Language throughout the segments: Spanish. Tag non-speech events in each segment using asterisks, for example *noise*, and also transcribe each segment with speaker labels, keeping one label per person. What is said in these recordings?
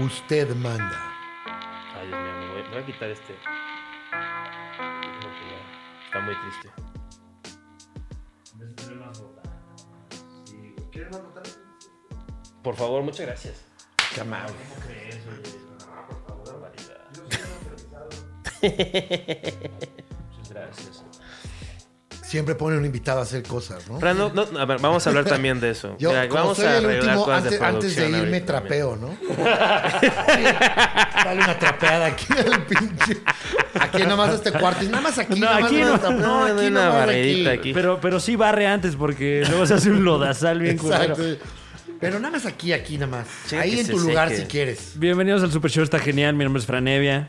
Speaker 1: Usted manda.
Speaker 2: Ay, Dios mío, me voy, me voy a quitar este. Porque ya Está muy triste.
Speaker 3: ¿Quieres más notar?
Speaker 2: Por favor, muchas gracias.
Speaker 1: Qué amable.
Speaker 2: ¿Cómo crees, oye? No, por favor, barbaridad. Muchas gracias.
Speaker 1: Siempre pone un invitado a hacer cosas, ¿no?
Speaker 2: Fran, no, no, a ver, vamos a hablar también de eso.
Speaker 1: Yo,
Speaker 2: Mira,
Speaker 1: como
Speaker 2: vamos
Speaker 1: soy
Speaker 2: a
Speaker 1: el
Speaker 2: arreglar
Speaker 1: último,
Speaker 2: cosas
Speaker 1: antes,
Speaker 2: de
Speaker 1: antes de
Speaker 2: producción
Speaker 1: irme
Speaker 2: ahorita
Speaker 1: trapeo,
Speaker 2: también.
Speaker 1: ¿no? Dale una trapeada aquí al pinche. Aquí nomás este cuarto. y Nada más aquí.
Speaker 3: No,
Speaker 1: nada más
Speaker 3: aquí
Speaker 1: una
Speaker 3: no.
Speaker 1: trapea-
Speaker 2: No, de una
Speaker 1: nomás
Speaker 2: barredita aquí.
Speaker 3: Pero, pero sí barre antes porque luego se hace un lodazal bien culero.
Speaker 1: Exacto. Pero nada más aquí, aquí nada más.
Speaker 2: Sí,
Speaker 1: Ahí
Speaker 2: que
Speaker 1: en
Speaker 2: se
Speaker 1: tu lugar
Speaker 2: seque.
Speaker 1: si quieres.
Speaker 3: Bienvenidos al Super Show, está genial. Mi nombre es Franevia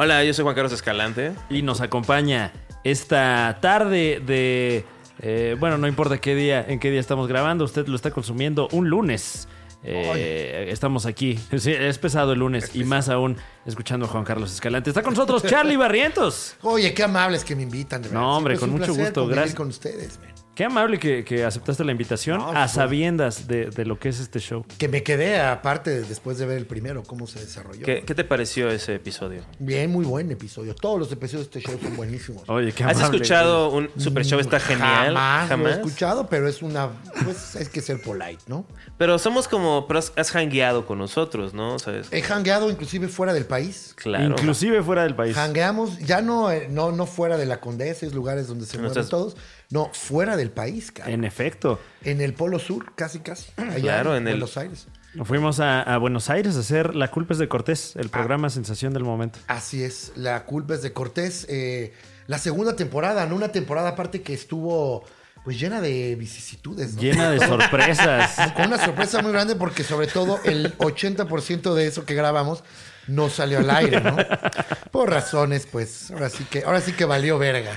Speaker 2: Hola, yo soy Juan Carlos Escalante.
Speaker 3: y nos acompaña esta tarde de. eh, bueno, no importa qué día, en qué día estamos grabando, usted lo está consumiendo un lunes. Eh, estamos aquí. Sí, es pesado el lunes y más aún escuchando a Juan Carlos Escalante. Está con nosotros Charlie Barrientos.
Speaker 1: Oye, qué amables que me invitan. de verdad.
Speaker 3: No,
Speaker 1: Siempre
Speaker 3: hombre,
Speaker 1: es
Speaker 3: con
Speaker 1: un
Speaker 3: mucho
Speaker 1: placer
Speaker 3: gusto,
Speaker 1: convivir
Speaker 3: gracias.
Speaker 1: con ustedes, man.
Speaker 3: Qué amable que, que aceptaste la invitación
Speaker 1: No,
Speaker 3: a
Speaker 1: pues,
Speaker 3: sabiendas de, de lo que es este show.
Speaker 1: Que me quedé, aparte, después de ver el primero, cómo se desarrolló.
Speaker 2: ¿Qué, qué te pareció ese episodios?
Speaker 1: Bien, muy buen episodio. Todos los episodios de este show son buenísimos.
Speaker 3: Oye, qué
Speaker 2: ¿Has
Speaker 3: amable. Mm,
Speaker 2: escuchado un Super Show está genial?
Speaker 1: Jamás, lo he escuchado, pero es una. Pues es que ser polite, ¿no?
Speaker 2: Pero somos como, pero has- has hangueado con nosotros, ¿no? ¿Sabes?
Speaker 1: He hangueado inclusive fuera del país.
Speaker 2: Claro.
Speaker 3: Eh, Inclusive fuera del país.
Speaker 1: Hangueamos, ya no, eh, no, no fuera de la Condesa, es lugares donde se
Speaker 2: No
Speaker 1: mueven
Speaker 2: estás-
Speaker 1: todos. No, fuera del país, cara. En,
Speaker 3: En efecto.
Speaker 1: el Polo Sur, casi, casi. Allá
Speaker 2: Claro,
Speaker 1: en
Speaker 2: en el-
Speaker 1: Buenos Aires.
Speaker 3: Fuimos a, a Buenos Aires a hacer La culpa es de Cortés,
Speaker 2: Ah.
Speaker 3: el programa Sensación del Momento.
Speaker 1: Así es, la culpa es de Cortés. eh, la segunda temporada, ¿no? Una temporada aparte que estuvo pues llena de vicisitudes, ¿no?
Speaker 3: Llena de
Speaker 2: *laughs*
Speaker 3: sorpresas.
Speaker 1: Con una sorpresa muy grande porque sobre todo el 80% de eso que grabamos no salió al aire, ¿no? Por razones, pues, ahora sí que, ahora sí que valió verga.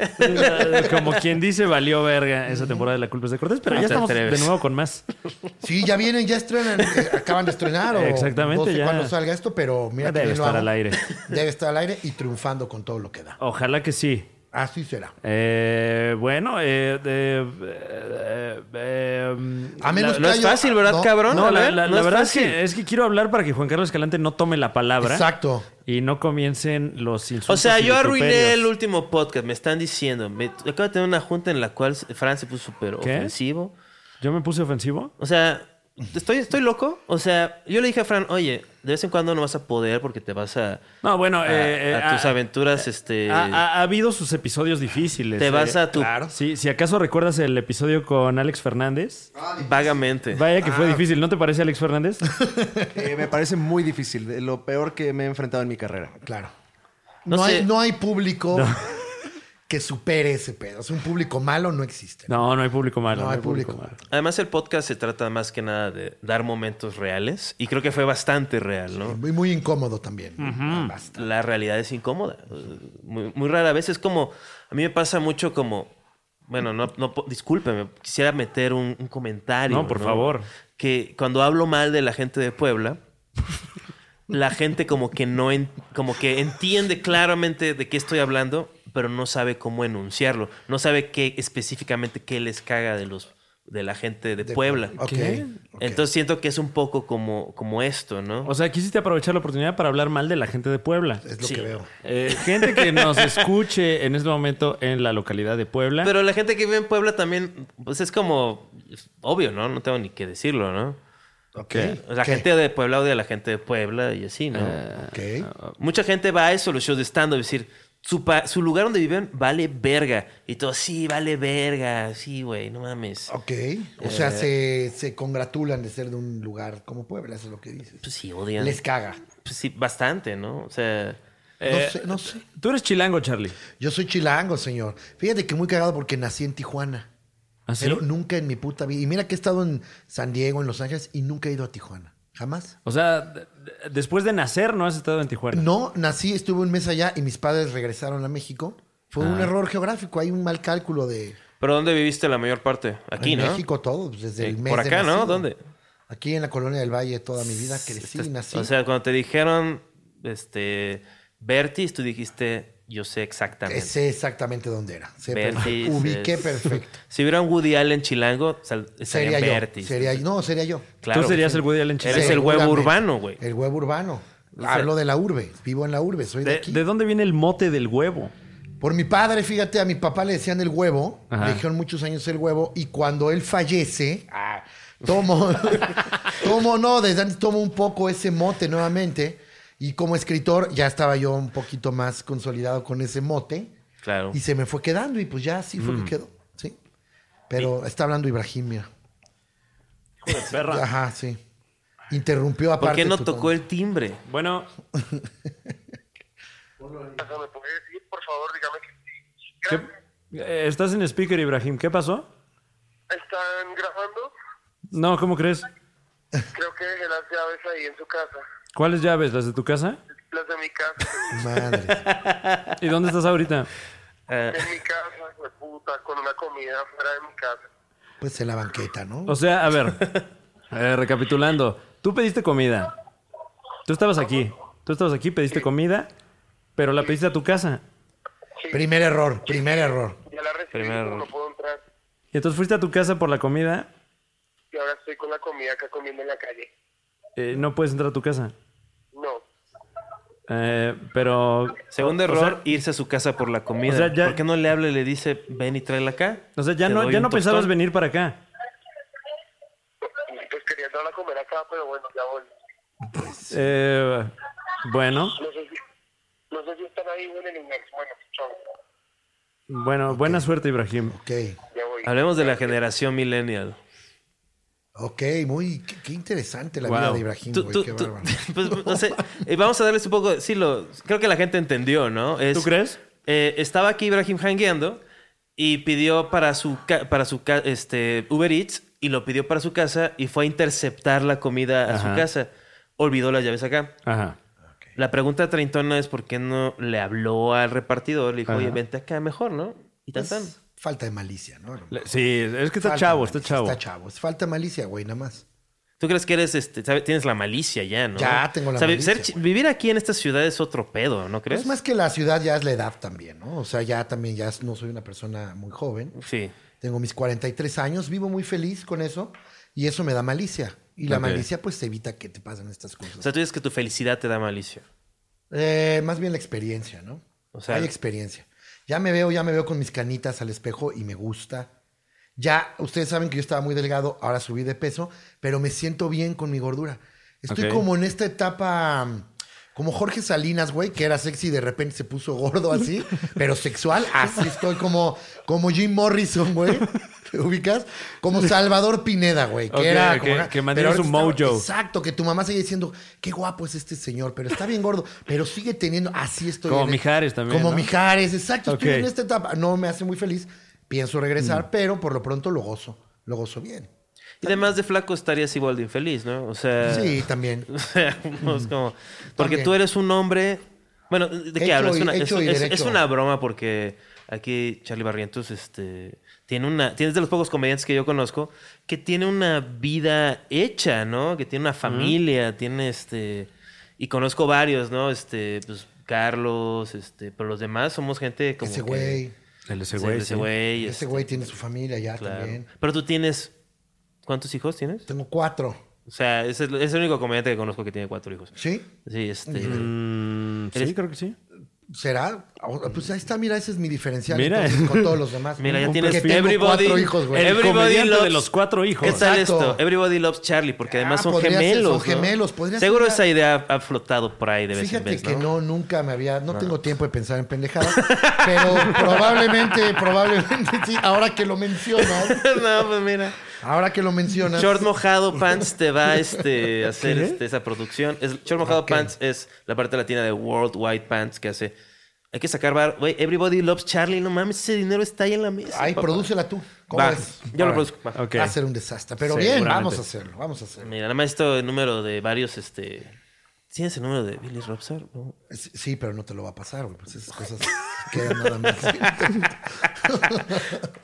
Speaker 3: Como quien dice, valió verga esa temporada de La culpa es de Cortés, pero
Speaker 2: No
Speaker 3: ya
Speaker 2: te
Speaker 3: estamos
Speaker 2: atreves.
Speaker 3: de nuevo con más.
Speaker 1: Sí, ya vienen, ya estrenan, eh, acaban de estrenar o
Speaker 3: Exactamente,
Speaker 1: no sé
Speaker 3: ya.
Speaker 1: cuándo salga esto, pero mira que
Speaker 3: Debe
Speaker 1: bien lo
Speaker 3: estar
Speaker 1: hago.
Speaker 3: al aire.
Speaker 1: Debe estar al aire y triunfando con todo lo que da.
Speaker 3: Ojalá que sí.
Speaker 1: Así será.
Speaker 3: Eh, bueno, eh, eh, eh, eh,
Speaker 1: A menos
Speaker 2: No,
Speaker 1: que
Speaker 2: es
Speaker 1: haya-
Speaker 2: fácil, ¿verdad,
Speaker 1: no,
Speaker 2: Ah, cabrón?
Speaker 3: No, la,
Speaker 2: Albert?
Speaker 3: la-
Speaker 2: No
Speaker 3: la
Speaker 2: es
Speaker 3: verdad es
Speaker 2: fácil.
Speaker 3: que, es que quiero hablar para que Juan Carlos Escalante no tome la palabra
Speaker 1: Exacto.
Speaker 3: y no comiencen los insultos.
Speaker 2: O sea,
Speaker 3: y
Speaker 2: yo arruiné
Speaker 3: vituperios.
Speaker 2: el último podcast, me están diciendo. Me, acabo de tener una junta en la cual Fran se puso súper
Speaker 3: ¿Qué?
Speaker 2: ofensivo.
Speaker 3: ¿Yo me puse ofensivo?
Speaker 2: O sea, estoy, estoy loco. O sea, yo le dije a Fran, oye, de vez en cuando no vas a poder porque te vas a,
Speaker 3: No, bueno,
Speaker 2: a,
Speaker 3: eh, ah, eh,
Speaker 2: a tus
Speaker 3: ah,
Speaker 2: aventuras, este.
Speaker 3: Ha, ha- ha habido sus episodios difíciles.
Speaker 2: te
Speaker 3: eh.
Speaker 2: vas a tu.
Speaker 1: claro.
Speaker 3: Sí, si acaso recuerdas el episodio con Alex Fernández.
Speaker 2: Vagamente.
Speaker 3: Vaya
Speaker 1: Ah.
Speaker 3: que fue difícil, ¿no te parece Alex
Speaker 1: *laughs*
Speaker 3: Fernández?
Speaker 4: Eh, me parece muy difícil, de lo peor que me he enfrentado en mi carrera.
Speaker 1: Claro. No,
Speaker 2: No
Speaker 1: hay,
Speaker 2: sé.
Speaker 1: no hay público que supere ese pedo. Es un público malo, no existe.
Speaker 3: No, no hay público malo.
Speaker 1: No hay público malo.
Speaker 2: Además, el podcast se trata más que nada de dar momentos reales. Y creo que fue bastante real, ¿no?
Speaker 1: Muy, muy incómodo también. Ah, Basta.
Speaker 2: la realidad es incómoda. Muy, muy rara vez es como, a mí me pasa mucho como, bueno, no, no po- discúlpeme, quisiera meter un, un comentario.
Speaker 3: No, por favor.
Speaker 2: Que cuando hablo mal de la gente de Puebla, la gente como que no, en- como que entiende claramente de qué estoy hablando, pero no sabe cómo enunciarlo, no sabe qué específicamente qué les caga de los de la gente de,
Speaker 1: De-
Speaker 2: Puebla.
Speaker 1: Ok,
Speaker 3: ¿Qué?
Speaker 1: ok.
Speaker 2: Entonces siento que es un poco como, como esto, ¿no?
Speaker 3: O sea, quisiste aprovechar la oportunidad para hablar mal de la gente de Puebla.
Speaker 1: es lo
Speaker 2: sí.
Speaker 1: que veo.
Speaker 3: Eh, gente que nos escuche en este momento en la localidad de
Speaker 1: ¿Ah?
Speaker 3: Puebla.
Speaker 2: Pero la gente que vive en Puebla también, pues es como es obvio, ¿no? No tengo ni que decirlo, ¿no?
Speaker 1: Ok.
Speaker 2: La
Speaker 1: ¿Qué? Eh,
Speaker 2: gente de Puebla odia a la gente de Puebla y así, ¿no?
Speaker 1: Ok.
Speaker 2: Mucha gente va a eso, los shows de stand-up, y decir, su, pa- su lugar donde viven vale verga. Y todo, sí, vale verga, sí, güey, no mames.
Speaker 1: Ok. O sea, se,
Speaker 2: Eh,
Speaker 1: se congratulan de ser de un lugar como Puebla, eso es lo que dices.
Speaker 2: Pues sí, odian.
Speaker 1: Les caga.
Speaker 2: Pues sí, bastante, ¿no? O sea,
Speaker 3: Eh,
Speaker 1: no sé, no sé.
Speaker 3: Tú eres chilango, Charlie.
Speaker 1: Yo soy chilango, señor. Fíjate que muy cagado porque nací en Tijuana.
Speaker 2: ¿Ah,
Speaker 3: ¿Así?
Speaker 1: Pero nunca en mi puta vida. Y mira que he estado en San Diego, en Los Ángeles, y nunca he ido a Tijuana. Jamás.
Speaker 3: O sea, d- d- después de nacer no has estado en Tijuana.
Speaker 1: No, nací, estuve un mes allá y mis padres regresaron a México. Fue
Speaker 2: Ah.
Speaker 1: un error geográfico, hay un mal cálculo de
Speaker 2: ¿pero dónde viviste la mayor parte? Aquí,
Speaker 1: en
Speaker 2: ¿no?
Speaker 1: México todo, pues, desde
Speaker 2: Sí,
Speaker 1: el mes
Speaker 2: por
Speaker 1: de
Speaker 2: acá, ¿no?
Speaker 1: nacido.
Speaker 2: ¿Dónde?
Speaker 1: Aquí en la colonia del Valle toda mi vida crecí,
Speaker 2: Pues, Estás-
Speaker 1: nací.
Speaker 2: O sea, cuando te dijeron, este, Bertis, tú dijiste, yo sé exactamente.
Speaker 1: Sé exactamente dónde era. Sé
Speaker 2: Vértices.
Speaker 1: perfecto. Ubiqué perfecto.
Speaker 2: Si hubiera un Woody Allen chilango, sal- *laughs* estaría
Speaker 1: Sería
Speaker 2: en
Speaker 1: yo.
Speaker 2: Vértices.
Speaker 1: Sería, no, sería yo.
Speaker 2: Claro.
Speaker 3: Tú serías el Woody Allen
Speaker 2: Eres
Speaker 3: chileno.
Speaker 2: el huevo
Speaker 1: Seguramente. Eh,
Speaker 2: urbano, güey.
Speaker 1: El huevo urbano. Hablo de la urbe. Vivo en la urbe. Soy de,
Speaker 3: ¿De,
Speaker 1: aquí.
Speaker 3: de dónde viene el mote del huevo?
Speaker 1: Por mi padre, fíjate, a mi papá le decían el huevo,
Speaker 3: Ajá.
Speaker 1: le dijeron muchos años el huevo, y cuando él fallece, ah, tomo, *laughs* tomo no, desde antes tomo un poco ese mote nuevamente, y como escritor ya estaba yo un poquito más consolidado con ese mote,
Speaker 2: Claro.
Speaker 1: y se me fue quedando, y pues ya así fue
Speaker 2: Mm.
Speaker 1: que quedó, sí. Pero está hablando Ibrahim, mira. Ajá, sí. Interrumpió aparte.
Speaker 2: Ah. ¿Por qué no
Speaker 1: tu-
Speaker 2: tocó el timbre?
Speaker 3: Bueno,
Speaker 5: ¿Me puede decir, por favor, dígame que sí?
Speaker 3: ¿qué-
Speaker 5: Gracias.
Speaker 3: eh, estás en speaker, Ibrahim. ¿Qué pasó?
Speaker 5: ¿Están grabando?
Speaker 3: No, ¿cómo crees?
Speaker 5: Creo que dejé las llaves ahí en su casa.
Speaker 3: ¿Cuáles llaves? ¿Las de tu casa?
Speaker 5: Las de mi
Speaker 3: *laughs*
Speaker 5: casa.
Speaker 1: Madre.
Speaker 3: ¿Y dónde estás ahorita?
Speaker 2: Ah,
Speaker 5: En mi casa, fue puta, con una comida fuera de mi casa.
Speaker 1: Pues en la banqueta, ¿no?
Speaker 3: O sea, a ver, eh, recapitulando. Tú pediste comida. Tú estabas aquí. Tú estabas aquí, pediste comida, pero la pediste a tu casa.
Speaker 1: Primer error, primer error.
Speaker 5: Ya la recibí,
Speaker 2: Primero.
Speaker 5: pero no puedo entrar.
Speaker 3: Y entonces fuiste a tu casa por la comida.
Speaker 5: Y ahora estoy con la comida acá comiendo en la calle.
Speaker 3: eh, no puedes entrar a tu casa.
Speaker 5: No.
Speaker 3: Eh, pero.
Speaker 2: Segundo
Speaker 3: o- o sea,
Speaker 2: error, irse a su casa por la comida.
Speaker 3: o sea, ya-
Speaker 2: ¿Por qué no le habla y le dice, ven y tráela acá?
Speaker 3: O sea, ya
Speaker 2: Te
Speaker 3: no,
Speaker 2: doy
Speaker 3: ya
Speaker 2: un
Speaker 3: no pensabas
Speaker 2: tostón.
Speaker 3: venir para acá.
Speaker 5: Pues quería entrar a comer acá, pero bueno, ya voy.
Speaker 3: Eh, bueno,
Speaker 5: No sé si, no sé si están ahí o en el inglés. Bueno, chao.
Speaker 3: bueno, buena suerte, Ibrahim.
Speaker 1: Ok,
Speaker 5: Ya voy.
Speaker 2: Hablemos de la generación millennial.
Speaker 1: ok, muy. Qué, qué interesante la vida
Speaker 3: Wow.
Speaker 1: de Ibrahim,
Speaker 2: Tú-
Speaker 1: güey.
Speaker 2: tú-
Speaker 1: Qué
Speaker 2: tú-
Speaker 1: bárbaro.
Speaker 2: *laughs* pues, no sé, eh, vamos a darles un poco. Sí, lo, creo que la gente entendió, ¿no? Es-
Speaker 3: ¿Tú crees?
Speaker 2: eh, estaba aquí Ibrahim hangueando y pidió para su, ca- para su ca- este, Uber Eats y lo pidió para su casa y fue a interceptar la comida a
Speaker 3: Ajá.
Speaker 2: su casa. Olvidó las llaves acá.
Speaker 3: Ajá.
Speaker 2: La pregunta treintona es por qué no le habló al repartidor. Le dijo,
Speaker 3: Ajá.
Speaker 2: oye, vente acá mejor, ¿no? Y tan,
Speaker 1: Pues,
Speaker 2: tan.
Speaker 1: falta de malicia, ¿no?
Speaker 3: Le- Sí, es que está
Speaker 1: Falta
Speaker 3: chavo,
Speaker 1: de
Speaker 3: está
Speaker 1: malicia,
Speaker 3: chavo.
Speaker 1: Está chavo. Es falta de malicia, güey, nada más.
Speaker 2: ¿Tú crees que eres, este, sabe- tienes la malicia ya, no?
Speaker 1: Ya tengo la
Speaker 2: vi-
Speaker 1: malicia,
Speaker 2: ser chi-
Speaker 1: güey.
Speaker 2: vivir aquí en esta ciudad es otro pedo, ¿no crees?
Speaker 1: Es Pues, más que la ciudad ya es la edad también, ¿no? O sea, ya también ya no soy una persona muy joven.
Speaker 2: Sí.
Speaker 1: Tengo mis 43 años, vivo muy feliz con eso y eso me da malicia. Y la
Speaker 3: Ok.
Speaker 1: malicia, pues, te evita que te pasen estas cosas.
Speaker 2: O sea, tú dices que tu felicidad te da malicia.
Speaker 1: Eh, más bien la experiencia, ¿no?
Speaker 2: O sea-
Speaker 1: Hay experiencia. Ya me veo, ya me veo con mis canitas al espejo y me gusta. Ya, ustedes saben que yo estaba muy delgado, ahora subí de peso, pero me siento bien con mi gordura. Estoy
Speaker 3: Ok.
Speaker 1: como en esta etapa, mm, como Jorge Salinas, güey, que era sexy y de repente se puso gordo
Speaker 3: *laughs*
Speaker 1: así, pero sexual, así estoy como, como Jim Morrison, güey. ¿Te ubicas? Como Salvador Pineda, güey, que
Speaker 3: Ok,
Speaker 1: era...
Speaker 3: que-
Speaker 1: como-
Speaker 3: que
Speaker 1: pero
Speaker 3: mantiene
Speaker 1: ahorita
Speaker 3: su
Speaker 1: está-
Speaker 3: mojo.
Speaker 1: Exacto, que tu mamá sigue diciendo, qué guapo es este señor, pero está bien gordo, pero sigue teniendo, así estoy.
Speaker 3: Como
Speaker 1: en- e-".
Speaker 3: Mijares también,
Speaker 1: Como
Speaker 3: ¿no?
Speaker 1: Mijares, exacto.
Speaker 3: Ok.
Speaker 1: Estoy en esta etapa. No me hace muy feliz, pienso
Speaker 2: Mm.
Speaker 1: regresar, pero por lo pronto lo gozo, lo gozo bien.
Speaker 2: Y además de flaco estarías igual de infeliz, ¿no? O sea.
Speaker 1: Sí, también.
Speaker 2: o sea, *laughs* no, es como- Porque
Speaker 1: También.
Speaker 2: tú eres un hombre. Bueno, ¿de qué
Speaker 1: Hecho
Speaker 2: hablas?
Speaker 1: y-
Speaker 2: Es una- Es,
Speaker 1: hecho y
Speaker 2: es-
Speaker 1: derecho.
Speaker 2: es una broma porque aquí Charlie Barrientos este, tiene una. Tienes de los pocos comediantes que yo conozco que tiene una vida hecha, ¿no? Que tiene una familia, tiene este. Y conozco varios, ¿no? Este, pues Carlos, este. Pero los demás somos gente como.
Speaker 1: Ese
Speaker 2: que-
Speaker 1: güey,
Speaker 3: El
Speaker 2: Sí, Ese güey.
Speaker 1: ese
Speaker 2: este,
Speaker 1: güey tiene su familia ya
Speaker 2: claro.
Speaker 1: también.
Speaker 2: Pero tú tienes. ¿Cuántos hijos tienes?
Speaker 1: Tengo cuatro,
Speaker 2: O sea, ese es, es el único comediante que conozco que tiene cuatro hijos.
Speaker 1: ¿sí?
Speaker 2: Sí, este.
Speaker 3: Mm, sí,
Speaker 2: Eres-
Speaker 3: creo que sí.
Speaker 1: ¿Será? Ah, Pues ahí está, mira, ese es mi diferencial
Speaker 3: Mira.
Speaker 1: entonces, con todos los demás.
Speaker 2: *laughs* Mira, ya
Speaker 1: Porque
Speaker 2: tienes
Speaker 1: tengo cuatro hijos, güey.
Speaker 3: El
Speaker 2: Everybody
Speaker 3: comediante
Speaker 2: loves-
Speaker 3: de los cuatro hijos.
Speaker 2: ¿Qué tal
Speaker 1: Exacto.
Speaker 2: esto? Everybody loves Charlie, porque además
Speaker 1: Ah,
Speaker 2: son
Speaker 1: podría ser,
Speaker 2: gemelos.
Speaker 1: son
Speaker 2: ¿no?
Speaker 1: gemelos, podría ser
Speaker 2: Seguro
Speaker 1: una-
Speaker 2: esa idea ha flotado por ahí de vez en
Speaker 1: Fíjate
Speaker 2: vez.
Speaker 1: que
Speaker 2: ¿no?
Speaker 1: no, nunca me había, no, tengo tiempo de pensar en pendejadas,
Speaker 2: *laughs*
Speaker 1: pero probablemente, probablemente sí, ahora que lo mencionas,
Speaker 2: *laughs* No, pues mira.
Speaker 1: ahora que lo mencionas,
Speaker 2: Short mojado pants te
Speaker 1: *laughs*
Speaker 2: va este, a hacer este, esa producción. Es- short mojado
Speaker 1: Ok.
Speaker 2: pants es la parte latina de World Wide Pants que hace. Hay que sacar bar. Güey, Everybody loves Charlie. No mames, ese dinero está ahí en la mesa.
Speaker 1: ahí
Speaker 2: papá.
Speaker 1: prodúcela tú, ¿cómo
Speaker 2: Va,
Speaker 1: ves?
Speaker 2: yo lo
Speaker 1: Ahora,
Speaker 2: produzco. Va.
Speaker 3: Ok.
Speaker 1: Va a ser un desastre, pero bien,
Speaker 3: Seguramente.
Speaker 1: vamos a hacerlo, vamos a hacerlo.
Speaker 2: Mira, nada más esto número de varios, este. ¿Tienes el número de Billy Robson? No.
Speaker 1: Sí, sí, pero no te lo va a pasar, güey, pues
Speaker 2: *laughs*
Speaker 1: esas cosas quedan nada más.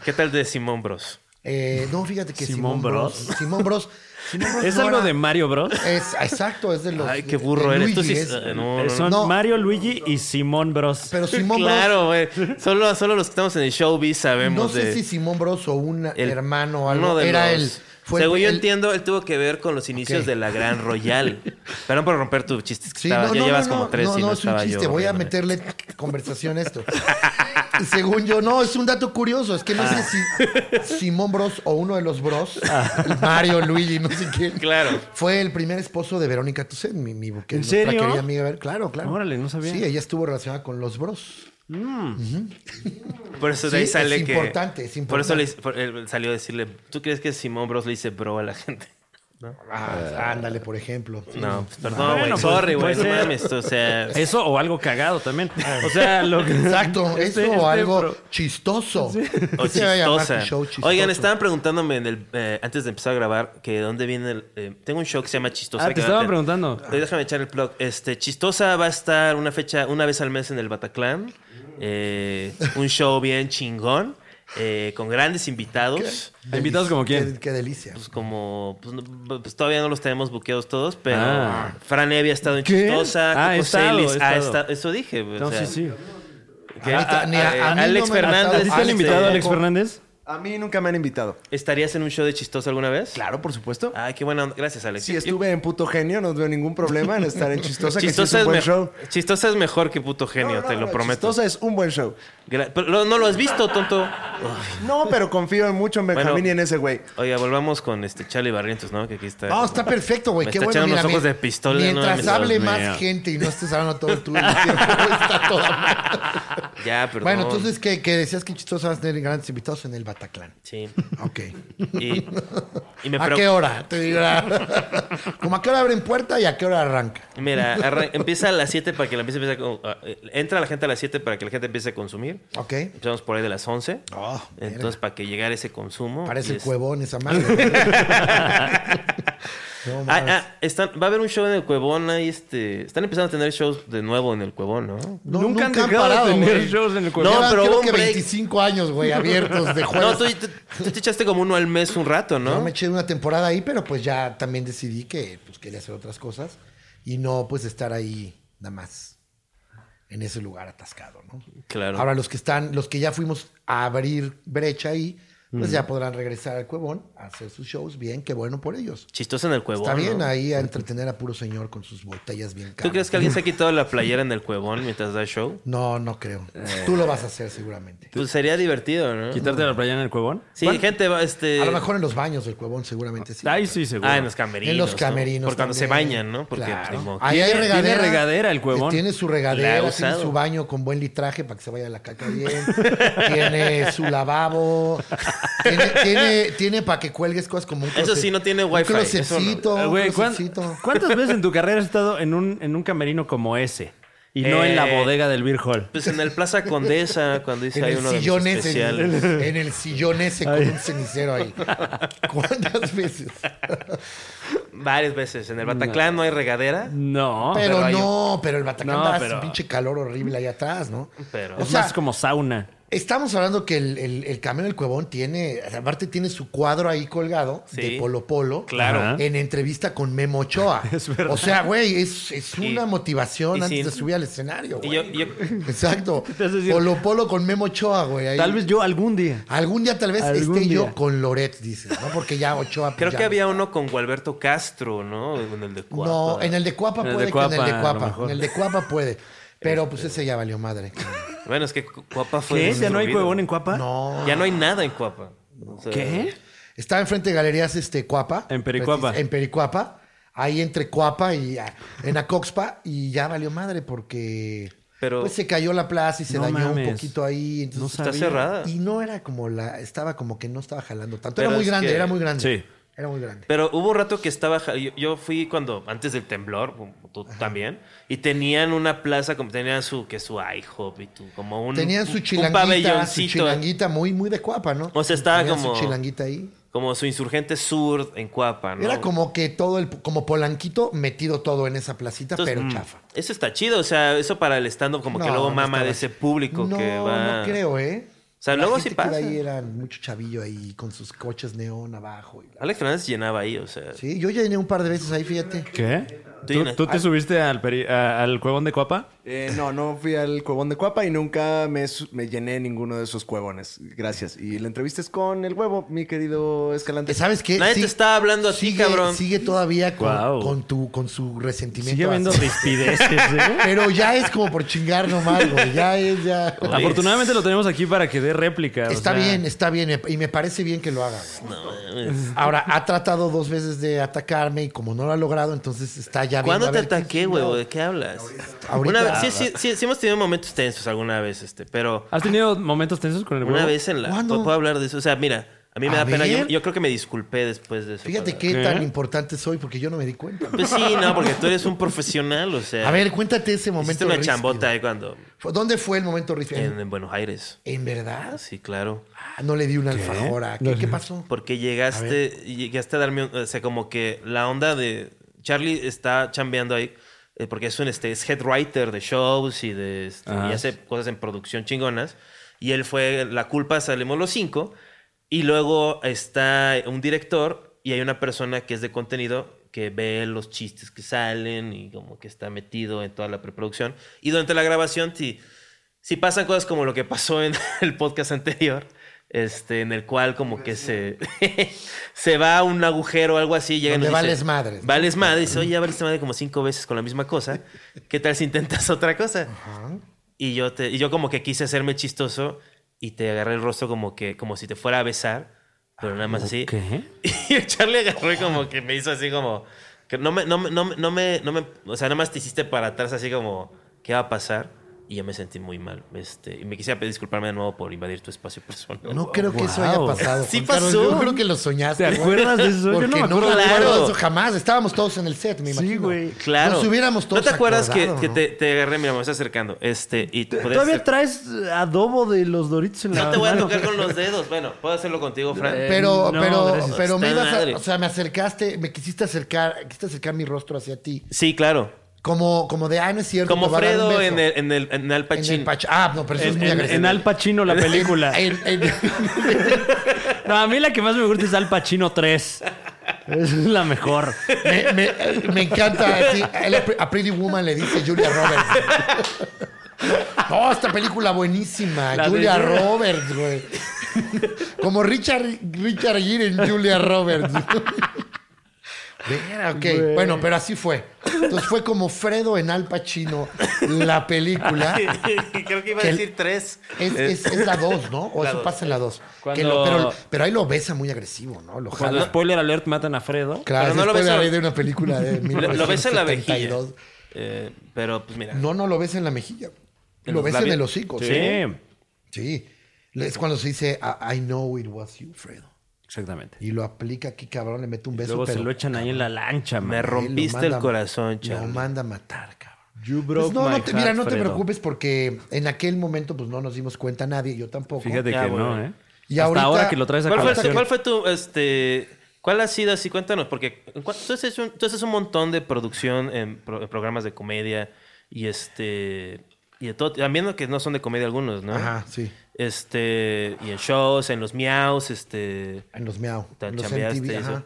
Speaker 2: ¿Qué tal de Simón Bros?
Speaker 1: Eh, no, fíjate que
Speaker 3: Simón
Speaker 1: Simón,
Speaker 3: Bros.
Speaker 1: Bros. Simón Bros.
Speaker 2: *laughs*
Speaker 1: Simón Bros
Speaker 3: ¿Es
Speaker 1: no
Speaker 3: algo
Speaker 1: era-
Speaker 3: de Mario Bros?
Speaker 1: Es, exacto, es de los.
Speaker 2: Ay,
Speaker 1: de-
Speaker 2: qué burro
Speaker 1: de
Speaker 2: eres. Tú
Speaker 1: Luigi,
Speaker 2: sí-
Speaker 1: es-
Speaker 2: eh, no,
Speaker 1: *laughs*
Speaker 2: no,
Speaker 3: Son
Speaker 1: no.
Speaker 3: Mario, Luigi y Simón Bros.
Speaker 2: *laughs*
Speaker 1: pero Simón Bros.
Speaker 2: claro, güey. Solo, solo los que estamos en el showbiz sabemos
Speaker 1: No sé
Speaker 2: de-
Speaker 1: si Simón Bros o un
Speaker 2: el-
Speaker 1: hermano o
Speaker 2: uno
Speaker 1: algo.
Speaker 2: de
Speaker 1: Era
Speaker 2: los-
Speaker 1: él. Fue
Speaker 2: Según yo
Speaker 1: el-
Speaker 2: entiendo, él tuvo que ver con los inicios
Speaker 1: Ok.
Speaker 2: de la Gran
Speaker 1: *laughs*
Speaker 2: Royal. Perdón por romper tu chiste. Que
Speaker 1: Sí,
Speaker 2: estaba-
Speaker 1: no,
Speaker 2: ya
Speaker 1: no,
Speaker 2: llevas
Speaker 1: no,
Speaker 2: como
Speaker 1: no,
Speaker 2: tres
Speaker 1: no,
Speaker 2: y no,
Speaker 1: no, es un
Speaker 2: estaba
Speaker 1: chiste.
Speaker 2: yo.
Speaker 1: Voy a
Speaker 2: riéndome.
Speaker 1: meterle conversación a
Speaker 2: *laughs*
Speaker 1: esto. Según yo, no, es un dato curioso. Es que no sé
Speaker 2: Ah.
Speaker 1: si Simón Bros o uno de los Bros, Mario, Luigi, no sé quién.
Speaker 2: Claro.
Speaker 1: Fue el primer esposo de Verónica Tucent, mi, mi buque-
Speaker 3: ¿En
Speaker 1: nuestra
Speaker 3: serio?
Speaker 1: querida amiga. Ver- Claro, claro.
Speaker 3: Órale, no sabía.
Speaker 1: Sí, ella estuvo relacionada con los Bros.
Speaker 2: Por eso
Speaker 1: Sí,
Speaker 2: de ahí sale
Speaker 1: es
Speaker 2: que.
Speaker 1: importante, es
Speaker 2: Por eso le hice- por- él salió a decirle. ¿Tú crees que Simón Bros le dice bro a la gente?
Speaker 1: Ah, ándale, por ejemplo. Sí.
Speaker 2: No, pues, perdón, güey.
Speaker 3: Bueno, pues, este
Speaker 2: sorry, güey.
Speaker 3: puede
Speaker 2: No
Speaker 3: ser.
Speaker 2: mames. O
Speaker 3: *laughs*
Speaker 2: sea.
Speaker 3: Eso o algo cagado también. O sea, lo que...
Speaker 1: Exacto,
Speaker 3: *laughs* Este-
Speaker 1: eso
Speaker 3: este
Speaker 1: o algo
Speaker 3: pro-
Speaker 1: chistoso.
Speaker 2: O
Speaker 1: Ese va a llamar
Speaker 2: chistosa.
Speaker 1: tu show chistoso.
Speaker 2: Oigan, estaban preguntándome en el, eh, antes de empezar a grabar que de dónde viene el... eh, tengo un show que se llama Chistosa.
Speaker 3: Ah, te
Speaker 2: que va a
Speaker 3: estaban
Speaker 2: tener-
Speaker 3: preguntando.
Speaker 2: Eh, déjame echar el plug. Este, Chistosa va a estar una fecha, una vez al mes en el Bataclan. Eh, un show bien chingón. eh, con grandes invitados.
Speaker 3: ¿Invitados como quién?
Speaker 1: Qué, qué delicia.
Speaker 2: Pues como... Pues, no- pues todavía no los tenemos buqueados todos, pero...
Speaker 3: Ah.
Speaker 2: Fran Evi ha estado en
Speaker 3: ¿Qué?
Speaker 2: Chistosa.
Speaker 3: Ah,
Speaker 2: Coco
Speaker 3: he estado, he
Speaker 2: Celis ha
Speaker 3: estado.
Speaker 2: esta- Eso dije. o
Speaker 3: No,
Speaker 2: sea,
Speaker 3: sí, sí.
Speaker 2: que-
Speaker 1: A mí ta- ni a-
Speaker 2: eh,
Speaker 1: a mí
Speaker 2: Alex
Speaker 1: no me han
Speaker 2: Fernández...
Speaker 1: matado.
Speaker 3: ¿A ti te han
Speaker 1: Este-
Speaker 3: invitado
Speaker 2: este,
Speaker 3: Alex Fernández?
Speaker 4: A mí nunca me han invitado.
Speaker 2: ¿Estarías en un show de chistoso alguna vez?
Speaker 4: Claro, por supuesto.
Speaker 2: Ay, qué buena onda. Gracias, Alex.
Speaker 4: Si estuve en puto genio, no veo ningún problema en estar en Chistosa, que sí es
Speaker 2: Chistosa
Speaker 4: un
Speaker 2: es,
Speaker 4: buen
Speaker 2: me-
Speaker 4: show.
Speaker 2: Chistosa es mejor que puto genio,
Speaker 4: No, no,
Speaker 2: te
Speaker 4: no,
Speaker 2: lo
Speaker 4: no,
Speaker 2: prometo.
Speaker 4: Chistosa es un buen show.
Speaker 2: Gra- pero lo- no lo has visto, tonto.
Speaker 4: No, pero confío en mucho en Benjamín
Speaker 2: Bueno.
Speaker 4: y en ese güey.
Speaker 2: Oiga, volvamos con este Charlie Barrientos, ¿no? Que aquí está.
Speaker 1: No, está perfecto, güey.
Speaker 2: Me
Speaker 1: Qué
Speaker 2: está
Speaker 1: bueno.
Speaker 2: echando
Speaker 1: Mira,
Speaker 2: unos ojos
Speaker 1: mira,
Speaker 2: de pistola, no
Speaker 1: Mientras
Speaker 2: mames.
Speaker 1: hable
Speaker 3: Dios
Speaker 1: más
Speaker 3: mío.
Speaker 1: gente y no estés hablando todo tú. el tiempo, *laughs* está toda madre.
Speaker 2: Ya, perdón.
Speaker 1: Bueno, entonces que, que decías que chistoso vas a tener grandes invitados en el Bataclan.
Speaker 2: Sí.
Speaker 1: Ok.
Speaker 2: Y, y *laughs*
Speaker 1: *laughs*
Speaker 2: me
Speaker 1: ¿A
Speaker 2: preo-
Speaker 1: qué hora? Te dirá. *laughs* Como a qué hora abren puerta y a qué hora arranca.
Speaker 2: Mira, arran- empieza a las 7 para que la empiece, empiece a co- a- eh, entra la gente a las 7 para que la gente empiece a consumir.
Speaker 1: Ok.
Speaker 2: Empezamos por ahí de las 11.
Speaker 1: Oh,
Speaker 2: entonces, para que llegara ese consumo.
Speaker 1: Parece
Speaker 2: y este,
Speaker 1: el
Speaker 2: es-
Speaker 1: cuevón esa
Speaker 2: *laughs*
Speaker 1: madre. *laughs* no,
Speaker 2: Ah,
Speaker 1: mames.
Speaker 2: ah, están- va a haber un show en el Cuevón. ahí, este, están empezando a tener shows de nuevo en el Cuevón, ¿no?
Speaker 1: No,
Speaker 3: Nunca han dejado de tener shows en el
Speaker 1: cuerpo.
Speaker 2: Cuevón.
Speaker 1: No,
Speaker 2: No, pero
Speaker 1: pero creo
Speaker 2: hubo un
Speaker 1: que
Speaker 2: break.
Speaker 1: 25 años, güey, abiertos de jueves.
Speaker 2: *laughs* No, tú, tú- tú te echaste como uno al mes un rato, ¿no?
Speaker 1: Yo me eché una temporada ahí, pero pues ya también decidí que pues, quería hacer otras cosas y no pues estar ahí nada más en ese lugar atascado, ¿no?
Speaker 2: Claro.
Speaker 1: Ahora los que están, los que ya fuimos a abrir brecha ahí, pues
Speaker 2: Mm.
Speaker 1: ya podrán regresar al Cuevón a hacer sus shows. Bien, qué bueno por ellos.
Speaker 2: Chistoso en el Cuevón.
Speaker 1: Está bien
Speaker 2: ¿no?
Speaker 1: ahí a entretener a puro señor con sus botellas bien caras.
Speaker 2: ¿Tú crees que alguien se ha quitado la playera en el Cuevón mientras da show?
Speaker 1: No, no creo.
Speaker 2: Eh.
Speaker 1: Tú lo vas a hacer seguramente.
Speaker 2: Pues sería divertido, ¿no?
Speaker 3: ¿Quitarte la playa en el cuevón?
Speaker 2: Sí, gente va, este...
Speaker 1: A lo mejor en los baños del Cuevón seguramente sí.
Speaker 3: Ahí sí, seguro.
Speaker 2: Ah, en los camerinos.
Speaker 1: en los
Speaker 2: ¿no?
Speaker 1: camerinos.
Speaker 2: Por cuando se
Speaker 1: también.
Speaker 2: bañan, ¿no? Porque
Speaker 1: Claro.
Speaker 2: pues, ni modo.
Speaker 1: Ahí hay
Speaker 3: Tiene-
Speaker 1: regadera.
Speaker 3: tiene regadera el Cuevón.
Speaker 1: Tiene su
Speaker 2: La ha
Speaker 1: regadera, tiene
Speaker 2: usado.
Speaker 1: su baño con buen litraje para que se vaya la caca bien. tiene su lavabo. tiene, tiene, tiene para que cuelgues cosas como un
Speaker 2: Eso sí, no tiene wifi,
Speaker 1: Un
Speaker 2: eso no.
Speaker 1: closetcito,
Speaker 3: Ah,
Speaker 1: un
Speaker 3: güey, ¿cuán-
Speaker 1: closetcito.
Speaker 3: ¿Cuántas veces en tu carrera has estado en un, en un camerino como ese? Y no en la
Speaker 2: Eh,
Speaker 3: bodega del Beer Hall.
Speaker 2: Pues en el Plaza Condesa, cuando dice
Speaker 1: En
Speaker 2: hay
Speaker 1: el
Speaker 2: uno de mis
Speaker 1: sillón ese.
Speaker 2: especiales.
Speaker 1: *laughs* En el sillón ese con un cenicero ahí. ¿Cuántas veces?
Speaker 2: Varias veces. En el Bataclan no hay regadera.
Speaker 3: No.
Speaker 1: pero,
Speaker 2: pero hay
Speaker 1: no, pero el Batacán
Speaker 3: No,
Speaker 1: da hace
Speaker 3: pero-
Speaker 1: un pinche calor horrible ahí atrás, ¿no?
Speaker 2: Pero-
Speaker 1: o
Speaker 3: es
Speaker 1: sea,
Speaker 3: más como sauna.
Speaker 1: Estamos hablando que el, el, el camión del Cuevón tiene, aparte tiene su cuadro ahí colgado
Speaker 2: Sí.
Speaker 1: de Polo Polo.
Speaker 2: Claro.
Speaker 3: Ajá.
Speaker 1: En entrevista con Memo Ochoa.
Speaker 3: *laughs* Es verdad.
Speaker 1: O sea, güey, es, es
Speaker 2: Y-
Speaker 1: una motivación
Speaker 2: y
Speaker 1: antes
Speaker 2: sin-
Speaker 1: de subir al escenario,
Speaker 2: Y
Speaker 1: güey.
Speaker 2: yo, yo-
Speaker 3: *laughs*
Speaker 1: Exacto.
Speaker 3: Es decir-
Speaker 1: Polo Polo con Memo Ochoa, güey. ahí.
Speaker 3: Tal vez yo algún día.
Speaker 1: Algún día tal vez
Speaker 3: Algún
Speaker 1: esté
Speaker 3: día.
Speaker 1: yo con Loret, dices, ¿no? Porque ya Ochoa... pues,
Speaker 2: creo
Speaker 1: ya
Speaker 2: que
Speaker 1: no.
Speaker 2: había uno con Gualberto Castro, ¿no? En el de Cuapa.
Speaker 1: No, en el de Cuapa
Speaker 3: En el
Speaker 1: puede
Speaker 3: de
Speaker 1: que en el
Speaker 3: Cuapa,
Speaker 1: de
Speaker 3: a lo
Speaker 1: Cuapa.
Speaker 3: mejor.
Speaker 1: En el de Cuapa puede. Pero pues
Speaker 2: Este,
Speaker 1: ese ya valió madre.
Speaker 2: Bueno, es que Cu- Cuapa fue...
Speaker 3: ¿Qué? ¿Ya no hay
Speaker 2: destruido.
Speaker 3: cuevón en Cuapa?
Speaker 1: No.
Speaker 2: Ya no hay nada en Cuapa. O sea,
Speaker 3: ¿Qué?
Speaker 1: Estaba enfrente de Galerías este, Cuapa.
Speaker 3: En Pericuapa.
Speaker 1: Precis- En Pericuapa. Ahí entre Cuapa y ah, en Acoxpa. Y ya valió madre porque...
Speaker 2: Pero-
Speaker 1: pues se cayó la plaza y se
Speaker 3: No
Speaker 1: dañó
Speaker 3: mames.
Speaker 1: un poquito ahí.
Speaker 3: No
Speaker 1: Entonces,
Speaker 2: Está
Speaker 3: Sabía.
Speaker 2: cerrada.
Speaker 1: y no era como la... Estaba como que no estaba jalando tanto.
Speaker 2: Pero
Speaker 1: era muy
Speaker 2: es
Speaker 1: grande,
Speaker 2: que-
Speaker 1: era muy grande.
Speaker 3: Sí.
Speaker 1: Era muy grande.
Speaker 2: Pero hubo un rato que estaba. ja- Yo, yo fui cuando. Antes del temblor, como tú también. Y tenían una plaza como tenían su. Que su IHOP y tú. Como un.
Speaker 1: Tenían
Speaker 2: un-
Speaker 1: su
Speaker 2: un
Speaker 1: chilanguita, su
Speaker 2: pabelloncito.
Speaker 1: chilanguita muy, muy de cuapa, ¿no?
Speaker 2: O sea, estaba
Speaker 1: Tenían
Speaker 2: como-
Speaker 1: su chilanguita ahí.
Speaker 2: Como su insurgente sur en Cuapa, ¿no?
Speaker 1: Era como que todo el... Como Polanquito metido todo en esa placita,
Speaker 2: Entonces,
Speaker 1: pero
Speaker 2: mm,
Speaker 1: chafa.
Speaker 2: Eso está chido. O sea, eso para el stand-up, como que
Speaker 1: No,
Speaker 2: luego
Speaker 1: no
Speaker 2: mama
Speaker 1: estaba
Speaker 2: de ese
Speaker 1: así.
Speaker 2: público
Speaker 1: No,
Speaker 2: que va.
Speaker 1: No creo, ¿eh?
Speaker 2: O sea,
Speaker 1: La
Speaker 2: luego
Speaker 1: gente
Speaker 2: sí
Speaker 1: que iba
Speaker 2: pasa.
Speaker 1: ahí eran mucho chavillo ahí con sus coches neón abajo. y la-
Speaker 2: Alex Fernández llenaba ahí, o sea.
Speaker 1: Sí, yo ya llené un par de veces ahí, fíjate.
Speaker 3: ¿Qué?
Speaker 2: Sí,
Speaker 3: ¿Tú,
Speaker 2: no-
Speaker 3: tú te subiste al, peri- a- al cuevón de Coapa?
Speaker 4: Eh, no, no fui al cuevón de Cuapa y nunca me, su- me llené ninguno de esos cuevones. Gracias. Y la entrevista es con el huevo, mi querido Escalante.
Speaker 1: Eh, ¿Sabes qué?
Speaker 2: Nadie
Speaker 1: Sí,
Speaker 2: te está hablando a ti,
Speaker 1: sigue-
Speaker 2: cabrón.
Speaker 1: Sigue todavía con,
Speaker 3: Guau.
Speaker 1: con tu, con su resentimiento.
Speaker 3: Sigue habiendo
Speaker 1: así.
Speaker 3: rispideces, ¿eh?
Speaker 1: *laughs* Pero ya es como por chingar nomás, güey. Ya es, ya.
Speaker 2: *laughs* Oye.
Speaker 3: Afortunadamente lo tenemos aquí para que dé réplica. o
Speaker 1: Está
Speaker 3: sea,
Speaker 1: bien, está bien. Y me parece bien que lo haga, güey.
Speaker 2: Eh,
Speaker 1: Ahora, ha tratado dos veces de atacarme y como no lo ha logrado, entonces está ya viendo
Speaker 2: ¿Cuándo
Speaker 1: a
Speaker 2: te
Speaker 1: ver qué
Speaker 2: ataqué,
Speaker 1: chingado.
Speaker 2: güey? ¿De qué hablas?
Speaker 1: Ahorita.
Speaker 2: Una vez- sí, sí, sí, sí hemos tenido momentos tensos alguna vez, este, pero
Speaker 3: ¿Has tenido momentos tensos con el huevo?
Speaker 2: una vez en la...
Speaker 1: ¿Cuándo?
Speaker 2: Puedo hablar de eso. O sea, mira, a mí me
Speaker 1: A
Speaker 2: da pena. Yo,
Speaker 1: ver.
Speaker 2: yo creo que me disculpé después de eso.
Speaker 1: Fíjate
Speaker 2: para-
Speaker 1: qué
Speaker 3: ¿Qué?
Speaker 1: tan importante soy porque yo no me di cuenta.
Speaker 2: Pues sí, no, porque tú eres un profesional, o sea...
Speaker 1: A ver, cuéntate ese
Speaker 2: Eh, Hiciste
Speaker 1: momento.
Speaker 2: una
Speaker 1: ríspido.
Speaker 2: chambota ahí cuando...
Speaker 1: Fue- ¿Dónde fue el momento ríspido?
Speaker 2: En,
Speaker 1: ¿En,
Speaker 2: en Buenos Aires.
Speaker 1: en verdad?
Speaker 2: Sí, claro.
Speaker 1: Ah, no le di una alfajora. ¿Qué, qué pasó?
Speaker 2: Porque llegaste, llegaste a darme... un- O sea, como que la onda de... Charlie está chambeando ahí. eh, Porque es un este, es head writer de shows y de este,
Speaker 3: Ajá.
Speaker 2: y hace cosas en producción chingonas. Y él fue la culpa, salimos los cinco. Y luego está un director y hay una persona que es de contenido que ve los chistes que salen y como que está metido en toda la preproducción. Y durante la grabación, si, si pasan cosas como lo que pasó en *laughs* el podcast anterior, este, en el cual como que se, *laughs* se va a un agujero o algo así. Llega y
Speaker 1: Donde
Speaker 2: nos dice,
Speaker 1: vales madres, ¿no?
Speaker 2: Vales madre. Dice, oye, ya valiste madre como cinco veces con la misma cosa. ¿Qué tal si intentas *laughs* otra cosa? Y yo, te, y yo como que quise hacerme chistoso y te agarré el rostro como que como si te fuera a besar, pero nada
Speaker 1: Ah,
Speaker 2: más así.
Speaker 3: ¿Qué?
Speaker 2: Y el Charlie agarró y como que me hizo así como... Que no me, no, me- no, me- no me, no me... O sea, nada más te hiciste para atrás así como... ¿Qué va a pasar? Y yo me sentí muy mal. Este, y me quisiera pedir disculparme de nuevo por invadir tu espacio personal.
Speaker 1: No creo que eso haya
Speaker 3: Wow.
Speaker 1: pasado.
Speaker 2: Sí
Speaker 1: Juan Carlos.
Speaker 2: pasó.
Speaker 1: Yo creo que lo soñaste.
Speaker 3: ¿Te
Speaker 1: güey.
Speaker 3: acuerdas de eso? Yo
Speaker 1: Porque
Speaker 3: no me
Speaker 1: no,
Speaker 3: acuerdo.
Speaker 1: me
Speaker 2: Claro.
Speaker 1: acuerdo de eso jamás. Estábamos todos en el set, me imagino.
Speaker 3: güey.
Speaker 2: Claro.
Speaker 1: Nos hubiéramos todos
Speaker 2: ¿No te acuerdas que,
Speaker 1: acordado,
Speaker 2: que
Speaker 1: ¿no?
Speaker 2: te, te agarré? Mira, me estás acercando. Este, y podías
Speaker 3: Todavía
Speaker 2: hacer-
Speaker 3: traes adobo de los Doritos en la
Speaker 2: No te voy a
Speaker 3: mano.
Speaker 2: tocar con los dedos. Bueno, puedo hacerlo contigo, Fran.
Speaker 3: Eh,
Speaker 1: Pero,
Speaker 3: no,
Speaker 1: pero,
Speaker 3: gracias.
Speaker 1: pero me
Speaker 2: Está
Speaker 1: ibas
Speaker 2: madre.
Speaker 1: a, o sea, me acercaste, me quisiste acercar, quisiste acercar mi rostro hacia ti.
Speaker 2: Sí, claro.
Speaker 1: Como, como de, ah, no es cierto.
Speaker 2: Como
Speaker 1: te va a dar un
Speaker 2: Fredo
Speaker 1: beso.
Speaker 2: en el, en el, en Al
Speaker 1: En el
Speaker 2: Pacino.
Speaker 1: pach- Ah, no, pero eso es
Speaker 3: En,
Speaker 1: muy
Speaker 3: en,
Speaker 1: agresivo.
Speaker 3: en Al Pacino,
Speaker 1: *laughs*
Speaker 3: la película.
Speaker 1: En- en-
Speaker 3: *laughs* No, a mí la que más me gusta es Al Pacino 3. Es la mejor.
Speaker 1: me, me, me encanta. sí, a la- a Pretty Woman le dice Julia Roberts. No, esta película buenísima.
Speaker 3: La de
Speaker 1: Julia
Speaker 3: Julia.
Speaker 1: Roberts, güey. Como Richard, Richard Gere en Julia Roberts. Verga, ok. Bueno, pero así fue. Entonces fue como Fredo en Al Pacino, la película.
Speaker 2: *laughs* Creo que iba a
Speaker 1: Que-
Speaker 2: decir tres.
Speaker 1: Es,
Speaker 2: Eh,
Speaker 1: es- es la 2, ¿no? O
Speaker 2: La
Speaker 1: eso
Speaker 2: dos.
Speaker 1: pasa en la 2.
Speaker 3: Cuando-
Speaker 1: Pero, pero ahí lo besa muy agresivo, ¿no? Lo
Speaker 3: Cuando
Speaker 1: jala.
Speaker 3: spoiler alert matan a Fredo.
Speaker 1: Claro,
Speaker 2: Pero no lo
Speaker 1: después
Speaker 2: besa-
Speaker 1: hablaré de una película de
Speaker 2: *laughs* lo, lo ves en la vejilla.
Speaker 1: 1972.
Speaker 2: Eh, pero, pues mira.
Speaker 1: No, no lo ves en la mejilla. Lo
Speaker 2: ¿En los
Speaker 1: ves en
Speaker 2: labios?
Speaker 1: el hocico.
Speaker 3: Sí.
Speaker 1: Sí. Sí. Es cuando se dice, I, I know it was you, Fredo.
Speaker 3: Exactamente.
Speaker 1: Y lo aplica aquí, cabrón, le mete un beso.
Speaker 3: Luego se
Speaker 1: pero-
Speaker 3: lo echan ahí en la lancha,
Speaker 2: Me
Speaker 3: man.
Speaker 1: Él lo
Speaker 2: rompiste
Speaker 1: manda-
Speaker 2: el corazón,
Speaker 1: Lo
Speaker 2: chaval.
Speaker 1: manda a matar, cabrón.
Speaker 3: You
Speaker 1: Pues
Speaker 3: broke
Speaker 1: no,
Speaker 3: my
Speaker 1: no te- mira,
Speaker 3: heart,
Speaker 1: no te
Speaker 3: Fredo.
Speaker 1: preocupes porque en aquel momento pues no nos dimos cuenta nadie, yo tampoco.
Speaker 3: Fíjate
Speaker 2: Ya,
Speaker 3: que
Speaker 2: güey.
Speaker 3: no, ¿eh?
Speaker 1: Y
Speaker 3: Hasta
Speaker 1: ahorita-
Speaker 3: ahora que lo traes a
Speaker 2: ¿Cuál fue,
Speaker 3: colación.
Speaker 2: cuál fue tu, este, cuál ha sido así? Cuéntanos, porque cu- tú haces un, tú haces un montón de producción en, pro- en programas de comedia y este, y de todo, también que no son de comedia algunos, ¿no?
Speaker 1: Ajá, sí.
Speaker 2: Este, y en shows, en los miaus, este,
Speaker 1: En los miau.
Speaker 2: te
Speaker 1: En los
Speaker 2: chambeaste
Speaker 1: MTV,
Speaker 2: y eso.
Speaker 1: ajá.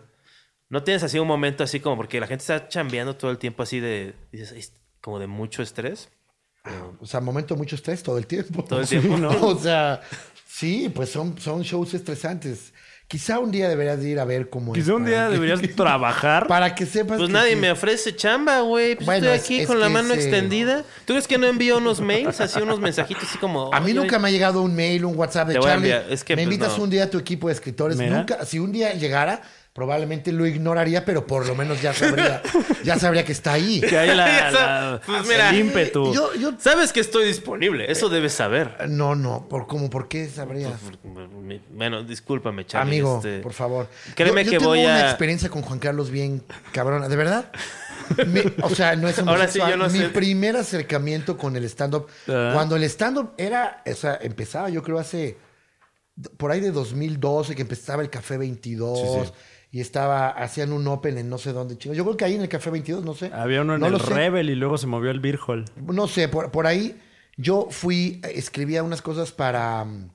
Speaker 2: No tienes así un momento así como, porque la gente está chambeando todo el tiempo así de, dices, "Ay, como de mucho estrés.
Speaker 1: O sea, momento de mucho estrés todo el tiempo.
Speaker 2: Todo el tiempo.
Speaker 1: Sí, ¿no? *laughs* O sea, sí, pues son, son shows estresantes. Quizá un día deberías de ir a ver cómo es,
Speaker 3: Quizá un
Speaker 1: para
Speaker 3: día
Speaker 1: que- *laughs*
Speaker 3: deberías trabajar.
Speaker 1: Para que sepas.
Speaker 2: Pues
Speaker 1: que
Speaker 2: nadie
Speaker 1: sí.
Speaker 2: me ofrece chamba, güey. Pues
Speaker 1: Bueno,
Speaker 2: estoy
Speaker 1: es-
Speaker 2: aquí
Speaker 1: es
Speaker 2: con la
Speaker 1: que
Speaker 2: mano
Speaker 1: ese-
Speaker 2: extendida. ¿Tú crees que no envío unos mails, así unos mensajitos así como...
Speaker 1: A mí
Speaker 2: "Oye,
Speaker 1: nunca me ha llegado un mail, un WhatsApp de
Speaker 2: Te voy a
Speaker 1: Charlie.
Speaker 2: enviar, es que,
Speaker 1: me
Speaker 2: pues,
Speaker 1: invitas
Speaker 2: no.
Speaker 1: un día a tu equipo de escritores.
Speaker 3: Mira.
Speaker 1: Nunca, si un día llegara, probablemente lo ignoraría, pero por lo menos ya sabría, ya sabría que está
Speaker 2: *laughs*
Speaker 1: ahí.
Speaker 3: *laughs* Que
Speaker 1: *laughs*
Speaker 3: haya la,
Speaker 2: Ya
Speaker 3: la-
Speaker 2: sabes, pues mira.
Speaker 3: el ímpetu.
Speaker 1: Yo, yo,
Speaker 2: Sabes que estoy disponible, eso debes saber.
Speaker 1: no, no, por cómo, por qué sabrías.
Speaker 2: Bueno, discúlpame, Charlie.
Speaker 1: Amigo,
Speaker 2: este,
Speaker 1: por favor.
Speaker 2: Créeme
Speaker 1: Yo- yo
Speaker 2: que
Speaker 1: tengo
Speaker 2: voy
Speaker 1: una
Speaker 2: a...
Speaker 1: experiencia con Juan Carlos bien cabrona, de verdad. Mi- o sea, no es
Speaker 2: Ahora sí,
Speaker 1: homosexual.
Speaker 2: yo no
Speaker 1: Mi
Speaker 2: sé.
Speaker 1: primer acercamiento con el stand-up,
Speaker 3: Ah.
Speaker 1: cuando el stand-up era, o sea, empezaba yo creo hace, por ahí de 2012, que empezaba el Café 22. Y estaba, hacían un open en no sé dónde, chingo. Yo creo que ahí en el Café 22, no sé.
Speaker 3: Había uno en
Speaker 1: No lo
Speaker 3: el
Speaker 1: sé.
Speaker 3: Rebel y luego se movió al Beer Hall.
Speaker 1: No sé, por, por ahí yo fui, escribía unas cosas para, mm,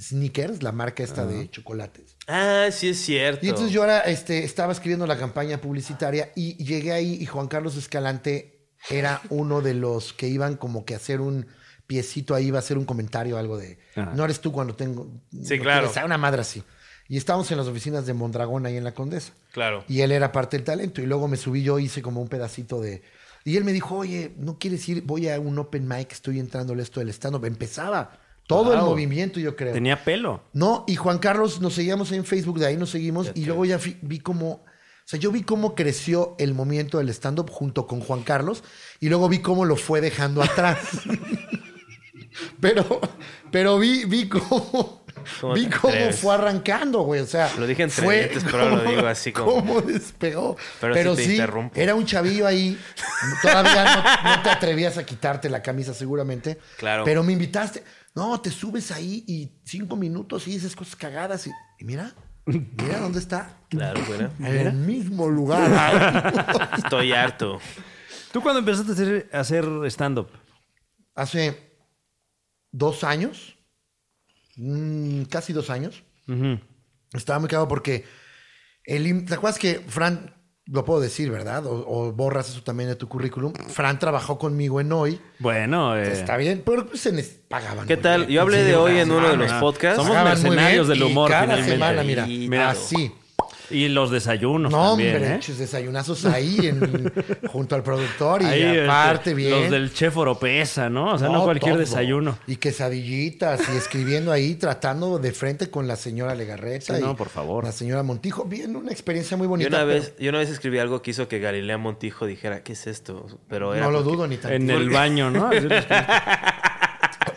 Speaker 1: Sneakers, la marca esta de chocolates.
Speaker 2: Ah, sí es cierto.
Speaker 1: Y entonces yo ahora este, estaba escribiendo la campaña publicitaria y llegué ahí y Juan Carlos Escalante era uno de los que iban como que a hacer un piecito ahí, iba a hacer un comentario, algo de,
Speaker 3: Ajá.
Speaker 1: no eres tú cuando tengo...
Speaker 2: Sí,
Speaker 1: no
Speaker 2: claro.
Speaker 1: tienes a Una madre así. Y estábamos en las oficinas de Mondragón ahí en la Condesa.
Speaker 2: Claro.
Speaker 1: Y él era parte del talento. Y luego me subí yo, hice como un pedacito de... Y él me dijo, oye, ¿no quieres ir? Voy a un open mic, estoy entrándole esto del stand-up. Empezaba todo el
Speaker 3: Wow.
Speaker 1: movimiento, yo creo.
Speaker 3: Tenía pelo.
Speaker 1: No, y Juan Carlos nos seguíamos en Facebook, de ahí nos seguimos y luego ya fi- vi cómo, o sea, yo vi cómo creció el movimiento del stand-up junto con Juan Carlos y luego vi cómo lo fue dejando atrás. *laughs* pero, pero vi, vi cómo...
Speaker 2: ¿Cómo
Speaker 1: Vi
Speaker 2: te
Speaker 1: cómo
Speaker 2: atreves?
Speaker 1: fue arrancando, güey. O sea,
Speaker 2: Lo dije entre
Speaker 1: fue
Speaker 2: dientes, pero ahora lo
Speaker 1: cómo-
Speaker 2: digo así
Speaker 1: *laughs*
Speaker 2: como-
Speaker 1: Cómo despegó.
Speaker 2: Pero
Speaker 1: Pero,
Speaker 2: sí te
Speaker 1: sí,
Speaker 2: interrumpo.
Speaker 1: era un chavillo ahí. Todavía no, no te atrevías a quitarte la camisa, seguramente.
Speaker 2: Claro.
Speaker 1: Pero me invitaste. No, te subes ahí y cinco minutos y dices cosas cagadas. Y, y mira, mira dónde está.
Speaker 2: Claro, bueno.
Speaker 1: En el mismo lugar. *laughs*
Speaker 2: Estoy harto.
Speaker 3: ¿Tú cuando empezaste a hacer, a hacer stand-up?
Speaker 1: Hace dos años, mm, casi dos años, estaba muy cagado porque. El, im- ¿Te acuerdas que Fran, lo puedo decir, verdad? O, o borras eso también de tu currículum. Fran trabajó conmigo en hoy.
Speaker 3: Bueno, eh,
Speaker 1: Está bien, pero pues, se les pagaban.
Speaker 2: ¿Qué
Speaker 1: muy
Speaker 2: tal?
Speaker 1: bien.
Speaker 2: Yo hablé
Speaker 1: Sí,
Speaker 2: de hoy
Speaker 1: pagaban
Speaker 2: en uno de
Speaker 1: muy
Speaker 2: los
Speaker 1: bien.
Speaker 2: podcasts.
Speaker 3: Somos
Speaker 1: Pagaban muy
Speaker 3: mercenarios
Speaker 1: bien
Speaker 3: del
Speaker 1: y
Speaker 3: humor,
Speaker 1: Cada
Speaker 3: finalmente.
Speaker 1: semana, mira.
Speaker 2: Y-
Speaker 1: mira así.
Speaker 3: y los desayunos
Speaker 1: No,
Speaker 3: también,
Speaker 1: hombre,
Speaker 3: ¿eh?
Speaker 1: muchos desayunazos ahí
Speaker 3: *laughs*
Speaker 1: en- junto al productor y
Speaker 3: Ahí,
Speaker 1: aparte
Speaker 3: este,
Speaker 1: bien.
Speaker 3: Los del chef Oropesa, ¿no? O sea, no,
Speaker 1: No,
Speaker 3: cualquier
Speaker 1: todo.
Speaker 3: desayuno.
Speaker 1: Y quesadillitas y escribiendo ahí, tratando de frente con la señora Legarreta.
Speaker 3: Sí, no,
Speaker 1: y
Speaker 3: por favor.
Speaker 1: La señora Montijo. Bien, una experiencia muy
Speaker 2: Yo
Speaker 1: bonita.
Speaker 2: una,
Speaker 1: pero
Speaker 2: vez, yo una vez escribí algo que hizo que Galilea Montijo dijera, ¿qué es esto? Pero era
Speaker 1: no lo
Speaker 2: porque- *laughs*
Speaker 1: dudo ni tanto.
Speaker 3: En el baño, ¿no? Así les-
Speaker 1: *laughs*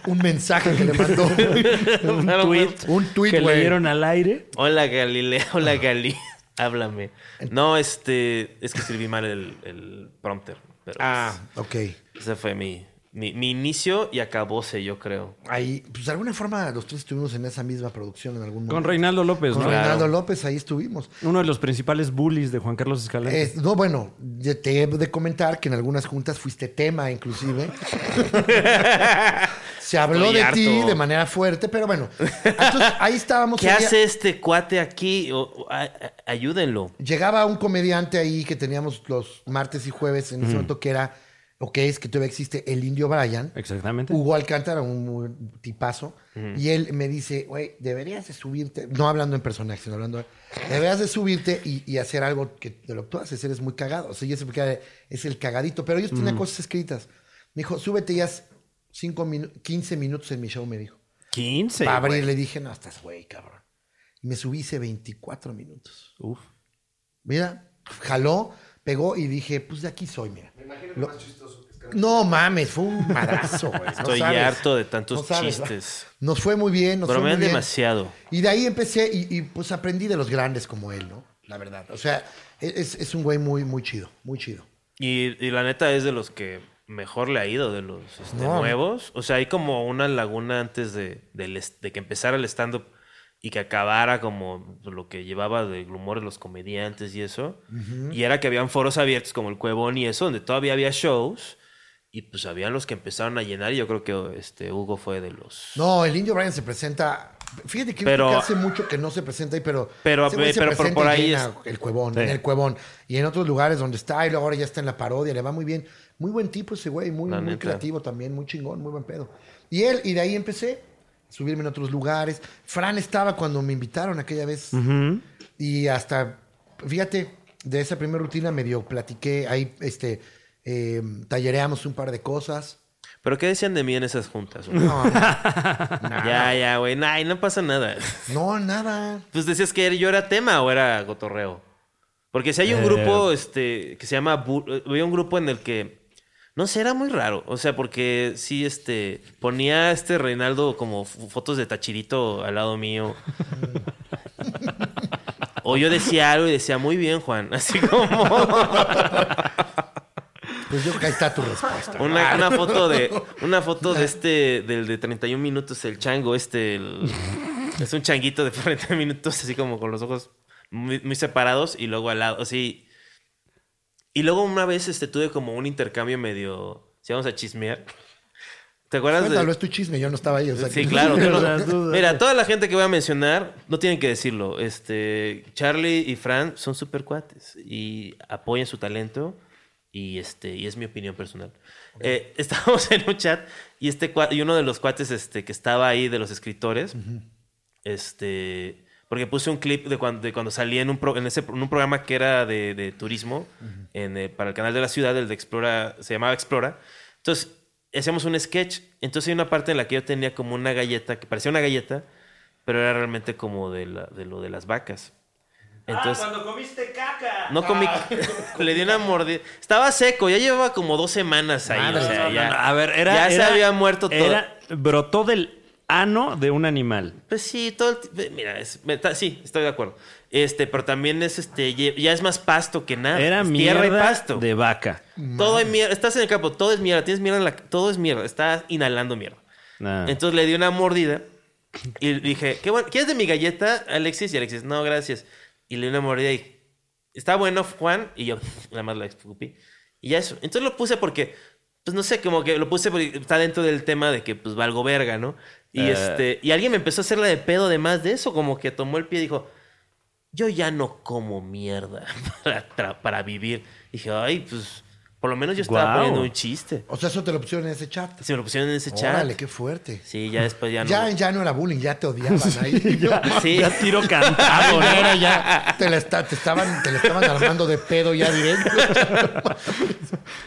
Speaker 1: Un mensaje
Speaker 3: *laughs*
Speaker 1: que le mandó.
Speaker 3: un
Speaker 2: Claro,
Speaker 3: tweet,
Speaker 1: güey. Un tweet,
Speaker 3: que
Speaker 1: güey.
Speaker 3: le dieron al aire.
Speaker 2: Hola Galilea, *laughs* hola Gali, háblame. No, este, es que escribí mal el, el prompter. Pero
Speaker 1: ah, ok.
Speaker 2: pues, ese fue mi, mi, mi inicio y acabóse, yo creo.
Speaker 1: Ahí, pues de alguna forma los tres estuvimos en esa misma producción en algún momento.
Speaker 3: Con Reinaldo López,
Speaker 1: Con
Speaker 3: ¿no?
Speaker 2: Reina-
Speaker 1: Reinaldo López, ahí estuvimos.
Speaker 3: Uno de los principales bullies de Juan Carlos Escalante.
Speaker 1: Es- no, bueno, ya te he de comentar que en algunas juntas fuiste tema,
Speaker 2: *laughs*
Speaker 1: inclusive. Se habló
Speaker 2: Estoy
Speaker 1: de
Speaker 2: harto.
Speaker 1: ti de manera fuerte, pero bueno. Entonces, ahí estábamos.
Speaker 2: ¿Qué
Speaker 1: un día-
Speaker 2: hace este cuate aquí? O- o- a- a- ayúdenlo.
Speaker 1: Llegaba un comediante ahí que teníamos los martes y jueves en ese momento que era, o que es, que todavía existe, el Indio Brian.
Speaker 3: Exactamente.
Speaker 1: Hugo Alcántara, un muy tipazo. Y él me dice, güey, deberías de subirte, no hablando en personaje, sino hablando, deberías de subirte y, y hacer algo que de lo que tú haces, eres muy cagado. O sea, yo siempre quedaba, es el cagadito, pero ellos tenían cosas escritas. Me dijo, súbete ya cinco minu- 15 minutos en mi show, me dijo.
Speaker 3: 15.
Speaker 1: Para abrir,
Speaker 3: güey.
Speaker 1: le dije, no, estás güey, cabrón. Y me subí, hice 24 minutos.
Speaker 3: Uf.
Speaker 1: Mira, jaló, pegó y dije, pues de aquí soy, mira. Me imagino más chistoso. No mames, fue un madrazo, güey. no
Speaker 2: Estoy
Speaker 1: sabes.
Speaker 2: harto de tantos
Speaker 1: No sabes,
Speaker 2: chistes.
Speaker 1: Nos fue muy bien, nos fue muy
Speaker 2: Bromean
Speaker 1: bien.
Speaker 2: demasiado.
Speaker 1: Y de ahí empecé y, y, pues aprendí de los grandes como él, ¿no? La verdad. O sea, e-, es, es un güey muy, muy chido, muy chido.
Speaker 2: Y, y la neta es de los que mejor le ha ido de los este,
Speaker 1: No.
Speaker 2: nuevos. O sea, hay como una laguna antes de, del est- de que empezara el stand-up y que acabara como lo que llevaba del humor de los comediantes y eso. Y era que habían foros abiertos como el Cuevón y eso, donde todavía había shows. Y pues habían los que empezaron a llenar y yo creo que este Hugo fue de los...
Speaker 1: No, el Indio Brian se presenta. Fíjate que, yo
Speaker 2: Pero-
Speaker 1: creo que hace mucho que no se presenta ahí, pero.
Speaker 2: Pero- eh,
Speaker 1: ese güey se
Speaker 2: pero por-
Speaker 1: presenta
Speaker 2: por
Speaker 1: y
Speaker 2: ahí
Speaker 1: llena El cuevón, en el cuevón. Y en otros lugares donde está, y luego ahora ya está en la parodia, le va muy bien. Muy buen tipo ese güey, muy,
Speaker 2: La
Speaker 1: muy
Speaker 2: neta.
Speaker 1: creativo también, muy chingón, muy buen pedo. Y él, y de ahí empecé a subirme en otros lugares. Fran estaba cuando me invitaron aquella vez.
Speaker 2: Mm.
Speaker 1: Y hasta, fíjate, de esa primera rutina medio platiqué, ahí este, eh, tallereamos un par de
Speaker 2: *laughs*
Speaker 1: cosas.
Speaker 2: ¿Pero qué decían de mí en esas
Speaker 1: *laughs*
Speaker 2: juntas? güey?
Speaker 1: No,
Speaker 2: ya, ya, güey. Nah, y no pasa nada.
Speaker 1: no, nada.
Speaker 2: Pues decías que yo era tema o era gotorreo. Porque si hay un
Speaker 3: Eh.
Speaker 2: grupo este, que se llama. bu- eh, Había un grupo en el que. No sé, era muy raro. O sea, porque sí, este. Ponía este Reinaldo como f- fotos de Tachirito al lado mío. o yo decía algo y decía, muy bien, Juan. *laughs* Así como.
Speaker 1: Pues yo creo que ahí está tu respuesta.
Speaker 2: Una, una foto de. Una foto de este. Del de 31 minutos, el chango, este. el- es un changuito de 40 minutos, así como con los ojos muy, muy separados y luego al lado, así. Y luego una vez este, tuve como un intercambio medio. Si vamos a chismear. ¿Te acuerdas de-
Speaker 1: Cuéntalo, es tu chisme, yo no estaba ahí. o sea
Speaker 2: Sí,
Speaker 1: que- *laughs*
Speaker 2: claro. tú no-
Speaker 3: O sea, tú-
Speaker 2: Mira, toda la gente que voy a mencionar, no tienen que decirlo. Este, Charlie y Fran son super cuates y apoyan su talento y, este, y es mi opinión personal. Eh, *laughs* estábamos en un chat y, este, cua- y uno de los cuates este, que estaba ahí de los escritores, este, porque puse un clip de cuando, de cuando salí en un, pro- en ese, en un programa que era de, de turismo en, eh, para el canal de la ciudad, el de Explora, se llamaba Explora. Entonces, hacíamos un sketch. Entonces, hay una parte en la que yo tenía como una galleta, que parecía una galleta, pero era realmente como de, la- de lo de las vacas. Entonces,
Speaker 3: Ah, comiste caca. Ah.
Speaker 2: no comí, *laughs* le di una mordida. Estaba seco, ya llevaba como dos semanas ahí.
Speaker 3: Madre,
Speaker 2: o sea,
Speaker 3: no, no,
Speaker 2: ya,
Speaker 3: no. A ver, era.
Speaker 2: ya se
Speaker 3: era-
Speaker 2: había muerto todo.
Speaker 3: Era, brotó del ano de un animal.
Speaker 2: Pues sí, todo el ti- ve, Mira, es- me ta- sí, estoy de acuerdo. Este, pero también es este, ye- ya es más pasto que nada.
Speaker 3: Era
Speaker 2: Ah, Es tierra y
Speaker 3: mierda
Speaker 2: pasto.
Speaker 3: de vaca.
Speaker 2: Todo es mierda. Estás en el campo, todo es mierda. Tienes mierda en la, todo es mierda. Estás inhalando mierda.
Speaker 3: Nah.
Speaker 2: Entonces le di una mordida y dije, qué bueno, ¿quieres de mi galleta, Alexis? Y Alexis, no, gracias. Y le di una mordida y está bueno, Juan. Y yo *laughs* nada más la escupí. Y ya eso. Entonces lo puse porque, pues no sé, como que lo puse porque está dentro del tema de que pues valgo verga, ¿no? Y
Speaker 3: Eh.
Speaker 2: este, y alguien me empezó a hacerla de pedo además de eso, como que tomó el pie y dijo, yo ya no como mierda *laughs* para, tra- para vivir. dije, ay, pues por lo menos yo estaba
Speaker 3: Guau.
Speaker 2: poniendo un chiste.
Speaker 1: O sea, eso te lo pusieron en ese chat.
Speaker 2: Se me lo pusieron en ese chat.
Speaker 1: Órale, qué fuerte.
Speaker 2: Sí, ya después ya no.
Speaker 1: Ya, ya no era bullying, ya te odiaban ahí.
Speaker 3: *laughs* ya,
Speaker 2: *laughs* Sí.
Speaker 3: ya tiro
Speaker 2: *laughs*
Speaker 3: cantado, ¿no?
Speaker 1: Ahora ya te, la está- te estaban, te la estaban armando de pedo ya
Speaker 2: *laughs*
Speaker 1: directo.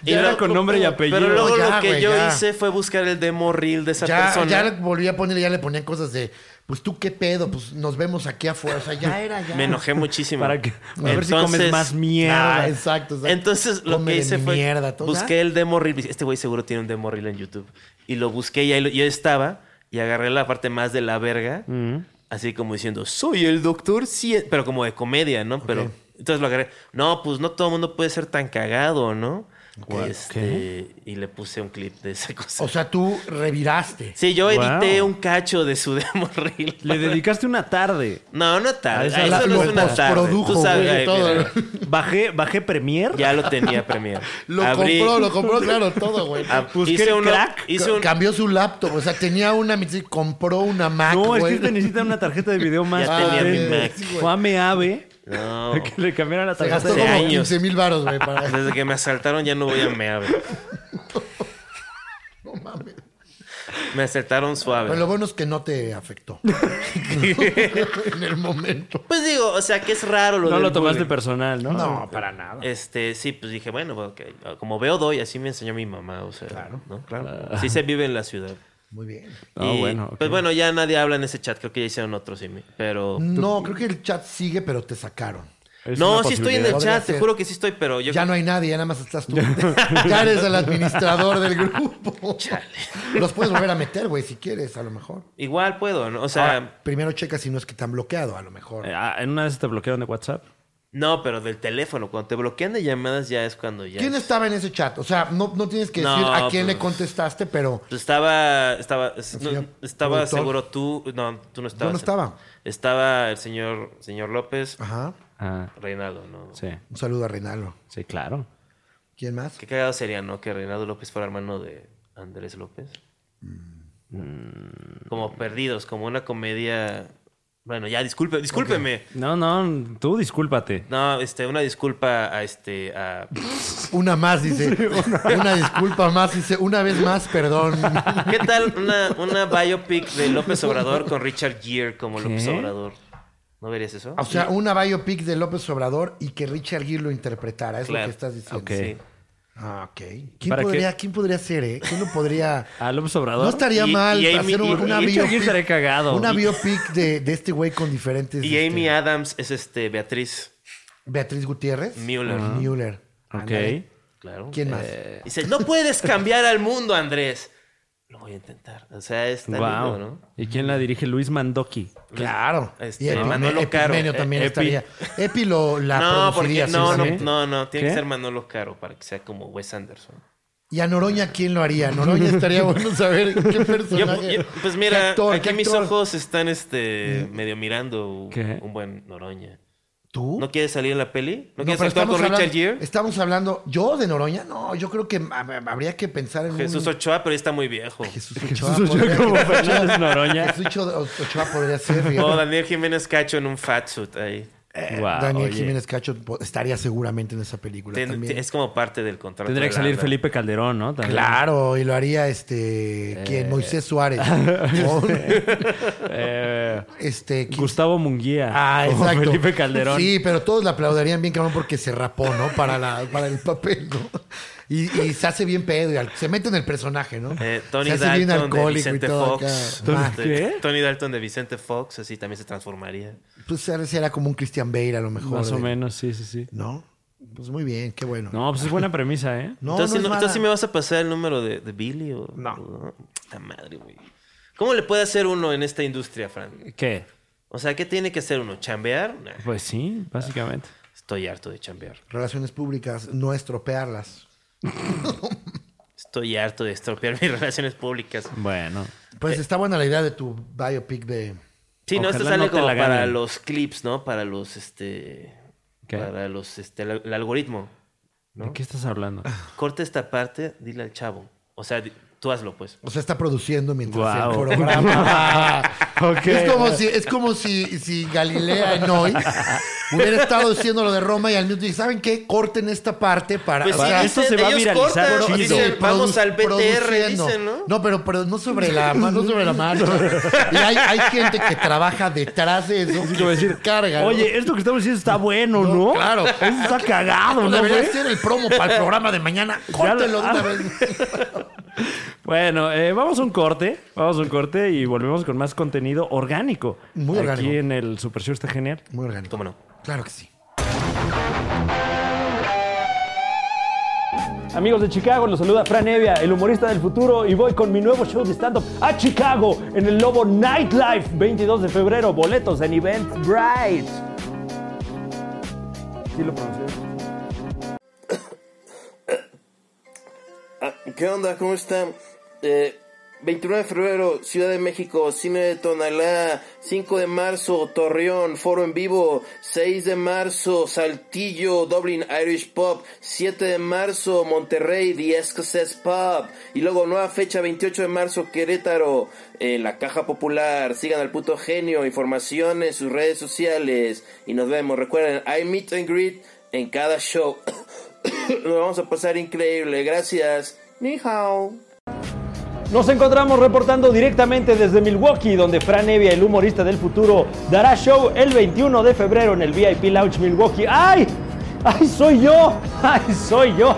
Speaker 2: Y
Speaker 3: Ya era
Speaker 2: luego-
Speaker 3: con nombre y apellido.
Speaker 2: Pero luego
Speaker 1: No, ya,
Speaker 2: lo que
Speaker 1: güey,
Speaker 2: yo
Speaker 1: ya.
Speaker 2: hice fue buscar el demo reel de esa
Speaker 1: Ya,
Speaker 2: persona.
Speaker 1: ya le volví a poner, ya le ponían cosas de, pues tú qué pedo, pues nos vemos aquí afuera. O sea, ya era, ya.
Speaker 2: Me enojé muchísimo.
Speaker 3: Para que- a ver si comes más mierda.
Speaker 1: Ah, exacto, exacto.
Speaker 2: Entonces lo
Speaker 1: Come
Speaker 2: que
Speaker 1: de
Speaker 2: hice
Speaker 1: mi
Speaker 2: fue
Speaker 1: mierda, todo,
Speaker 2: busqué el demo reel. Dije, Este güey seguro tiene un demo reel en YouTube. Y lo busqué y ahí lo- yo estaba y agarré la parte más de la verga.
Speaker 3: Mm.
Speaker 2: Así como diciendo, soy el doctor Cien-", Pero como de comedia, ¿no? Pero entonces lo agarré. No, pues no todo el mundo puede ser tan cagado, ¿no? Este, y le puse un clip de esa cosa.
Speaker 1: O sea, tú reviraste.
Speaker 2: sí, yo
Speaker 3: Wow.
Speaker 2: edité un cacho de su *laughs* demo reel.
Speaker 3: Le dedicaste una
Speaker 2: *laughs*
Speaker 3: tarde.
Speaker 2: No, no
Speaker 3: A
Speaker 2: tarde.
Speaker 3: esa
Speaker 2: Eso
Speaker 3: la-
Speaker 2: no es
Speaker 1: lo
Speaker 2: una tarde.
Speaker 1: postprodujo,
Speaker 2: Tú sabes,
Speaker 1: güey,
Speaker 2: ay,
Speaker 1: todo.
Speaker 2: mira,
Speaker 3: Bajé, bajé Premier.
Speaker 2: ya lo tenía Premiere.
Speaker 1: *laughs* Lo
Speaker 2: Abrí-
Speaker 1: compró, lo compró, claro, todo, güey.
Speaker 2: ah,
Speaker 1: *laughs*
Speaker 3: Busqué
Speaker 2: hice
Speaker 3: el
Speaker 2: uno-
Speaker 3: crack.
Speaker 2: hice un-
Speaker 1: Cambió su laptop, o sea, tenía una, compró una Mac,
Speaker 3: no, es que
Speaker 1: güey.
Speaker 3: este necesita una tarjeta de video más.
Speaker 2: Ya tenía
Speaker 3: potente.
Speaker 2: mi Mac.
Speaker 1: Sí, güey.
Speaker 3: Juame Ave.
Speaker 2: *laughs* No.
Speaker 3: Que le cambiaron la
Speaker 1: Se
Speaker 3: tarjeta
Speaker 1: gastó
Speaker 3: de
Speaker 2: hace
Speaker 1: como
Speaker 2: años.
Speaker 1: 15 mil baros, güey,
Speaker 3: *laughs*
Speaker 1: para...
Speaker 2: Desde que me asaltaron ya no voy a mea. güey.
Speaker 1: No mames.
Speaker 2: Me asaltaron
Speaker 1: Pero
Speaker 2: suave.
Speaker 1: lo bueno es que no te
Speaker 3: *laughs*
Speaker 1: afectó. en el momento.
Speaker 2: Pues digo, o sea, que es raro lo
Speaker 3: No
Speaker 2: del
Speaker 3: lo tomaste
Speaker 2: bullying.
Speaker 3: personal, ¿no?
Speaker 1: No, para nada.
Speaker 2: Este, sí, pues dije, bueno, ok. como veo doy, así me enseñó mi mamá, o sea, ¿no? Claro. Sí se vive en la ciudad.
Speaker 1: Muy bien.
Speaker 3: Ah, bueno, ok.
Speaker 2: Pues bueno, ya nadie habla en ese chat, creo que ya hicieron otro sí, me- pero
Speaker 1: No, creo que el chat sigue, pero te sacaron.
Speaker 3: Es
Speaker 2: No,
Speaker 3: una
Speaker 2: sí estoy en
Speaker 1: posibilidad.
Speaker 2: el
Speaker 1: Podría
Speaker 2: chat, te
Speaker 1: ser.
Speaker 2: juro que sí estoy, pero yo
Speaker 1: Ya no hay nadie, ya nada más estás tú. *laughs* ya eres el administrador del grupo. Los puedes volver a meter, güey, si quieres, a lo mejor.
Speaker 2: igual puedo, ¿no? O sea,
Speaker 1: Primero checa si no es que te han bloqueado, a lo mejor.
Speaker 3: Eh, ah, en una vez te bloquearon de WhatsApp.
Speaker 2: No, pero del teléfono. Cuando te bloquean de llamadas ya es cuando ya.
Speaker 1: ¿Quién
Speaker 2: es-
Speaker 1: estaba en ese chat? O sea, no, no tienes que
Speaker 2: No,
Speaker 1: decir a quién
Speaker 2: pues-
Speaker 1: le contestaste, pero
Speaker 2: Pues estaba. Estaba. es- no,
Speaker 1: señor
Speaker 2: estaba
Speaker 1: productor.
Speaker 2: seguro tú. No, tú no estabas.
Speaker 1: no estaba.
Speaker 2: Estaba el señor, señor López.
Speaker 1: Ajá.
Speaker 3: Ah,
Speaker 2: Reinaldo, ¿no?
Speaker 3: sí,
Speaker 1: Un saludo a Reinaldo.
Speaker 3: sí, claro.
Speaker 1: ¿Quién más?
Speaker 2: Qué cagado sería, ¿no? Que Reinaldo López fuera hermano de Andrés López.
Speaker 1: Mm.
Speaker 2: Como perdidos, como una comedia. Bueno, ya, disculpe, discúlpeme.
Speaker 3: No, no, tú discúlpate.
Speaker 2: No, este, una disculpa a este. A...
Speaker 1: Una más, dice. *laughs* Una disculpa más, dice. Una vez más,
Speaker 2: *laughs*
Speaker 1: perdón.
Speaker 2: ¿Qué tal una, una biopic de López Obrador con Richard Gere como López Obrador? ¿No verías eso?
Speaker 1: O sea, una biopic de López Obrador y que Richard Gere lo interpretara. Es lo
Speaker 2: Claro.
Speaker 1: que estás diciendo.
Speaker 3: Ok.
Speaker 2: Sí.
Speaker 1: Ah, ok. ¿Quién
Speaker 3: ¿Para
Speaker 1: podría, ¿Quién podría ser, eh? ¿Quién lo
Speaker 2: *laughs*
Speaker 1: podría...?
Speaker 3: A López Obrador.
Speaker 1: No estaría
Speaker 2: Y-
Speaker 1: mal
Speaker 2: y Amy-
Speaker 1: hacer un-
Speaker 2: y-
Speaker 1: una
Speaker 2: y
Speaker 3: Richard Gere
Speaker 1: biopic.
Speaker 3: estaría cagado.
Speaker 1: Una
Speaker 3: Y-
Speaker 1: biopic de, de este güey con diferentes...
Speaker 2: Y Amy
Speaker 1: este,
Speaker 2: Adams es este Beatriz
Speaker 1: Beatriz Gutiérrez. Ah.
Speaker 2: Müller.
Speaker 1: Müller.
Speaker 3: Ok.
Speaker 1: Ándale.
Speaker 2: Claro. Ah.
Speaker 1: ¿Quién más?
Speaker 2: Dice, no puedes cambiar al mundo, Andrés. Lo voy a intentar. O sea, está
Speaker 3: Wow.
Speaker 2: lindo, ¿no?
Speaker 3: ¿Y quién la dirige? Luis Mandoki.
Speaker 1: Claro.
Speaker 2: Este,
Speaker 1: y Epi,
Speaker 2: Manolo Caro.
Speaker 1: Epigmenio también
Speaker 3: Eh, Epi.
Speaker 1: estaría. Epi lo, la
Speaker 2: no,
Speaker 1: produciría.
Speaker 2: porque no, no,
Speaker 1: seguramente.
Speaker 2: no, no, tiene
Speaker 3: ¿Qué?
Speaker 2: que ser Manolo Caro para que sea como Wes Anderson.
Speaker 1: ¿Y a Noroña quién lo haría? Noroña
Speaker 2: *laughs*
Speaker 1: estaría bueno saber qué
Speaker 2: Yo-
Speaker 1: personaje.
Speaker 2: yo- pues mira,
Speaker 1: ¿Qué actor, Mm.
Speaker 2: aquí
Speaker 1: qué
Speaker 2: mis
Speaker 1: actor?
Speaker 2: ojos están este medio mirando un-
Speaker 3: ¿Qué?
Speaker 2: un buen Noroña.
Speaker 1: ¿Tú?
Speaker 2: ¿No quieres salir en la peli? ¿No quieres
Speaker 1: pero
Speaker 2: actuar con Richard
Speaker 1: hablando,
Speaker 2: Gere?
Speaker 1: Estamos hablando. ¿Yo de Noroña? No, yo creo que hab- habría que pensar en.
Speaker 2: Jesús
Speaker 1: un...
Speaker 2: Ochoa, pero ya está muy viejo.
Speaker 1: Jesús
Speaker 3: Jesús
Speaker 1: Ochoa
Speaker 3: Ochoa
Speaker 1: podría-
Speaker 3: como Fernández Noroña.
Speaker 1: Jesús Ocho- Ochoa podría ser. fíjate. Eh,
Speaker 2: O Daniel Jiménez Cacho en un fatsuit ahí.
Speaker 3: Guau,
Speaker 1: Daniel
Speaker 3: oye.
Speaker 1: Jiménez Cacho po- estaría seguramente en esa película
Speaker 2: Ten-
Speaker 1: también.
Speaker 2: es como parte del contrato.
Speaker 3: Tendría
Speaker 2: de
Speaker 3: que
Speaker 2: la
Speaker 3: salir
Speaker 2: banda.
Speaker 3: Felipe Calderón, ¿no? También.
Speaker 1: Claro, y lo haría este. ¿Quién? Moisés
Speaker 3: *laughs*
Speaker 1: Suárez. O-
Speaker 3: Eh,
Speaker 1: este. ¿quién?
Speaker 3: Gustavo Munguía.
Speaker 1: Ah,
Speaker 3: como
Speaker 1: exacto.
Speaker 3: Felipe Calderón.
Speaker 1: Sí, pero todos le aplaudirían bien, cabrón, porque se rapó, ¿no? Para, la, para el papel, ¿no? Y, y se hace bien pedo y al- se mete en el personaje, ¿no?
Speaker 2: Eh, Tony
Speaker 1: se hace bien
Speaker 2: Dalton de
Speaker 1: alcohólico y
Speaker 2: Vicente
Speaker 1: todo
Speaker 2: Fox. Este,
Speaker 1: acá.
Speaker 3: Entonces,
Speaker 1: Ah,
Speaker 3: ¿Qué?
Speaker 2: Tony Dalton de Vicente Fox, así también se transformaría.
Speaker 1: pues ahora sí era como un Christian Bale, a lo mejor.
Speaker 3: Más o
Speaker 1: de-
Speaker 3: menos, sí, sí, sí.
Speaker 1: ¿No? Pues muy bien, qué bueno.
Speaker 3: No, pues es buena premisa, ¿eh?
Speaker 1: no,
Speaker 2: entonces,
Speaker 1: no es
Speaker 2: no- entonces,
Speaker 1: mala.
Speaker 2: ¿sí me vas a pasar el número de, de Billy? O,
Speaker 1: No.
Speaker 2: o- puta madre, güey. ¿Cómo le puede hacer uno en esta industria, Fran?
Speaker 3: ¿Qué?
Speaker 2: O sea, ¿qué tiene que hacer uno? ¿Chambear? Nah,
Speaker 3: Pues sí, básicamente.
Speaker 2: estoy harto de chambear.
Speaker 1: Relaciones públicas, no estropearlas.
Speaker 2: Estoy harto de estropear *laughs* mis relaciones públicas.
Speaker 3: Bueno.
Speaker 2: Eh.
Speaker 1: Pues está buena la idea de tu biopic de...
Speaker 2: Sí, no, esto
Speaker 3: Ojalá
Speaker 2: sale
Speaker 3: no te
Speaker 2: como
Speaker 3: la
Speaker 2: para
Speaker 3: ganen.
Speaker 2: los clips, ¿no? Para los, este...
Speaker 3: ¿Qué?
Speaker 2: Para los, este, el, el algoritmo.
Speaker 3: ¿De qué estás
Speaker 1: *laughs*
Speaker 3: hablando?
Speaker 2: Corta esta parte, dile al chavo. O sea, di- tú hazlo, pues.
Speaker 3: Ah,
Speaker 1: O sea, está produciendo mientras el
Speaker 3: Guau. *laughs*
Speaker 1: programa. *laughs*
Speaker 3: Ok.
Speaker 1: Es como si, es como si, si Galilea en hoy hubiera estado diciendo lo de Roma y al mismo tiempo, ¿saben qué? Corten esta parte para.
Speaker 2: Pues
Speaker 1: o sea,
Speaker 2: sí,
Speaker 3: esto
Speaker 2: dicen,
Speaker 3: se va a
Speaker 2: ellos
Speaker 3: viralizar,
Speaker 2: cortan,
Speaker 3: chido.
Speaker 2: dicen,
Speaker 1: produ-
Speaker 2: vamos al BTR,
Speaker 1: produciendo.
Speaker 2: dicen, ¿no?
Speaker 1: No, pero, pero no sobre la marcha, no sobre la marcha. Y hay, hay gente que trabaja detrás de eso.
Speaker 3: Así
Speaker 1: que
Speaker 3: como decir,
Speaker 1: se carga. ¿no?
Speaker 3: Oye, esto que estamos diciendo está bueno, ¿no?
Speaker 1: No, claro.
Speaker 3: Eso está cagado, ¿no?
Speaker 1: debería
Speaker 3: güey?
Speaker 1: ser el promo para el programa de mañana. Córtenlo de una
Speaker 3: *laughs* Ah.
Speaker 1: vez.
Speaker 3: Bueno, eh, vamos a un corte. Vamos a un corte y volvemos con más contenido orgánico.
Speaker 1: Muy orgánico.
Speaker 3: Aquí en el Super Show está genial.
Speaker 1: Muy orgánico.
Speaker 2: ¿Cómo no?
Speaker 1: Claro que sí.
Speaker 3: Amigos de Chicago, los saluda Fran Evia, el humorista del futuro, y voy con mi nuevo show de stand-up a Chicago en el Lobo Nightlife, 22 de febrero, boletos en Eventbrite. ¿Sí lo pronuncié?
Speaker 6: Ah, ¿Qué onda? ¿Cómo están? Eh, 29 de febrero, Ciudad de México, Cine de Tonalá. 5 de marzo, Torreón, Foro en Vivo. 6 de marzo, Saltillo, Dublin Irish Pop. 7 de marzo, Monterrey, The Escocés Pop. Y luego nueva fecha, 28 de marzo, Querétaro, eh, La Caja Popular. Sigan al puto genio, información en sus redes sociales. Y nos vemos. Recuerden, hay meet and greet en cada show. Lo vamos a pasar increíble. Gracias. Ni hao.
Speaker 3: Nos encontramos reportando directamente desde Milwaukee, donde Fran Evia, el humorista del futuro, dará show el 21 de febrero en el VIP Lounge Milwaukee. ¡Ay! ¡Ay, soy yo! ¡Ay, soy yo!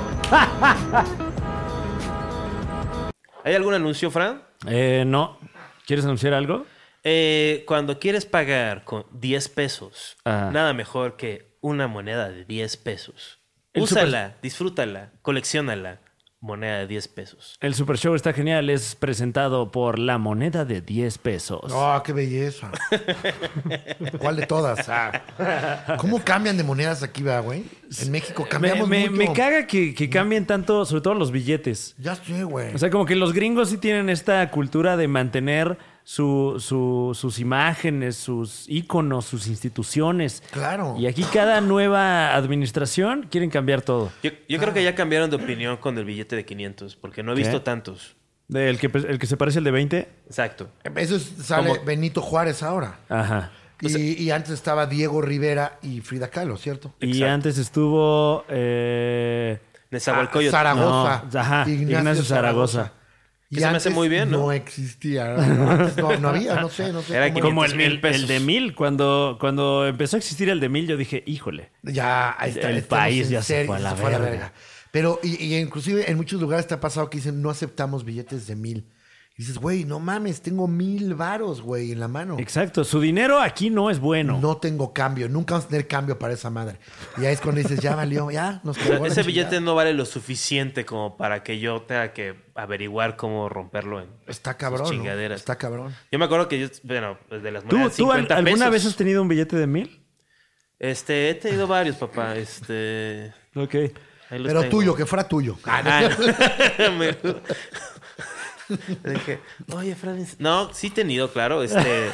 Speaker 2: ¿Hay algún anuncio, Fran?
Speaker 3: Eh, no. ¿Quieres anunciar algo?
Speaker 2: Eh, cuando quieres pagar con 10 pesos,
Speaker 3: Ajá.
Speaker 2: nada mejor que una moneda de 10 pesos.
Speaker 3: El
Speaker 2: Úsala, disfrútala, coleccionala. Moneda de 10 pesos.
Speaker 3: El Super Show está genial. Es presentado por la moneda de 10 pesos.
Speaker 1: ¡Ah, qué
Speaker 3: *laughs*
Speaker 1: belleza! ¿Cuál de todas? Ah. ¿Cómo cambian de monedas aquí, va, güey? En México
Speaker 3: me,
Speaker 1: cambiamos
Speaker 3: me-
Speaker 1: mucho.
Speaker 3: me caga que, que cambien tanto, sobre todo los billetes.
Speaker 1: Ya estoy, güey.
Speaker 3: O sea, como que los gringos sí tienen esta cultura de mantener su- su- sus imágenes, sus íconos, sus instituciones.
Speaker 1: Claro.
Speaker 3: Y aquí cada nueva administración quieren cambiar todo.
Speaker 2: Yo, yo creo que ya cambiaron de opinión con el billete de 500, porque no he
Speaker 3: ¿Qué?
Speaker 2: visto tantos.
Speaker 3: El que, pues, el que se parece al de 20.
Speaker 2: Exacto.
Speaker 1: Eso es- sale
Speaker 2: Como-
Speaker 1: Benito Juárez ahora.
Speaker 3: Ajá.
Speaker 1: Y, y antes estaba Diego Rivera y Frida Kahlo, ¿cierto?
Speaker 3: Y
Speaker 2: Exacto.
Speaker 3: antes estuvo... eh,
Speaker 2: Nezahualcóyotl.
Speaker 1: Ah, Zaragoza.
Speaker 3: No, ajá, Ignacio Zaragoza.
Speaker 1: Y
Speaker 2: Que se me hace
Speaker 1: antes
Speaker 2: muy bien, ¿no?
Speaker 1: existía. Antes no, no había, no sé, no sé.
Speaker 2: Era
Speaker 1: cómo
Speaker 3: como
Speaker 2: 500
Speaker 3: el,
Speaker 2: mil
Speaker 3: el-
Speaker 2: pesos.
Speaker 3: el de mil. Cuando, cuando empezó a existir el de mil, yo dije, híjole.
Speaker 1: Ya, ahí está.
Speaker 3: El
Speaker 1: estamos
Speaker 3: país
Speaker 1: en
Speaker 3: ya se
Speaker 1: serio,
Speaker 3: fue a la verga.
Speaker 1: Pero, y, y inclusive en muchos lugares te ha pasado que dicen, no aceptamos billetes de mil. Y dices, güey, no mames, tengo mil varos, güey, en la mano.
Speaker 3: Exacto, su dinero aquí no es bueno.
Speaker 1: No tengo cambio, nunca vamos a tener cambio para esa madre. Y ahí es cuando dices, ya valió, ya, nos
Speaker 2: O sea,
Speaker 1: cargó la
Speaker 2: ese
Speaker 1: chingada.
Speaker 2: billete no vale lo suficiente como para que yo tenga que averiguar cómo romperlo en
Speaker 1: Está
Speaker 2: sus
Speaker 1: cabrón. ¿no?
Speaker 2: chingaderas.
Speaker 1: Está cabrón.
Speaker 2: Yo me acuerdo que yo, bueno, pues, de las
Speaker 3: ¿Tú,
Speaker 2: monedas
Speaker 3: tú al-
Speaker 2: 50
Speaker 3: alguna
Speaker 2: pesos.
Speaker 3: vez has tenido un billete de mil?
Speaker 2: Este, he tenido varios, papá. Este.
Speaker 3: Ok.
Speaker 2: ahí los
Speaker 1: Pero
Speaker 2: tengo.
Speaker 1: tuyo, que fuera tuyo.
Speaker 2: Ah, no. *laughs* Me-
Speaker 1: *laughs*
Speaker 2: Le dije, oye, Fran. es-". No, sí he tenido, claro. Este.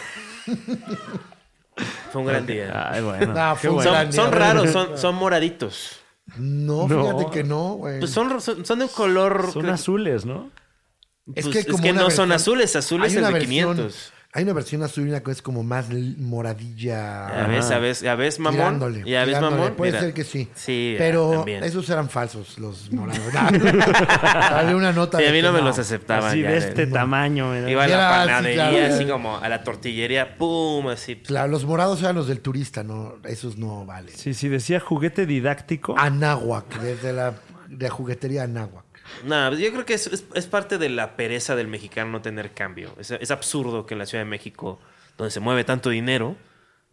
Speaker 2: Fue un gran día.
Speaker 3: Ay, bueno.
Speaker 1: Ah,
Speaker 3: qué
Speaker 1: fue un
Speaker 3: bueno.
Speaker 1: gran
Speaker 2: Son, son
Speaker 1: día. *laughs*
Speaker 2: raros, son, son moraditos.
Speaker 1: No,
Speaker 3: No.
Speaker 1: fíjate que no, güey.
Speaker 2: Pues son, son, son de un color.
Speaker 3: Son azules, ¿no?
Speaker 1: es
Speaker 2: pues,
Speaker 1: que,
Speaker 2: es
Speaker 1: como
Speaker 2: que
Speaker 1: una
Speaker 2: no son
Speaker 1: versión-
Speaker 2: azules, azul
Speaker 1: hay
Speaker 2: es el
Speaker 1: una
Speaker 2: de
Speaker 1: versión-
Speaker 2: 500.
Speaker 1: Hay una versión azul y una que es como más l- moradilla.
Speaker 2: A ves, a ves, a ves, mamón.
Speaker 1: tirándole,
Speaker 2: ya ves,
Speaker 1: tirándole.
Speaker 2: mamón.
Speaker 1: Puede
Speaker 2: Mira.
Speaker 1: ser que sí.
Speaker 2: Sí, ah,
Speaker 1: Pero
Speaker 2: también.
Speaker 1: esos eran falsos, los morados. *laughs* Dale una nota.
Speaker 2: Sí, a
Speaker 1: de
Speaker 2: mí
Speaker 1: que
Speaker 2: no me los aceptaban.
Speaker 3: Así
Speaker 2: ya,
Speaker 3: de
Speaker 2: de-
Speaker 3: este tamaño. mira.
Speaker 2: Iba a la
Speaker 1: Era así,
Speaker 2: panadería,
Speaker 1: claro.
Speaker 2: así como a la tortillería, pum, así.
Speaker 1: Claro, los morados eran los del turista, no, esos no valen.
Speaker 3: Sí, sí, decía juguete didáctico.
Speaker 2: Ah,
Speaker 1: Anáhuac, desde la de juguetería Anáhuac.
Speaker 2: Nada, yo creo que es, es- es parte de la pereza del mexicano no tener cambio. Es, es absurdo que en la Ciudad de México, donde se mueve tanto dinero,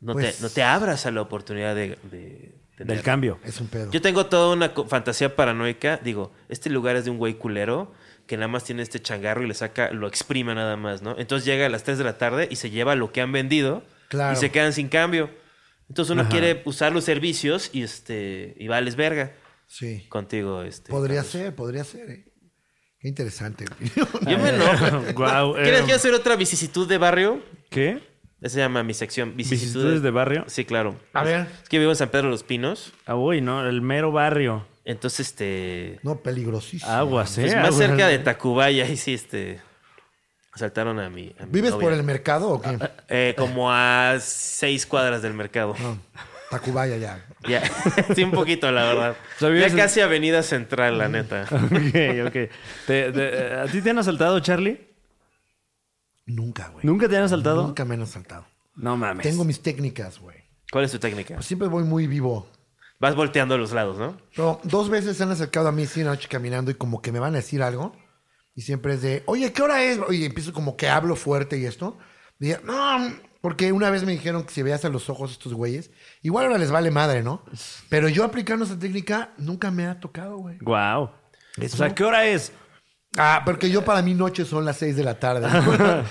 Speaker 2: no,
Speaker 1: Pues-
Speaker 2: te, no te abras a la oportunidad de, de tener-
Speaker 3: del cambio.
Speaker 1: Es un pedo.
Speaker 2: Yo tengo toda una co- fantasía paranoica. Digo, este lugar es de un güey culero que nada más tiene este changarro y le saca, lo exprime nada más, ¿no? Entonces llega a las 3 de la tarde y se lleva lo que han vendido
Speaker 1: Claro.
Speaker 2: y se quedan sin cambio. Entonces uno quiere usar los servicios y este y vales verga
Speaker 1: Sí.
Speaker 2: contigo. Este,
Speaker 1: Podría
Speaker 2: Carlos.
Speaker 1: ser, podría ser, ¿eh? Qué interesante. *laughs* güey.
Speaker 2: Yo
Speaker 3: *laughs*
Speaker 2: me enojo.
Speaker 3: Guau,
Speaker 2: ¿Quieres
Speaker 3: eh,
Speaker 2: quieres hacer otra vicisitud de barrio?
Speaker 3: ¿Qué?
Speaker 2: Esa se llama mi sección. Vicisitudes,
Speaker 3: ¿Vicisitudes de barrio?
Speaker 2: Sí, claro.
Speaker 1: A ver.
Speaker 2: Es que vivo en San Pedro de los Pinos.
Speaker 3: Ah, uy, no, el mero barrio. *laughs*
Speaker 2: Entonces, este.
Speaker 1: No, peligrosísimo.
Speaker 3: Aguas, ¿eh?
Speaker 2: pues, más
Speaker 3: Aguas.
Speaker 2: cerca de Tacubaya, ahí sí, este. Asaltaron a mi. a mi
Speaker 1: ¿Vives
Speaker 2: novia.
Speaker 1: por el mercado o
Speaker 3: Ah,
Speaker 1: qué?
Speaker 2: Eh, como a seis cuadras del mercado.
Speaker 1: No, Tacubaya ya.
Speaker 2: Ya. *laughs* sí, un poquito, la verdad.
Speaker 3: O sea, vives
Speaker 2: ya
Speaker 3: en-
Speaker 2: casi Avenida Central, la neta.
Speaker 3: Ok, ok. Te- te- ¿A ti te han asaltado, Charlie?
Speaker 1: Nunca, güey.
Speaker 3: ¿Nunca te han asaltado?
Speaker 1: Nunca me han asaltado.
Speaker 3: No mames.
Speaker 1: Tengo mis técnicas, güey.
Speaker 2: ¿Cuál es tu técnica?
Speaker 1: Pues siempre voy muy vivo.
Speaker 2: Vas volteando a los lados, ¿no?
Speaker 1: No, dos veces se han acercado a mí así en la noche caminando y como que me van a decir algo. Y siempre es de, oye, ¿qué hora es? Y empiezo como que hablo fuerte y esto. Y ya, no, porque una vez me dijeron que si veas a los ojos a estos güeyes, igual ahora les vale madre, ¿no? Pero yo aplicando esa técnica nunca me ha tocado, güey.
Speaker 3: Guau.
Speaker 1: Eso.
Speaker 3: O sea, ¿qué hora es?
Speaker 1: Ah, porque yo para mí noche son las 6 de la tarde.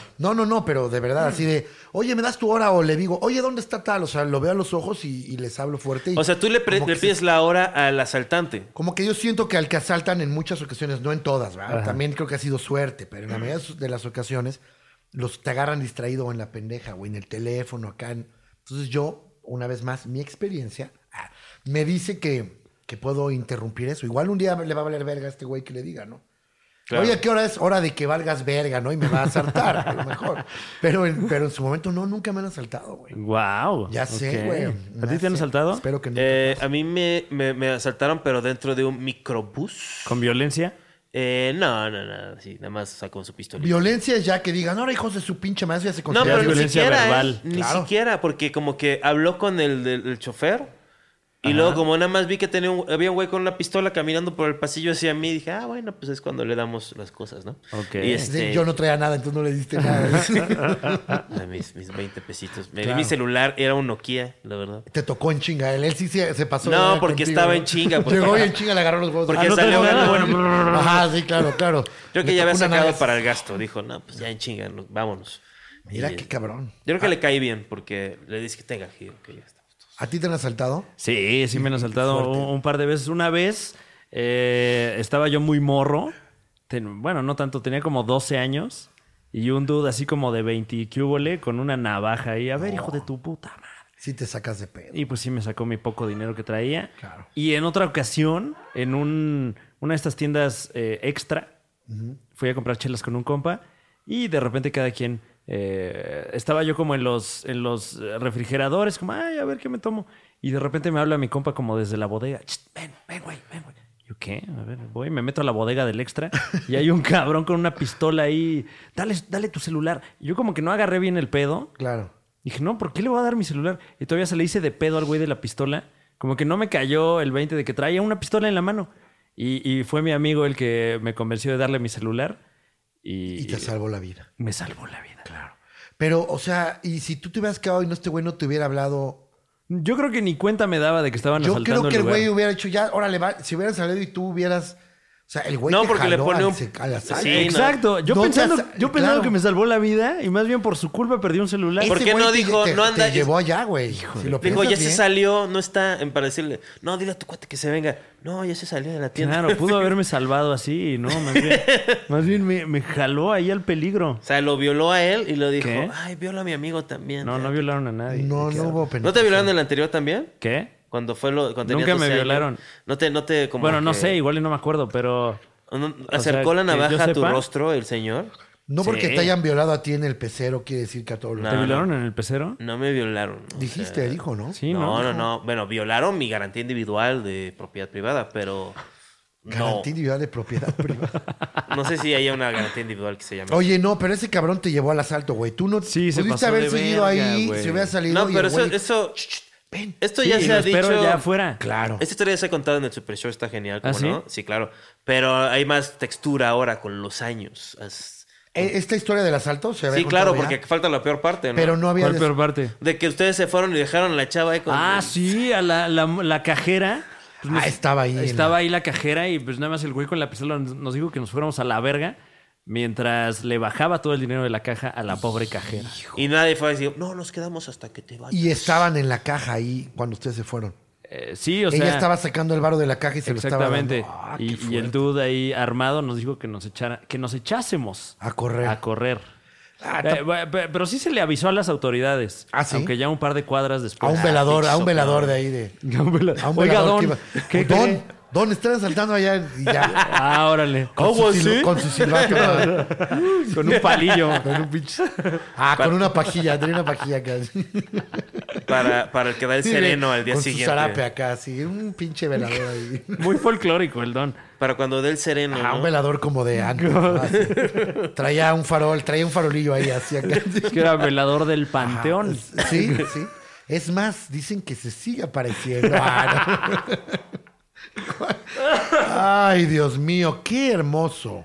Speaker 2: *laughs*
Speaker 1: No, no, no, pero de verdad, así de, oye, ¿me das tu hora? O le digo, oye, ¿dónde está tal? O sea, lo veo a los ojos y, y les hablo fuerte. y
Speaker 2: O sea, tú le, pre-
Speaker 1: como
Speaker 2: le
Speaker 1: que se-
Speaker 2: pides la hora al asaltante.
Speaker 1: Como que yo siento que al que asaltan en muchas ocasiones, no en todas, ¿verdad? También creo que ha sido suerte, pero en la mayoría de las ocasiones los te agarran distraído o en la pendeja o en el teléfono, acá. en- Entonces yo, una vez más, mi experiencia ah, me dice que, que puedo interrumpir eso. Igual un día le va a valer verga a este güey que le diga, ¿no?
Speaker 2: Claro.
Speaker 1: Oye, ¿qué hora es? Hora de que valgas verga, ¿no? Y me va a asaltar, a lo mejor. Pero en, pero en su momento no, nunca me han asaltado, güey.
Speaker 3: Guau.
Speaker 1: Ya sé,
Speaker 3: Ok.
Speaker 1: güey.
Speaker 3: ¿A ti
Speaker 1: Ya
Speaker 3: te han
Speaker 1: sé.
Speaker 3: asaltado?
Speaker 1: Espero que no.
Speaker 2: Eh, a mí me, me- me asaltaron, pero dentro de un microbús.
Speaker 3: ¿Con violencia?
Speaker 2: Eh, no, no, no. Sí, nada más sacó su pistola.
Speaker 1: Violencia es ya que digan, ahora hijos de su pinche madre, eso ya se
Speaker 2: No,
Speaker 1: considera
Speaker 2: pero ni
Speaker 3: violencia
Speaker 2: siquiera.
Speaker 3: verbal.
Speaker 2: ¿eh? Ni
Speaker 1: Claro.
Speaker 2: siquiera, porque como que habló con el, del el chofer. Y luego, como nada más vi que tenía un- había un güey con una pistola caminando por el pasillo hacia mí, dije, ah, bueno, pues es cuando le damos las cosas, ¿no?
Speaker 3: Ok.
Speaker 2: Y
Speaker 1: Sí,
Speaker 2: este,
Speaker 1: Yo no traía nada, entonces no le diste nada. *laughs*
Speaker 2: ah, mis, mis 20 pesitos. Me di
Speaker 1: Claro.
Speaker 2: mi celular, era un Nokia, la verdad.
Speaker 1: Te tocó en chinga. Él, él sí se, se pasó. de
Speaker 2: No,
Speaker 1: verga
Speaker 2: porque
Speaker 1: contigo,
Speaker 2: estaba
Speaker 1: ¿no?
Speaker 2: en chinga, porque-
Speaker 1: Llegó y en chinga le agarró los huevos.
Speaker 2: Porque
Speaker 1: Ah, no
Speaker 2: salió
Speaker 1: traigo nada,
Speaker 2: ganando.
Speaker 1: bueno. Ajá, sí, claro, claro.
Speaker 2: Creo que
Speaker 1: Le
Speaker 2: ya había
Speaker 1: tocó una
Speaker 2: sacado
Speaker 1: nalga.
Speaker 2: para el gasto. Dijo, no, pues ya en chinga, nos- vámonos.
Speaker 1: Mira
Speaker 2: Y,
Speaker 1: qué Ah.
Speaker 2: eh,
Speaker 1: cabrón.
Speaker 2: Yo creo que le caí bien, porque le dije que tenga giro, que ya está.
Speaker 1: ¿A ti te han asaltado?
Speaker 3: Sí, sí me han asaltado un, un par de veces. Una vez eh, estaba yo muy morro. Ten- bueno, no tanto, tenía como 12 años. Y un dude así como de 20 y cúbole con una navaja. Y a ver, hijo de tu puta madre.
Speaker 1: Sí te sacas de pedo.
Speaker 3: Y pues sí me sacó mi poco dinero que traía.
Speaker 1: Claro.
Speaker 3: Y en otra ocasión, en un- una de estas tiendas eh, extra, fui a comprar chelas con un compa y de repente cada quien... eh, estaba yo como en los, en los eh, refrigeradores, como, ay, a ver qué me tomo. Y de repente me habla mi compa como desde la bodega. "Chst, Ven, ven, güey, ven, güey. Yo, ¿qué? A ver, voy, me meto a la bodega del extra y hay un *laughs* cabrón con una pistola ahí. Dale, dale tu celular. Yo como que no agarré bien el pedo.
Speaker 1: Claro.
Speaker 3: Dije, no, ¿por qué le voy a dar mi celular? Y todavía se le hice de pedo al güey de la pistola. Como que no me cayó el 20 de que traía una pistola en la mano. Y, y fue mi amigo el que me convenció de darle mi celular. Y,
Speaker 1: Y te salvó la vida.
Speaker 3: Me salvó la vida. Claro.
Speaker 1: Pero, o sea, y si tú te hubieras quedado y no este güey no te hubiera hablado.
Speaker 3: Yo creo que ni cuenta me daba de que estaban
Speaker 1: Yo
Speaker 3: asaltando
Speaker 1: creo que el
Speaker 3: lugar.
Speaker 1: güey hubiera hecho ya, órale, va. Si hubieran salido y tú hubieras. O sea, el güey
Speaker 2: No,
Speaker 1: te
Speaker 2: porque le
Speaker 1: jaló
Speaker 2: pone
Speaker 1: al
Speaker 2: un-
Speaker 1: se- a la
Speaker 2: Sí,
Speaker 1: saga.
Speaker 2: no.
Speaker 3: Exacto. Yo
Speaker 1: No te
Speaker 3: pensando,
Speaker 1: has-
Speaker 3: yo pensando
Speaker 1: claro.
Speaker 3: que me salvó la vida y más bien por su culpa perdí un celular.
Speaker 1: Ese
Speaker 2: ¿Por qué
Speaker 1: güey
Speaker 2: no
Speaker 1: te-
Speaker 2: dijo,
Speaker 1: te-
Speaker 2: no
Speaker 1: te
Speaker 2: anda-
Speaker 1: llevó allá, güey. Si lo
Speaker 2: Dijo,
Speaker 1: piensas
Speaker 2: ya se
Speaker 1: bien.
Speaker 2: salió, no está en- para decirle, no, dile a tu cuate que se venga. No, ya se salió de la tienda.
Speaker 3: *laughs* Claro, pudo haberme salvado así, y ¿no?
Speaker 2: *laughs*
Speaker 3: Más bien, más bien me, me jaló ahí al peligro.
Speaker 2: O sea, lo violó a él y lo dijo,
Speaker 3: ¿Qué?
Speaker 2: ay, viola a mi amigo también.
Speaker 3: No, no violaron a nadie.
Speaker 1: No, no hubo
Speaker 2: ¿No te violaron el anterior también?
Speaker 3: ¿Qué?
Speaker 2: Cuando fue lo. Cuando tenía
Speaker 3: Nunca
Speaker 2: 12
Speaker 3: me
Speaker 2: años.
Speaker 3: violaron.
Speaker 2: No te, no te como
Speaker 3: Bueno, no
Speaker 2: que-
Speaker 3: sé, igual y no me acuerdo, pero.
Speaker 2: ¿No-
Speaker 3: sea,
Speaker 2: ¿Acercó la
Speaker 3: que yo
Speaker 2: navaja a tu
Speaker 3: sepa.
Speaker 2: rostro el señor?
Speaker 1: No porque
Speaker 3: Sí.
Speaker 1: te hayan violado a ti en el pecero quiere decir que a todos los...
Speaker 2: No.
Speaker 3: ¿Te violaron en el pecero?
Speaker 2: No me violaron. o
Speaker 1: Dijiste,
Speaker 2: sea,
Speaker 1: dijo, ¿no?
Speaker 3: Sí,
Speaker 2: no, no,
Speaker 3: ¿no?
Speaker 2: no. Bueno, violaron mi garantía individual de propiedad privada, pero. No.
Speaker 1: Garantía individual de propiedad privada.
Speaker 2: No sé si haya una garantía individual que se llame.
Speaker 1: Oye, no, pero ese cabrón te llevó al asalto, güey. Tú no
Speaker 3: Sí, se
Speaker 1: pudiste
Speaker 3: pasó
Speaker 1: haber
Speaker 3: de
Speaker 1: seguido
Speaker 3: verga,
Speaker 1: ahí,
Speaker 3: güey.
Speaker 1: se hubiera salido.
Speaker 2: No,
Speaker 1: y el
Speaker 2: pero eso.
Speaker 1: güey-
Speaker 2: eso esto
Speaker 3: Sí,
Speaker 2: ya
Speaker 3: y
Speaker 2: se
Speaker 3: lo
Speaker 2: ha
Speaker 3: espero
Speaker 2: dicho.
Speaker 3: ya afuera.
Speaker 1: Claro.
Speaker 2: Esta historia ya se ha contado en el Super Show, está genial, ¿cómo
Speaker 3: ¿Ah, sí?
Speaker 2: no? Sí, claro. Pero hay más textura ahora con los años. Es-
Speaker 1: Eh, Esta historia del asalto se había
Speaker 2: Sí, claro,
Speaker 1: contado ya,
Speaker 2: porque falta la peor parte, ¿no?
Speaker 1: Pero no había...
Speaker 3: ¿Cuál
Speaker 1: des-
Speaker 3: peor parte?
Speaker 2: De que ustedes se fueron y dejaron a la chava ahí con.
Speaker 3: Ah, sí, a la, la- la cajera. Pues nos-
Speaker 1: Ah, estaba ahí en
Speaker 3: Estaba ahí la cajera y pues nada más el güey con la pistola nos nos dijo que nos fuéramos a la verga mientras le bajaba todo el dinero de la caja a la pobre cajera.
Speaker 2: Y nadie fue a decir, no, nos quedamos hasta que te vayas.
Speaker 1: Y estaban en la caja ahí cuando ustedes se fueron.
Speaker 3: Eh, sí, o sea.
Speaker 1: Ella estaba sacando el varo de la caja y se lo estaba dando.
Speaker 3: Exactamente.
Speaker 1: Ah, qué
Speaker 3: y, y el
Speaker 1: fuerte.
Speaker 3: dude ahí armado nos dijo que nos echara, que nos echásemos
Speaker 1: A correr.
Speaker 3: A correr.
Speaker 1: Ah,
Speaker 3: Eh, bu- pe- pero sí se le avisó a las autoridades.
Speaker 1: Ah, ¿sí?
Speaker 3: Aunque ya un par de cuadras
Speaker 1: A
Speaker 3: después.
Speaker 1: un velador, a un
Speaker 2: pinche
Speaker 1: velador
Speaker 2: soplador.
Speaker 1: de ahí de...
Speaker 3: *laughs* A un vela-
Speaker 1: A un
Speaker 3: Ah, Oiga,
Speaker 1: velador
Speaker 3: Don.
Speaker 1: que iba-
Speaker 3: ¿qué cree?
Speaker 1: Don, Don, están asaltando allá y
Speaker 3: *laughs*
Speaker 1: ya.
Speaker 3: Ah, órale.
Speaker 1: Con,
Speaker 2: ¿Ah,
Speaker 1: su,
Speaker 2: sí?
Speaker 1: sil- con su silbato.
Speaker 3: Con un palillo.
Speaker 1: Con un
Speaker 3: *laughs*
Speaker 1: pinche. Ah, con una pajilla, tenía una pajilla acá. *laughs*
Speaker 2: Para, para el quedar sereno al día
Speaker 1: con
Speaker 2: siguiente.
Speaker 1: Su zarape acá, sí. Un pinche velador
Speaker 3: *laughs*
Speaker 1: ahí.
Speaker 3: Muy folclórico el don.
Speaker 2: Para cuando dé el sereno.
Speaker 1: Ah, un
Speaker 2: ¿no?
Speaker 1: velador como de antes.
Speaker 3: *laughs*
Speaker 1: ¿no? Así. Traía un farol, traía un farolillo ahí, así acá.
Speaker 3: Es que era velador del panteón.
Speaker 1: Sí, sí. Es más, dicen que se sigue apareciendo. Ah, no. Ay, Dios mío, qué hermoso.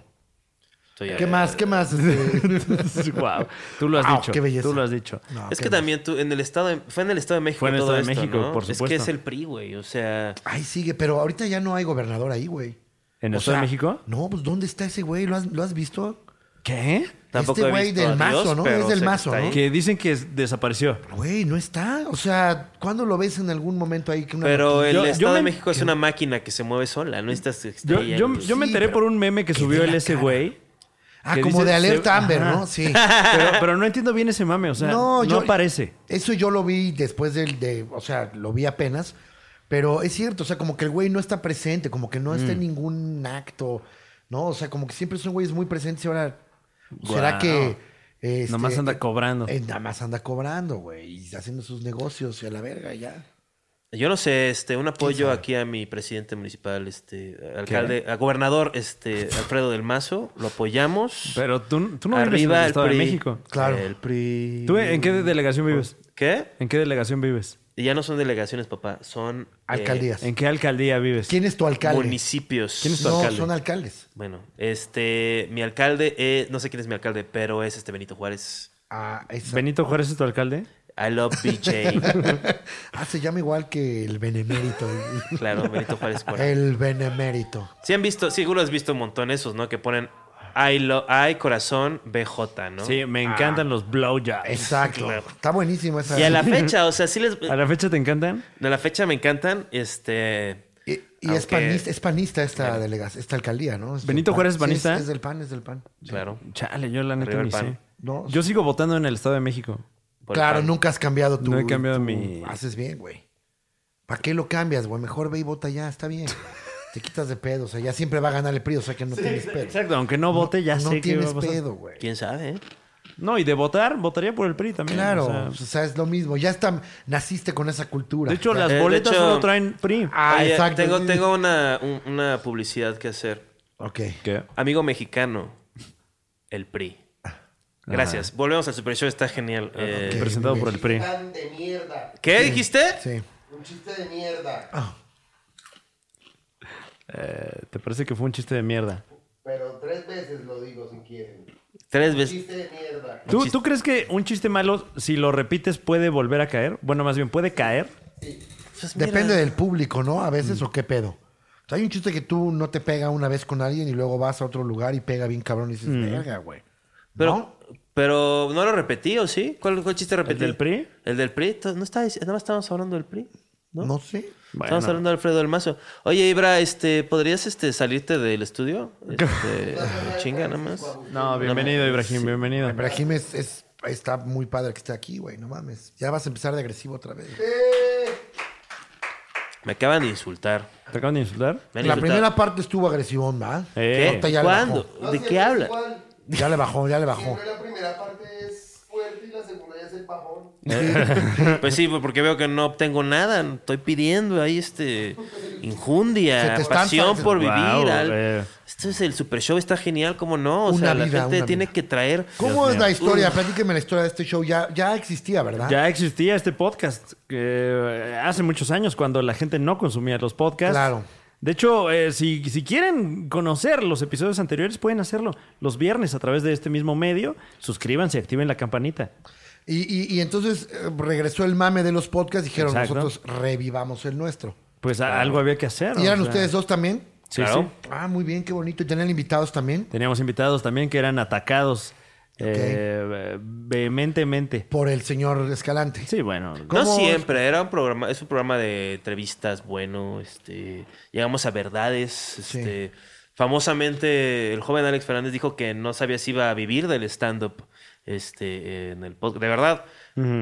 Speaker 2: Estoy
Speaker 1: ¿Qué
Speaker 2: a-
Speaker 1: más? ¿Qué más? este? *laughs*
Speaker 3: Guau. Tú lo has
Speaker 1: Wow,
Speaker 3: dicho.
Speaker 1: qué belleza.
Speaker 3: Tú lo has dicho.
Speaker 1: No,
Speaker 2: Es
Speaker 1: qué
Speaker 2: que también tú, en el estado de- fue en el Estado de México.
Speaker 3: Ah, Fue en el
Speaker 2: todo
Speaker 3: Estado de
Speaker 2: esto,
Speaker 3: México,
Speaker 2: ¿no?
Speaker 3: por
Speaker 2: Es que
Speaker 3: supuesto.
Speaker 2: es el PRI, güey. O sea,
Speaker 1: Ahí sigue, pero ahorita ya no hay gobernador ahí, güey.
Speaker 3: ¿En el
Speaker 1: O
Speaker 3: Estado
Speaker 1: sea,
Speaker 3: de México?
Speaker 1: No, pues ¿dónde está ese güey? ¿Lo has, lo has visto?
Speaker 3: ¿Qué?
Speaker 2: tampoco
Speaker 1: este
Speaker 2: he
Speaker 1: güey
Speaker 2: visto
Speaker 1: del
Speaker 2: a
Speaker 1: mazo,
Speaker 2: Dios,
Speaker 1: ¿no?
Speaker 2: pero
Speaker 1: Es del
Speaker 2: sé que
Speaker 1: mazo,
Speaker 2: está
Speaker 1: ¿no?
Speaker 2: ahí.
Speaker 3: Que dicen que es- desapareció.
Speaker 1: Güey, no está. O sea, ¿cuándo lo ves en algún momento ahí? Que una
Speaker 2: Pero el
Speaker 3: Yo- yo
Speaker 2: Estado
Speaker 3: me-
Speaker 2: de México es una máquina que se mueve sola. No necesitas que esté
Speaker 3: Yo,
Speaker 2: ahí
Speaker 3: yo-
Speaker 2: alguien.
Speaker 3: yo me
Speaker 1: Sí,
Speaker 3: enteré
Speaker 1: pero
Speaker 3: por un meme que
Speaker 1: que
Speaker 3: subió
Speaker 1: dé
Speaker 3: él
Speaker 1: la
Speaker 3: ese
Speaker 1: cara.
Speaker 3: güey.
Speaker 1: Ah,
Speaker 3: que
Speaker 1: como
Speaker 3: dice-
Speaker 1: de alerta
Speaker 3: se-
Speaker 1: Amber,
Speaker 3: Ajá.
Speaker 1: ¿no?
Speaker 3: *laughs*
Speaker 1: Sí.
Speaker 3: Pero, pero no entiendo bien ese mame,
Speaker 1: *laughs*
Speaker 3: o sea, no, aparece.
Speaker 1: Eso yo lo vi después del de, o sea, lo vi apenas, pero es cierto, o sea, como que el güey no está presente, como que no
Speaker 3: Mm.
Speaker 1: está en ningún acto, ¿no? O sea, como que siempre son güeyes muy presentes y ahora será
Speaker 3: Guau.
Speaker 1: que este,
Speaker 3: Nomás anda cobrando.
Speaker 1: eh, nada más anda cobrando, güey, y haciendo sus negocios y a la verga ya.
Speaker 2: Yo no sé, este, un apoyo aquí a mi presidente municipal, este, alcalde, a gobernador, este, Alfredo del Mazo, lo apoyamos.
Speaker 3: Pero tú, tú no vives en
Speaker 2: Arriba
Speaker 3: el
Speaker 2: el
Speaker 3: Estado
Speaker 2: PRI.
Speaker 3: de México.
Speaker 1: Claro.
Speaker 2: El PRI.
Speaker 3: ¿Tú en qué delegación vives?
Speaker 2: ¿Qué?
Speaker 3: ¿En qué delegación vives?
Speaker 2: Y ya no son delegaciones, papá, son eh,
Speaker 1: Alcaldías.
Speaker 3: ¿En qué alcaldía vives?
Speaker 1: ¿Quién es tu alcalde?
Speaker 2: municipios.
Speaker 3: ¿Quién es tu
Speaker 1: no,
Speaker 3: alcalde?
Speaker 1: son alcaldes.
Speaker 2: Bueno, este, mi alcalde, eh, no sé quién es mi alcalde, pero es este Benito Juárez.
Speaker 1: Ah, esa-
Speaker 3: ¿Benito Juárez es tu alcalde?
Speaker 2: I love BJ.
Speaker 1: *laughs* ah, se llama igual que el
Speaker 3: *laughs*
Speaker 1: benemérito.
Speaker 2: claro, Benito Juárez. Cuarón.
Speaker 1: el benemérito.
Speaker 2: Sí han visto, seguro has visto un montón esos, ¿no? Que ponen I love, I corazón BJ, ¿no? Ah.
Speaker 3: Sí, me encantan los blowjobs.
Speaker 1: Exacto.
Speaker 2: Claro.
Speaker 1: Está buenísimo esa.
Speaker 2: Y
Speaker 1: *laughs*
Speaker 2: a la fecha, o sea, sí les,
Speaker 3: *laughs* ¿A la fecha te encantan?
Speaker 2: De la fecha me encantan. Este.
Speaker 1: Y, y es,
Speaker 2: Aunque-
Speaker 1: panista, es panista esta delegación, esta alcaldía, ¿no? Es del
Speaker 3: ¿Benito
Speaker 1: pan.
Speaker 3: Juárez es
Speaker 1: Sí,
Speaker 3: panista? ¿eh?
Speaker 1: es, del PAN, es del PAN.
Speaker 2: Claro.
Speaker 3: Chale, yo la
Speaker 2: Arriba
Speaker 3: neta
Speaker 2: el
Speaker 3: ni
Speaker 2: pan.
Speaker 3: sé.
Speaker 1: No,
Speaker 3: Yo sigo votando en el Estado de México.
Speaker 2: por el
Speaker 1: claro,
Speaker 2: pan.
Speaker 1: nunca has cambiado tu...
Speaker 3: No he cambiado
Speaker 1: tu-
Speaker 3: mi-
Speaker 1: Haces bien, güey. ¿Para qué lo cambias, güey? Mejor ve y vota ya, está bien. Te quitas de pedo, o sea, ya siempre va a ganar el PRI, o sea que no tienes pedo.
Speaker 3: Exacto, aunque no vote ya
Speaker 1: no
Speaker 3: sé qué va
Speaker 1: tienes
Speaker 3: a pasar.
Speaker 1: pedo, güey.
Speaker 2: ¿Quién sabe? eh?
Speaker 3: No, y de votar, votaría por el PRI también.
Speaker 1: Claro, Pues,
Speaker 3: o sea.
Speaker 1: o sea, es lo mismo. Ya está, naciste con esa cultura.
Speaker 3: de hecho,
Speaker 1: Ya-
Speaker 2: Eh,
Speaker 3: las
Speaker 2: de
Speaker 3: boletas
Speaker 2: hecho-
Speaker 3: solo traen PRI.
Speaker 1: Ah,
Speaker 2: Oye,
Speaker 1: exacto.
Speaker 2: Tengo, tengo una, un- una publicidad que hacer.
Speaker 1: Ok.
Speaker 3: ¿Qué?
Speaker 2: Amigo mexicano, el PRI. Gracias. Volvemos al Super Show, está genial. Eh,
Speaker 1: ok.
Speaker 3: Presentado por el PRI.
Speaker 1: eh,
Speaker 5: de mierda.
Speaker 2: ¿Qué dijiste?
Speaker 1: Sí.
Speaker 5: Un chiste de mierda.
Speaker 3: Eh, ¿Te parece que fue un chiste de mierda?
Speaker 5: Pero tres veces lo digo si quieren.
Speaker 2: Tres
Speaker 5: Un
Speaker 2: veces.
Speaker 5: chiste de mierda.
Speaker 3: ¿Tú,
Speaker 2: chiste.
Speaker 3: ¿Tú crees que un chiste malo, si lo repites, puede volver a caer? Bueno, más bien, ¿puede caer?
Speaker 2: Pues mira, Mm.
Speaker 1: Depende del público, ¿no? A veces, ¿o qué pedo? sea, hay un chiste que tú no te pega una vez con alguien y luego vas a otro lugar y pega bien cabrón y dices, verga, güey.
Speaker 2: Mm. Pero,
Speaker 1: ¿No?
Speaker 2: pero no lo repetí, ¿o sí? ¿Cuál, cuál chiste repetí?
Speaker 3: del PRI?
Speaker 2: El del PRI. to- No está, dic- nada más estábamos hablando del PRI. ¿no?
Speaker 1: ¿No? sé.
Speaker 2: Estamos hablando de Alfredo del Mazo. Oye, Ibra, este, ¿podrías este, salirte del
Speaker 3: *laughs*
Speaker 2: estudio? Este, chinga, nada más.
Speaker 3: No, bienvenido, Ibrahim, bienvenido.
Speaker 1: Pero Jim es- es- está muy padre que esté aquí, güey. No mames. Ya vas a empezar de agresivo otra vez.
Speaker 2: Me acaban de insultar.
Speaker 3: ¿Te acaban de insultar?
Speaker 2: Me han
Speaker 1: la
Speaker 2: insultado.
Speaker 1: primera parte estuvo agresivón, ¿verdad?
Speaker 3: Eh.
Speaker 2: ¿Qué?
Speaker 1: Ahorita ya le
Speaker 2: ¿Cuándo?
Speaker 1: bajó.
Speaker 2: ¿De qué habla?
Speaker 1: Ya le bajó, ya le bajó.
Speaker 5: Siempre la primera parte es fuerte y la segunda ya es el bajón.
Speaker 2: *laughs* Pues sí, porque veo que no obtengo nada. Estoy pidiendo ahí este
Speaker 1: Se
Speaker 2: injundia,
Speaker 1: te están-
Speaker 2: pasión por vivir.
Speaker 3: Wow,
Speaker 2: al-
Speaker 3: eh.
Speaker 2: Esto es el super show, está genial, como no. O sea,
Speaker 1: Una vida,
Speaker 2: la gente
Speaker 1: una
Speaker 2: tiene
Speaker 1: vida.
Speaker 2: que traer.
Speaker 1: ¿Cómo es la
Speaker 2: mío.
Speaker 1: historia? Platíqueme la historia de este show. Ya, ya existía, ¿verdad?
Speaker 3: Ya existía este podcast eh, hace muchos años cuando la gente no consumía los podcasts.
Speaker 1: Claro.
Speaker 3: De hecho, eh, si, si quieren conocer los episodios anteriores, pueden hacerlo los viernes a través de este mismo medio. Suscríbanse, activen la campanita.
Speaker 1: Y, y- y entonces eh, regresó el mame de los podcasts. Dijeron,
Speaker 3: Exacto.
Speaker 1: nosotros revivamos el nuestro.
Speaker 3: Pues a- algo había que hacer.
Speaker 1: ¿Y
Speaker 3: o
Speaker 1: eran
Speaker 3: sea.
Speaker 1: ustedes dos también?
Speaker 3: Sí,
Speaker 2: Claro.
Speaker 3: sí.
Speaker 1: Ah, muy bien, qué bonito. ¿Y tenían invitados también?
Speaker 3: Teníamos invitados también que eran atacados eh, vehementemente.
Speaker 1: Por el señor Escalante.
Speaker 3: Sí, bueno.
Speaker 2: No
Speaker 1: ¿Cómo es?
Speaker 2: siempre, era un programa, es un programa de entrevistas bueno, este, llegamos a verdades, este, famosamente el joven Alex Fernández dijo que no sabía si iba a vivir del stand up, este, en el podcast, de verdad,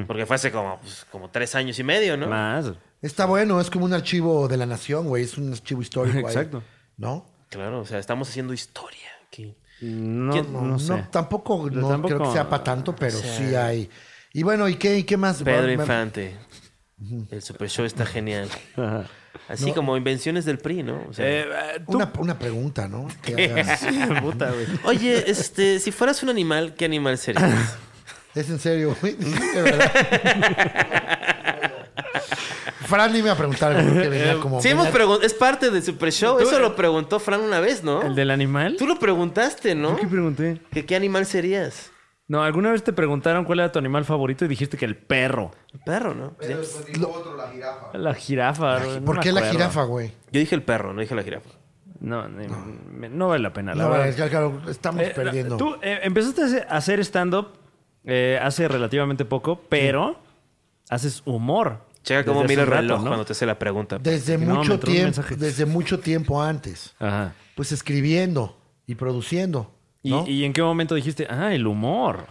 Speaker 2: porque fue hace como, pues, como tres años y medio, ¿no?
Speaker 3: Más.
Speaker 1: Está bueno, es como un archivo de la nación, güey. Es un archivo histórico. ahí,
Speaker 3: Exacto.
Speaker 1: ¿No?
Speaker 2: Claro, o sea, estamos haciendo historia aquí.
Speaker 3: No,
Speaker 2: ¿Quién?
Speaker 3: no sé.
Speaker 1: tampoco,
Speaker 3: Yo
Speaker 1: no
Speaker 3: tampoco-
Speaker 1: creo que sea para tanto, pero sí hay. Y bueno, ¿y qué, y qué más?
Speaker 2: Pedro
Speaker 1: Me-
Speaker 2: Infante. El super show está genial.
Speaker 3: Ajá.
Speaker 2: Así como invenciones del PRI, ¿no? O sea,
Speaker 3: Eh, eh, *laughs* tú-
Speaker 1: Una, una pregunta, ¿no?
Speaker 3: *laughs*
Speaker 1: Que hagas.
Speaker 3: Puta, güey.
Speaker 2: Oye, este, si fueras un animal, ¿qué
Speaker 1: *laughs*
Speaker 2: animal serías?
Speaker 1: Es en serio, güey. De
Speaker 3: *laughs*
Speaker 1: verdad. Fran le iba a preguntar algo porque
Speaker 3: Eh,
Speaker 1: venía como.
Speaker 2: Sí, hemos
Speaker 1: venía-
Speaker 2: pregun- es parte del Super Show. Eso lo preguntó Fran una vez, ¿no?
Speaker 3: ¿El del animal?
Speaker 2: Tú lo preguntaste, ¿no?
Speaker 3: ¿Yo qué pregunté?
Speaker 2: ¿Que ¿Qué animal serías?
Speaker 3: No, alguna vez te preguntaron cuál era tu animal favorito y dijiste que el perro.
Speaker 2: El perro, ¿no? Sí.
Speaker 5: Pero después dijo otro, la jirafa.
Speaker 3: La jirafa. güey, no
Speaker 1: ¿Por
Speaker 3: me
Speaker 1: qué la
Speaker 3: acuerdo.
Speaker 1: jirafa, güey?
Speaker 2: Yo dije el perro, no dije la jirafa.
Speaker 3: No, ni- me- no vale la pena, la
Speaker 1: No,
Speaker 3: verdad.
Speaker 1: es que, claro, estamos
Speaker 3: Eh,
Speaker 1: perdiendo.
Speaker 3: Tú eh, empezaste a hacer- a hacer stand-up eh, hace relativamente poco, pero haces humor.
Speaker 2: Checa cómo
Speaker 3: Desde
Speaker 2: mira el
Speaker 3: hace un
Speaker 2: reloj
Speaker 3: rato, ¿no?
Speaker 2: cuando te hace la pregunta.
Speaker 1: Desde
Speaker 3: No, me
Speaker 1: mucho
Speaker 3: entró un
Speaker 1: tiempo,
Speaker 3: mensaje.
Speaker 1: desde mucho tiempo antes,
Speaker 3: Ajá.
Speaker 1: pues escribiendo y produciendo.
Speaker 3: ¿Y,
Speaker 1: ¿no?
Speaker 3: y en qué momento dijiste, ah, el humor?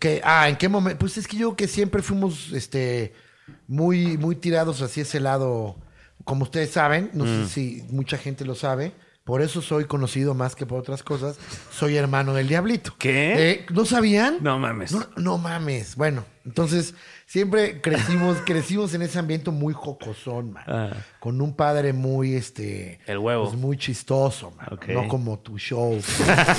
Speaker 1: Que, ah, ¿en qué momento? Pues es que yo creo que siempre fuimos este, muy, muy tirados hacia ese lado. Como ustedes saben, no
Speaker 3: Mm.
Speaker 1: sé si mucha gente lo sabe, por eso soy conocido más que por otras cosas. Soy hermano del Diablito.
Speaker 3: ¿Qué?
Speaker 1: Eh, ¿No sabían?
Speaker 3: No mames.
Speaker 1: No, no mames. Bueno, entonces siempre
Speaker 2: *laughs*
Speaker 1: crecimos, crecimos en ese ambiente muy jocosón, man.
Speaker 3: Ah.
Speaker 1: Con un padre muy, este.
Speaker 2: El huevo.
Speaker 1: pues, muy chistoso, man.
Speaker 3: Ok.
Speaker 1: No como tu
Speaker 2: *laughs*
Speaker 1: show.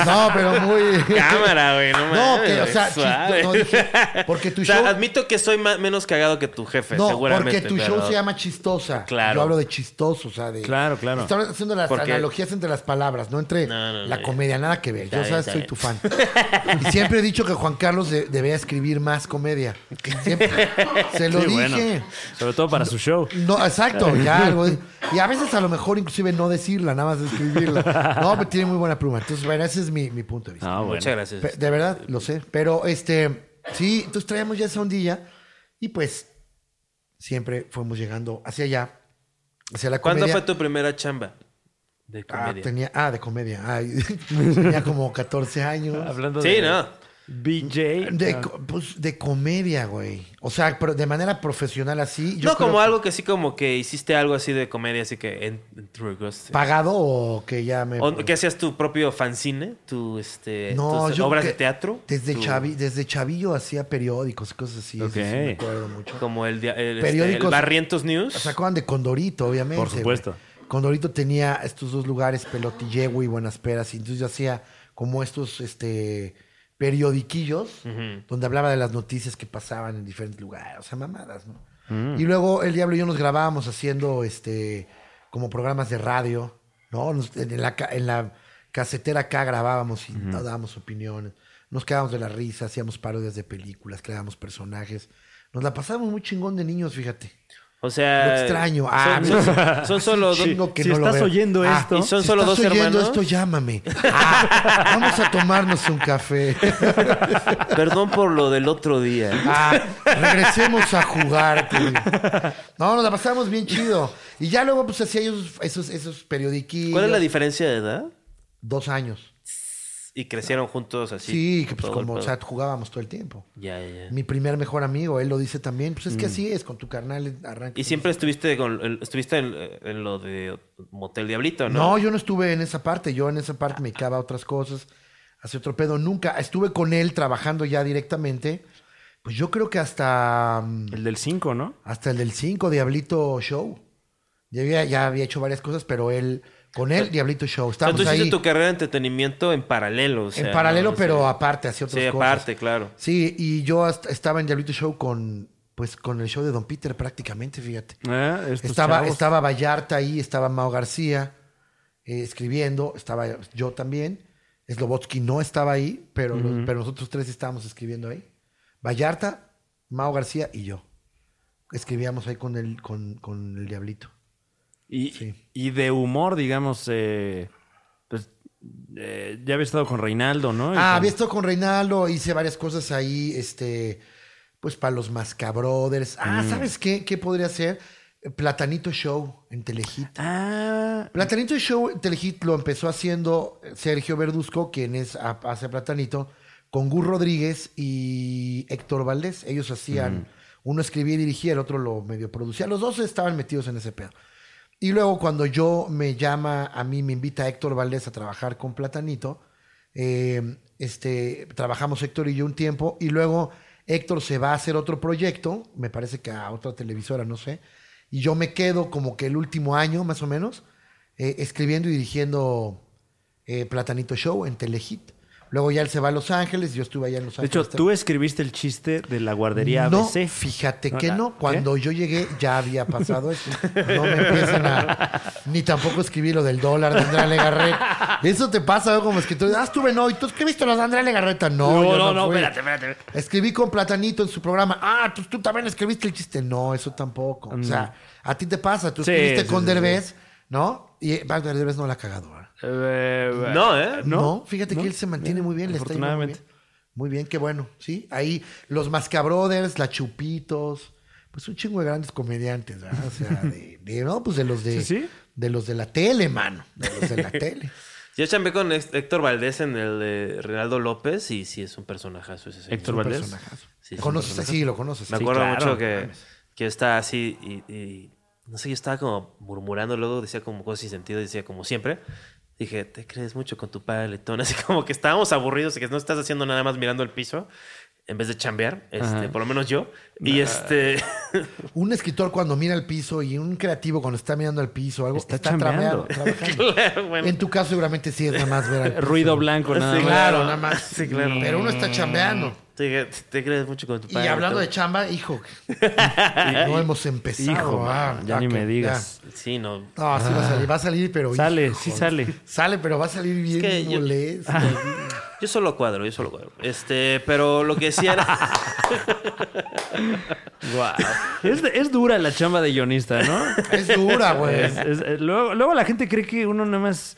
Speaker 1: no, pero muy. *laughs*
Speaker 2: Cámara, güey, no
Speaker 1: No,
Speaker 2: mames,
Speaker 1: que, o
Speaker 2: güey,
Speaker 1: sea,
Speaker 2: suave.
Speaker 1: chis- no, dije, porque tu
Speaker 2: *laughs* O sea,
Speaker 1: show.
Speaker 2: admito que soy ma- menos cagado que tu jefe,
Speaker 1: no,
Speaker 2: seguramente.
Speaker 1: porque tu
Speaker 2: pero-
Speaker 1: show se llama chistosa.
Speaker 2: Claro.
Speaker 1: Yo hablo de chistoso, o sea, de.
Speaker 3: Claro, claro.
Speaker 1: Están haciendo las
Speaker 2: Porque-
Speaker 1: analogías entre las palabras, no entre
Speaker 2: No, no, no,
Speaker 1: la
Speaker 2: ya.
Speaker 1: comedia, nada que ver.
Speaker 2: Está
Speaker 1: Yo,
Speaker 2: bien,
Speaker 1: sabes,
Speaker 2: está
Speaker 1: soy
Speaker 2: bien.
Speaker 1: tu fan.
Speaker 2: *laughs*
Speaker 1: Y siempre he dicho que Juan Carlos de- debía escribir más comedia. Siempre. Se lo
Speaker 3: Sí,
Speaker 1: dije.
Speaker 3: bueno. Sobre todo para su show.
Speaker 1: No,
Speaker 2: *laughs*
Speaker 1: exacto, ya algo. de- Y a veces a lo mejor inclusive no decirla, nada más escribirla. No, pero tiene muy buena pluma. Entonces, bueno, ese es mi, mi punto de vista.
Speaker 3: Ah, bueno.
Speaker 2: Muchas gracias.
Speaker 1: Pe- De verdad, lo sé. Pero este, sí, entonces traíamos ya esa ondilla y pues siempre fuimos llegando hacia allá, hacia la
Speaker 2: ¿Cuándo
Speaker 1: comedia.
Speaker 2: fue tu primera chamba de
Speaker 1: Ah,
Speaker 2: comedia?
Speaker 1: tenía, ah, de comedia. Ay, *laughs* tenía como 14
Speaker 2: *laughs*
Speaker 1: años.
Speaker 3: Hablando
Speaker 2: Sí,
Speaker 3: de
Speaker 2: ¿no?
Speaker 3: BJ.
Speaker 1: De, co- pues, de comedia, güey. O sea, pero de manera profesional así. yo
Speaker 2: no como
Speaker 1: creo que-
Speaker 2: algo que sí, como que hiciste algo así de comedia, así que... en- entregaste.
Speaker 1: ¿Pagado o que ya me...
Speaker 2: ¿O ¿Qué hacías tu propio fanzine? ¿Tu este,
Speaker 1: No,
Speaker 2: tus
Speaker 1: yo
Speaker 2: obras
Speaker 1: que-
Speaker 2: de teatro?
Speaker 1: Desde,
Speaker 2: Tu-
Speaker 1: chavi- desde chavillo hacía periódicos, cosas así. eso sí
Speaker 3: Ok.
Speaker 1: me acuerdo mucho.
Speaker 2: Como el, dia- el, este,
Speaker 1: Periódicos-
Speaker 2: el Barrientos News.
Speaker 1: ¿Se acuerdan de Condorito, obviamente?
Speaker 3: Por supuesto.
Speaker 1: güey? Condorito tenía estos dos lugares, Pelotillevo y Buenas Peras. Y entonces yo hacía como estos este, periodiquillos donde hablaba de las noticias que pasaban en diferentes lugares. O sea, mamadas, ¿no?
Speaker 3: Mm.
Speaker 1: Y luego el Diablo y yo nos grabábamos haciendo este como programas de radio, ¿no? Nos- en, la, ca- en la casetera acá grabábamos y nos dábamos opiniones. Nos quedábamos de la risa, hacíamos parodias de películas, creábamos personajes. Nos la pasábamos muy chingón de niños, fíjate.
Speaker 2: O sea.
Speaker 1: Lo extraño. Ah,
Speaker 2: son, son-
Speaker 1: *laughs*
Speaker 2: son solo dos.
Speaker 1: Chingo
Speaker 3: si
Speaker 1: lo
Speaker 3: estás
Speaker 1: veo. Ah,
Speaker 3: oyendo esto-
Speaker 2: Y son solo
Speaker 1: estás
Speaker 2: dos
Speaker 1: oyendo
Speaker 2: hermanos.
Speaker 1: esto, llámame. Ah, vamos a tomarnos un café.
Speaker 2: Perdón por lo del otro día.
Speaker 1: Ah, regresemos a jugar. tío. No, nos la pasamos bien chido. Y ya luego, pues, hacía ellos esos, esos periodiquillos.
Speaker 2: ¿Cuál es la diferencia de edad?
Speaker 1: Dos años.
Speaker 2: Y crecieron juntos así.
Speaker 1: Sí, que pues
Speaker 2: todo el
Speaker 1: como, o
Speaker 2: pedo.
Speaker 1: sea, jugábamos todo el tiempo.
Speaker 2: Ya, ya, ya.
Speaker 1: Mi primer mejor amigo, él lo dice también. Pues es que así es, con tu carnal arranca.
Speaker 2: Mm. Y siempre estuviste con el- estuviste en, en lo de Motel Diablito, ¿no?
Speaker 1: No, yo no estuve en esa parte. Yo en esa parte me dedicaba a otras cosas. Hace otro pedo. Nunca. Estuve con él trabajando ya directamente. Pues yo creo que hasta. mm,
Speaker 3: El del 5, ¿no?
Speaker 1: Hasta el del 5, Diablito Show. Ya había, ya había hecho varias cosas, pero él. Con él, Diablito Show.
Speaker 2: O sea,
Speaker 1: Estábamos
Speaker 2: tú hiciste
Speaker 1: ahí
Speaker 2: tu carrera de entretenimiento en paralelo. o sea,
Speaker 1: en paralelo,
Speaker 2: ¿no?
Speaker 1: pero
Speaker 2: Sí.
Speaker 1: aparte, hacía otras
Speaker 2: Sí,
Speaker 1: cosas.
Speaker 2: aparte, claro.
Speaker 1: Sí, y yo hasta- estaba en Diablito Show con. Pues con el show de Don Peter, prácticamente, fíjate.
Speaker 3: Ah, estos
Speaker 1: Estaba,
Speaker 3: chavos.
Speaker 1: estaba Vallarta ahí, estaba Mao García eh, escribiendo, estaba yo también. Slobotsky no estaba ahí, pero, los- pero nosotros tres estábamos escribiendo ahí. Vallarta, Mao García y yo. Escribíamos ahí con el, con, con el Diablito.
Speaker 3: Y,
Speaker 1: Sí.
Speaker 3: y de humor, digamos, eh, pues eh, ya había estado con Reinaldo, ¿no? Y
Speaker 1: Ah,
Speaker 3: con-
Speaker 1: había estado con Reinaldo, hice varias cosas ahí, este, pues para los Mascabrothers. Ah,
Speaker 3: Mm.
Speaker 1: ¿sabes qué? ¿Qué podría ser? Platanito Show en Telehit.
Speaker 3: Ah,
Speaker 1: Platanito Show Telehit lo empezó haciendo Sergio Verduzco, quien es a- hace Platanito, con Gus Rodríguez y Héctor Valdés. Ellos hacían, uno escribía y dirigía, el otro lo medio producía. Los dos estaban metidos en ese pedo. Y luego cuando yo me llama, a mí me invita Héctor Valdés a trabajar con Platanito, eh, este, trabajamos Héctor y yo un tiempo, y luego Héctor se va a hacer otro proyecto, me parece que a otra televisora, no sé, y yo me quedo como que el último año, más o menos, eh, escribiendo y dirigiendo eh, Platanito Show en Telehit. Luego ya él se va a Los Ángeles, yo estuve allá en Los
Speaker 3: de
Speaker 1: Ángeles.
Speaker 3: hecho, tú escribiste el chiste de la guardería
Speaker 1: No,
Speaker 3: ABC.
Speaker 1: fíjate
Speaker 3: No,
Speaker 1: que
Speaker 3: la-
Speaker 1: no.
Speaker 3: ¿qué?
Speaker 1: Cuando yo llegué ya había pasado eso. No me empiecen
Speaker 3: *laughs*
Speaker 1: a... Ni tampoco escribí lo del dólar de Andrea Legarreta. Eso te pasa ¿no? como escritor. Ah, estuve no. ¿Y tú escribiste los de Andrea Legarreta? No,
Speaker 3: No,
Speaker 1: yo
Speaker 3: no, no,
Speaker 1: fui.
Speaker 3: espérate, espérate.
Speaker 1: Escribí con Platanito en su programa. Ah, pues tú también escribiste el chiste. No, eso tampoco. O sea, a ti te pasa. Tú
Speaker 3: Mm. Sí,
Speaker 1: escribiste
Speaker 3: sí,
Speaker 1: con
Speaker 3: sí,
Speaker 1: Derbez, ¿no? Y eh, Derbez no la ha cagado, ¿verdad?
Speaker 3: Eh,
Speaker 2: No, ¿eh?
Speaker 1: No, fíjate que él se mantiene muy bien, le está yendo muy bien.
Speaker 3: afortunadamente.
Speaker 1: Muy bien, qué bueno, ¿sí? Ahí los Mascabrothers, la Chupitos, pues un chingo de grandes comediantes, ¿verdad? O sea, de, de- no, pues de los de,
Speaker 3: Sí, sí.
Speaker 1: de los de la tele, mano, de los
Speaker 3: *laughs*
Speaker 1: de la tele.
Speaker 2: Yo chambeé con Héctor Valdés en el de Reinaldo López y sí es un personajazo ese señor.
Speaker 3: Héctor
Speaker 1: Un
Speaker 3: Valdés.
Speaker 1: personajazo.
Speaker 2: Sí, sí,
Speaker 1: conoces así, lo conoces.
Speaker 2: Me
Speaker 1: sí.
Speaker 2: acuerdo
Speaker 3: claro,
Speaker 2: mucho
Speaker 3: no
Speaker 2: que, que yo estaba así y, y no sé, yo estaba como murmurando, luego decía como cosas sin sentido, decía como siempre. Dije, te crees mucho con tu paletón, *laughs* así como que estábamos aburridos y que no estás haciendo nada más mirando el piso en vez de chambear, este,
Speaker 3: Ajá.
Speaker 2: por lo menos yo. Y este, *laughs*
Speaker 1: Un escritor cuando mira al piso y un creativo cuando está mirando al piso, algo
Speaker 3: Está
Speaker 1: está,
Speaker 3: chambeando.
Speaker 1: trameado, trabajando.
Speaker 3: *laughs*
Speaker 2: claro, bueno.
Speaker 1: En tu caso seguramente sí es nada más ver al piso.
Speaker 3: eh, Ruido blanco, nada
Speaker 2: Sí,
Speaker 3: más.
Speaker 1: Claro, nada más.
Speaker 2: Sí, claro.
Speaker 1: Pero uno está chambeando.
Speaker 2: Dije, te crees mucho con tu
Speaker 1: Y
Speaker 2: paletón.
Speaker 1: hablando de chamba,
Speaker 3: *laughs*
Speaker 1: hijo, no hemos empezado.
Speaker 3: Hijo,
Speaker 1: ah,
Speaker 3: mano, ya
Speaker 1: ah,
Speaker 3: ni
Speaker 1: que-
Speaker 3: me digas. Ah.
Speaker 2: Sí, no.
Speaker 1: ya. No, sí va a salir, va a salir, pero.
Speaker 3: Sale,
Speaker 1: hijo,
Speaker 3: sí sale.
Speaker 1: Sale, pero va a salir bien
Speaker 2: que yo-
Speaker 3: *laughs*
Speaker 1: molesto.
Speaker 2: Yo solo cuadro, yo solo cuadro. Este, pero lo que sí era...
Speaker 3: Es, es dura la chamba de guionista, ¿no?
Speaker 1: Es dura, güey. *laughs*
Speaker 3: Es- es- eh, luego, luego la gente cree que uno nada más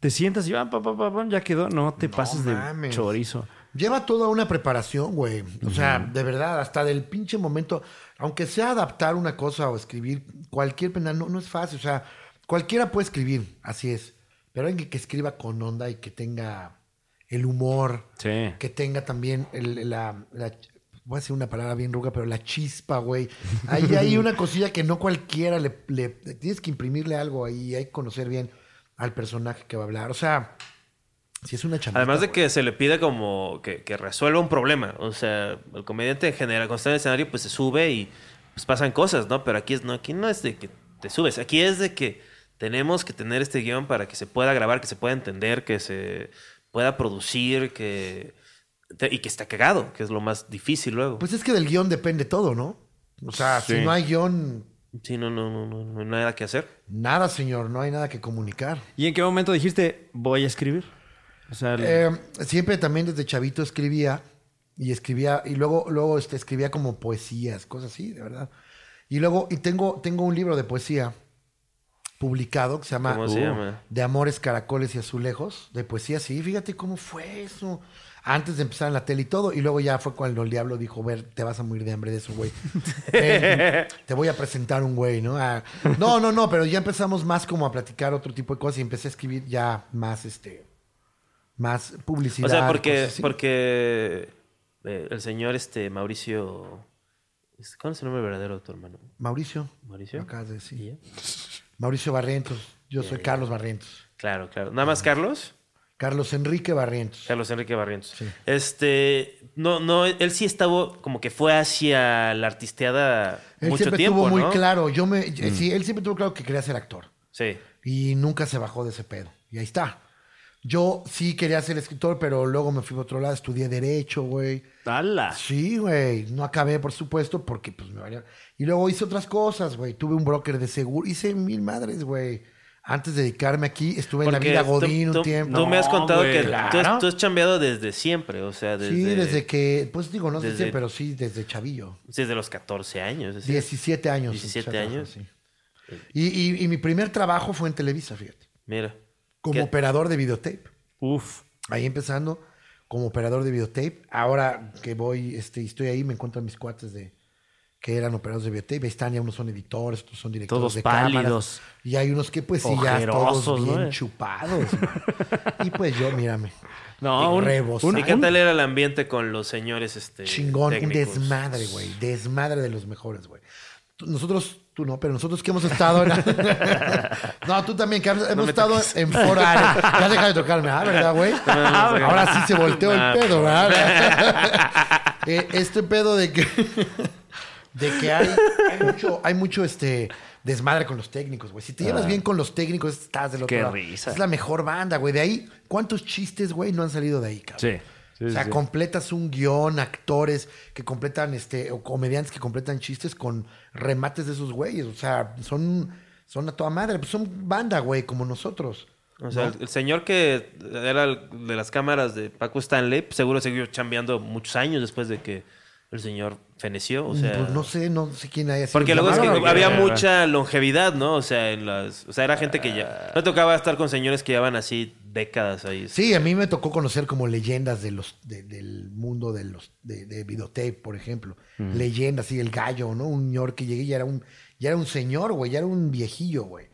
Speaker 3: te sientas y va, pa, pa, pa, pam, ya quedó. No te pases de
Speaker 1: mames.
Speaker 3: chorizo.
Speaker 1: Lleva toda una preparación, güey. O sea, de verdad, hasta del pinche momento, aunque sea adaptar una cosa o escribir cualquier penal, no, no es fácil. O sea, cualquiera puede escribir, así es. Pero alguien que escriba con onda y que tenga el humor,
Speaker 3: Sí.
Speaker 1: que tenga también el- la, la- Voy a decir una palabra bien ruga, pero la chispa, güey. Ahí
Speaker 2: *laughs*
Speaker 1: hay una cosilla que no cualquiera le, le- Tienes que imprimirle algo ahí, hay que conocer bien al personaje que va a hablar. O sea, si es una chamba.
Speaker 2: *laughs* Además de que se le pide como que, que resuelva un problema. O sea, el comediante genera, cuando está en el escenario, pues se sube y pues pasan cosas, ¿no? Pero aquí es, no, aquí no es de que te subes, aquí es de que tenemos que tener este guión para que se pueda grabar, que se pueda entender, que se pueda producir, que te- y que está cagado, que es lo más difícil luego.
Speaker 1: Pues es que del guión depende todo, ¿no? O sea, si no hay guión,
Speaker 2: sí, no, no, no, no, no hay nada que hacer.
Speaker 1: nada, señor, no hay nada que comunicar.
Speaker 3: ¿Y en qué momento dijiste, voy a escribir? O sea, el-
Speaker 1: Eh, siempre también desde chavito escribía y escribía y luego luego este, escribía como poesías, cosas así, de verdad. Y luego, y tengo, tengo un libro de poesía publicado que se llama, Uh,
Speaker 2: ¿Cómo se llama?
Speaker 1: De Amores, Caracoles y Azulejos, de poesía, sí, fíjate cómo fue eso. Antes de empezar en la tele y todo, y luego ya fue cuando el diablo dijo, ver, te vas a morir de hambre de eso, güey.
Speaker 2: *laughs*
Speaker 1: Ven, te voy a presentar un güey, ¿no? Ah, no, no, no, pero ya empezamos más como a platicar otro tipo de cosas y empecé a escribir ya más, este, más publicidad.
Speaker 2: O sea, porque,
Speaker 1: cosas así.
Speaker 2: porque eh, el señor este Mauricio. es- ¿Cuál es el nombre verdadero de tu hermano?
Speaker 1: Mauricio.
Speaker 2: Mauricio.
Speaker 1: Lo acabas de decir.
Speaker 2: ¿Y ya?
Speaker 1: Mauricio Barrientos. Yo soy Carlos Barrientos.
Speaker 2: Claro, claro. Nada
Speaker 1: Ah.
Speaker 2: más Carlos.
Speaker 1: Carlos Enrique Barrientos.
Speaker 2: Carlos Enrique Barrientos. Este, no, no, él sí estaba como que fue hacia la artisteada
Speaker 1: Él
Speaker 2: mucho
Speaker 1: siempre
Speaker 2: tiempo,
Speaker 1: tuvo muy
Speaker 2: ¿no? Mm.
Speaker 1: claro. Yo me, eh, sí, él siempre tuvo claro que quería ser actor.
Speaker 2: Sí.
Speaker 1: Y nunca se bajó de ese pedo. Y ahí está. Yo sí quería ser escritor, pero luego me fui a otro lado, estudié Derecho, güey.
Speaker 3: ¡Hala!
Speaker 1: Sí, güey. No acabé, por supuesto, porque pues me valía. Y luego hice otras cosas, güey. Tuve un broker de seguro. Hice mil madres, güey. Antes de dedicarme aquí, estuve en la
Speaker 2: Porque
Speaker 1: vida
Speaker 2: tú-
Speaker 1: Godín
Speaker 2: tú-
Speaker 1: un tiempo.
Speaker 2: Tú me has
Speaker 3: No,
Speaker 2: contado
Speaker 3: güey,
Speaker 2: que tú has- tú,
Speaker 1: claro.
Speaker 2: has, chambeado desde siempre, o sea, desde,
Speaker 1: sí, desde que, pues digo, no
Speaker 2: desde-
Speaker 1: sé, pero sí, desde chavillo.
Speaker 2: desde los 14 años. así.
Speaker 1: 17 años.
Speaker 2: 17
Speaker 1: empecé a trabajar,
Speaker 2: años.
Speaker 1: sí. Y, y- y mi primer trabajo fue en Televisa, fíjate.
Speaker 2: Mira.
Speaker 1: Como
Speaker 2: ¿Qué?
Speaker 1: operador de videotape.
Speaker 3: Uf.
Speaker 1: Ahí empezando como operador de videotape. Ahora que voy, este, y estoy ahí, me encuentro a mis cuates de que eran operadores de videotape. Ahí están, ya unos son editores, otros son directores
Speaker 3: Todos
Speaker 1: de
Speaker 3: pálidos.
Speaker 1: cámaras. Y hay unos que pues sí, ya todos
Speaker 3: Ojerosos, ¿no?
Speaker 1: bien chupados.
Speaker 3: *laughs*
Speaker 1: y pues yo, mírame.
Speaker 3: No, un,
Speaker 1: Rebos.
Speaker 3: un-
Speaker 2: ¿Y qué tal era el ambiente con los señores este
Speaker 1: chingón,
Speaker 2: técnicos?
Speaker 1: un desmadre, güey. Desmadre de los mejores, güey. Tú- Nosotros, tú no, pero nosotros que hemos estado en... no, tú también, que hemos
Speaker 2: me
Speaker 1: estado
Speaker 2: toques.
Speaker 1: en Fora Área. Ya deja de tocarme, ah, ¿verdad, güey? Ahora sí se volteó
Speaker 2: No.
Speaker 1: el pedo, ¿verdad? Eh, este pedo de que... de que hay, hay mucho, hay mucho este... Desmadre con los técnicos, güey. Si te llevas bien con los técnicos, estás del otro
Speaker 3: Qué
Speaker 1: lado.
Speaker 3: risa.
Speaker 1: Es la mejor banda, güey. De ahí, ¿cuántos chistes, güey, no han salido de ahí, cabrón?
Speaker 3: Sí, sí,
Speaker 1: o sea,
Speaker 3: sí.
Speaker 1: completas un guión, actores que completan, este, o comediantes que completan chistes con remates de esos güeyes. O sea, son, son a toda madre. Pues son banda, güey, como nosotros.
Speaker 2: O sea, el, el señor que era el de las cámaras de Paco Stanley, pues, seguro siguió chambeando muchos años después de que el señor feneció. O sea,
Speaker 1: pues no sé, no sé quién haya sido.
Speaker 2: Porque luego es que
Speaker 1: Llamaron, güey.
Speaker 2: había mucha longevidad, ¿no? O sea, en las, o sea, era gente que ya... No tocaba estar con señores que llevan así décadas ahí.
Speaker 1: Sí, a mí me tocó conocer como leyendas de los, de- del mundo de los de, de videotape, por ejemplo. Leyendas, sí, el gallo, ¿no? Un señor que llegué y ya era un, ya era un señor, güey, ya era un viejillo, güey.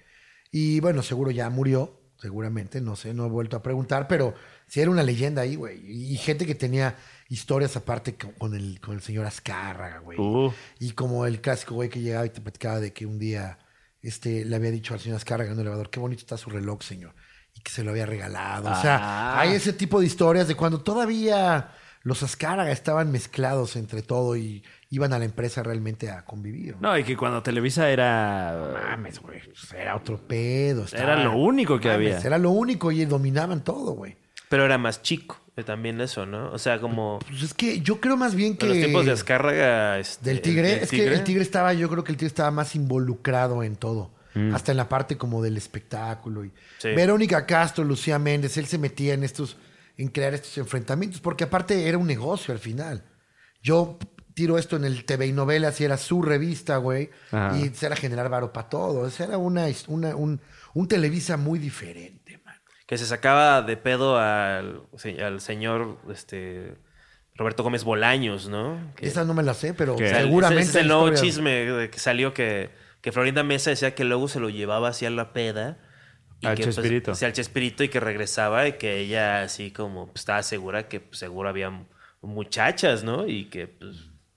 Speaker 1: Y bueno, seguro ya murió, seguramente, no sé, no he vuelto a preguntar, pero sí era una leyenda ahí, güey. Y, y gente que tenía historias aparte co- con el, con el señor Azcárraga, güey.
Speaker 3: Uh.
Speaker 1: Y como el clásico güey que llegaba y te platicaba de que un día este, le había dicho al señor Azcárraga en el elevador, qué bonito está su reloj, señor. Y que se lo había regalado. O sea, hay ese tipo de historias de cuando todavía los Azcárraga estaban mezclados entre todo y iban a la empresa realmente a convivir. No,
Speaker 3: No, y que cuando Televisa era...
Speaker 1: mames, güey. pues, Era otro pedo. estaba-
Speaker 3: Era lo único que
Speaker 1: mames,
Speaker 3: había.
Speaker 1: Era lo único y dominaban todo, güey.
Speaker 2: Pero era más chico eh, también eso, ¿no? O sea, como...
Speaker 1: Pues es que yo creo más bien que...
Speaker 2: en los tiempos de Azcárraga... este,
Speaker 1: Del tigre,
Speaker 2: del
Speaker 1: es que el tigre estaba, yo creo que el tigre estaba más involucrado en todo. Hasta en la parte como del espectáculo. Y
Speaker 2: Sí.
Speaker 1: Verónica Castro, Lucía Méndez, él se metía en estos, en crear estos enfrentamientos, porque aparte era un negocio al final. Yo tiro esto en el TV y novelas y era su revista, güey.
Speaker 3: Ajá.
Speaker 1: Y era generar varo para todo. O sea, era una, una- un, un Televisa muy diferente, man.
Speaker 2: Que se sacaba de pedo al, se- al señor este, Roberto Gómez Bolaños, ¿no? Que-
Speaker 1: Esa no me la sé, pero
Speaker 3: Que-
Speaker 2: o sea, el-
Speaker 1: seguramente.
Speaker 2: Ese es el
Speaker 1: hay
Speaker 2: nuevo
Speaker 1: historias.
Speaker 2: chisme de que salió que, que Florinda Mesa decía que luego se lo llevaba hacia la peda.
Speaker 3: Al
Speaker 2: que,
Speaker 3: Chespirito.
Speaker 2: Pues, sí, al Chespirito y que regresaba y que ella así como pues, estaba segura que pues, seguro había muchachas, ¿no? Y que pues,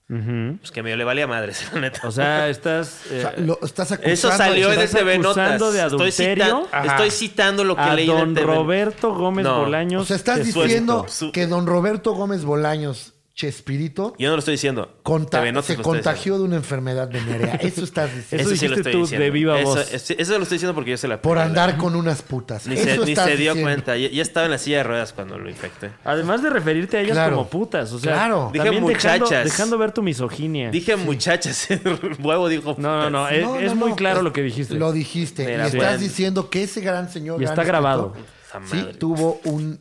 Speaker 2: pues, que medio le valía madres, *laughs* la neta.
Speaker 3: O sea, estás...
Speaker 1: O
Speaker 3: eh,
Speaker 1: sea, lo- estás acusando
Speaker 2: Eso
Speaker 1: a
Speaker 2: salió
Speaker 1: Chespirito.
Speaker 2: de
Speaker 3: estás
Speaker 2: TV Notas.
Speaker 3: acusando de
Speaker 2: estoy, cita-
Speaker 3: adulterio
Speaker 1: Ajá.
Speaker 2: estoy citando lo que
Speaker 3: a
Speaker 2: leí en
Speaker 3: don
Speaker 2: TV.
Speaker 3: Roberto Gómez
Speaker 2: No.
Speaker 3: Bolaños.
Speaker 1: O sea, estás
Speaker 3: Jesucristo.
Speaker 1: diciendo
Speaker 2: Su-
Speaker 1: que don Roberto Gómez Bolaños Chespirito
Speaker 2: Yo no lo estoy diciendo.
Speaker 1: conta-
Speaker 2: TV Notas
Speaker 1: se
Speaker 2: lo está diciendo.
Speaker 1: contagió de una enfermedad venérea. Eso
Speaker 2: *laughs*
Speaker 1: estás diciendo.
Speaker 3: Eso
Speaker 2: Eso sí lo
Speaker 3: dijiste
Speaker 2: estoy
Speaker 3: tú de
Speaker 2: diciendo.
Speaker 3: viva
Speaker 2: Eso-
Speaker 3: voz.
Speaker 2: es- Eso, lo estoy diciendo porque yo se la
Speaker 1: por
Speaker 2: la- *laughs*
Speaker 1: andar con unas putas.
Speaker 2: Ni se,
Speaker 1: Eso
Speaker 2: ni
Speaker 1: estás
Speaker 2: se dio
Speaker 1: diciendo.
Speaker 2: cuenta. Ya, ya estaba en la silla de ruedas cuando lo infecté.
Speaker 3: Además de referirte a ellas
Speaker 1: Claro.
Speaker 3: como putas, o sea,
Speaker 1: Claro.
Speaker 2: Dije
Speaker 3: también dejando,
Speaker 2: muchachas.
Speaker 3: dejando ver tu misoginia.
Speaker 2: Dije muchachas. *laughs* El huevo dijo.
Speaker 3: no, no, no,
Speaker 2: putas.
Speaker 3: es,
Speaker 1: No,
Speaker 3: es
Speaker 1: no,
Speaker 3: muy
Speaker 1: no.
Speaker 3: claro lo que dijiste.
Speaker 1: Lo dijiste.
Speaker 2: Mira,
Speaker 1: y estás
Speaker 2: bueno.
Speaker 1: diciendo que ese gran señor.
Speaker 3: Y
Speaker 1: gran
Speaker 3: está grabado.
Speaker 1: escritor,
Speaker 2: Esa
Speaker 1: Sí,
Speaker 2: madre.
Speaker 1: tuvo un.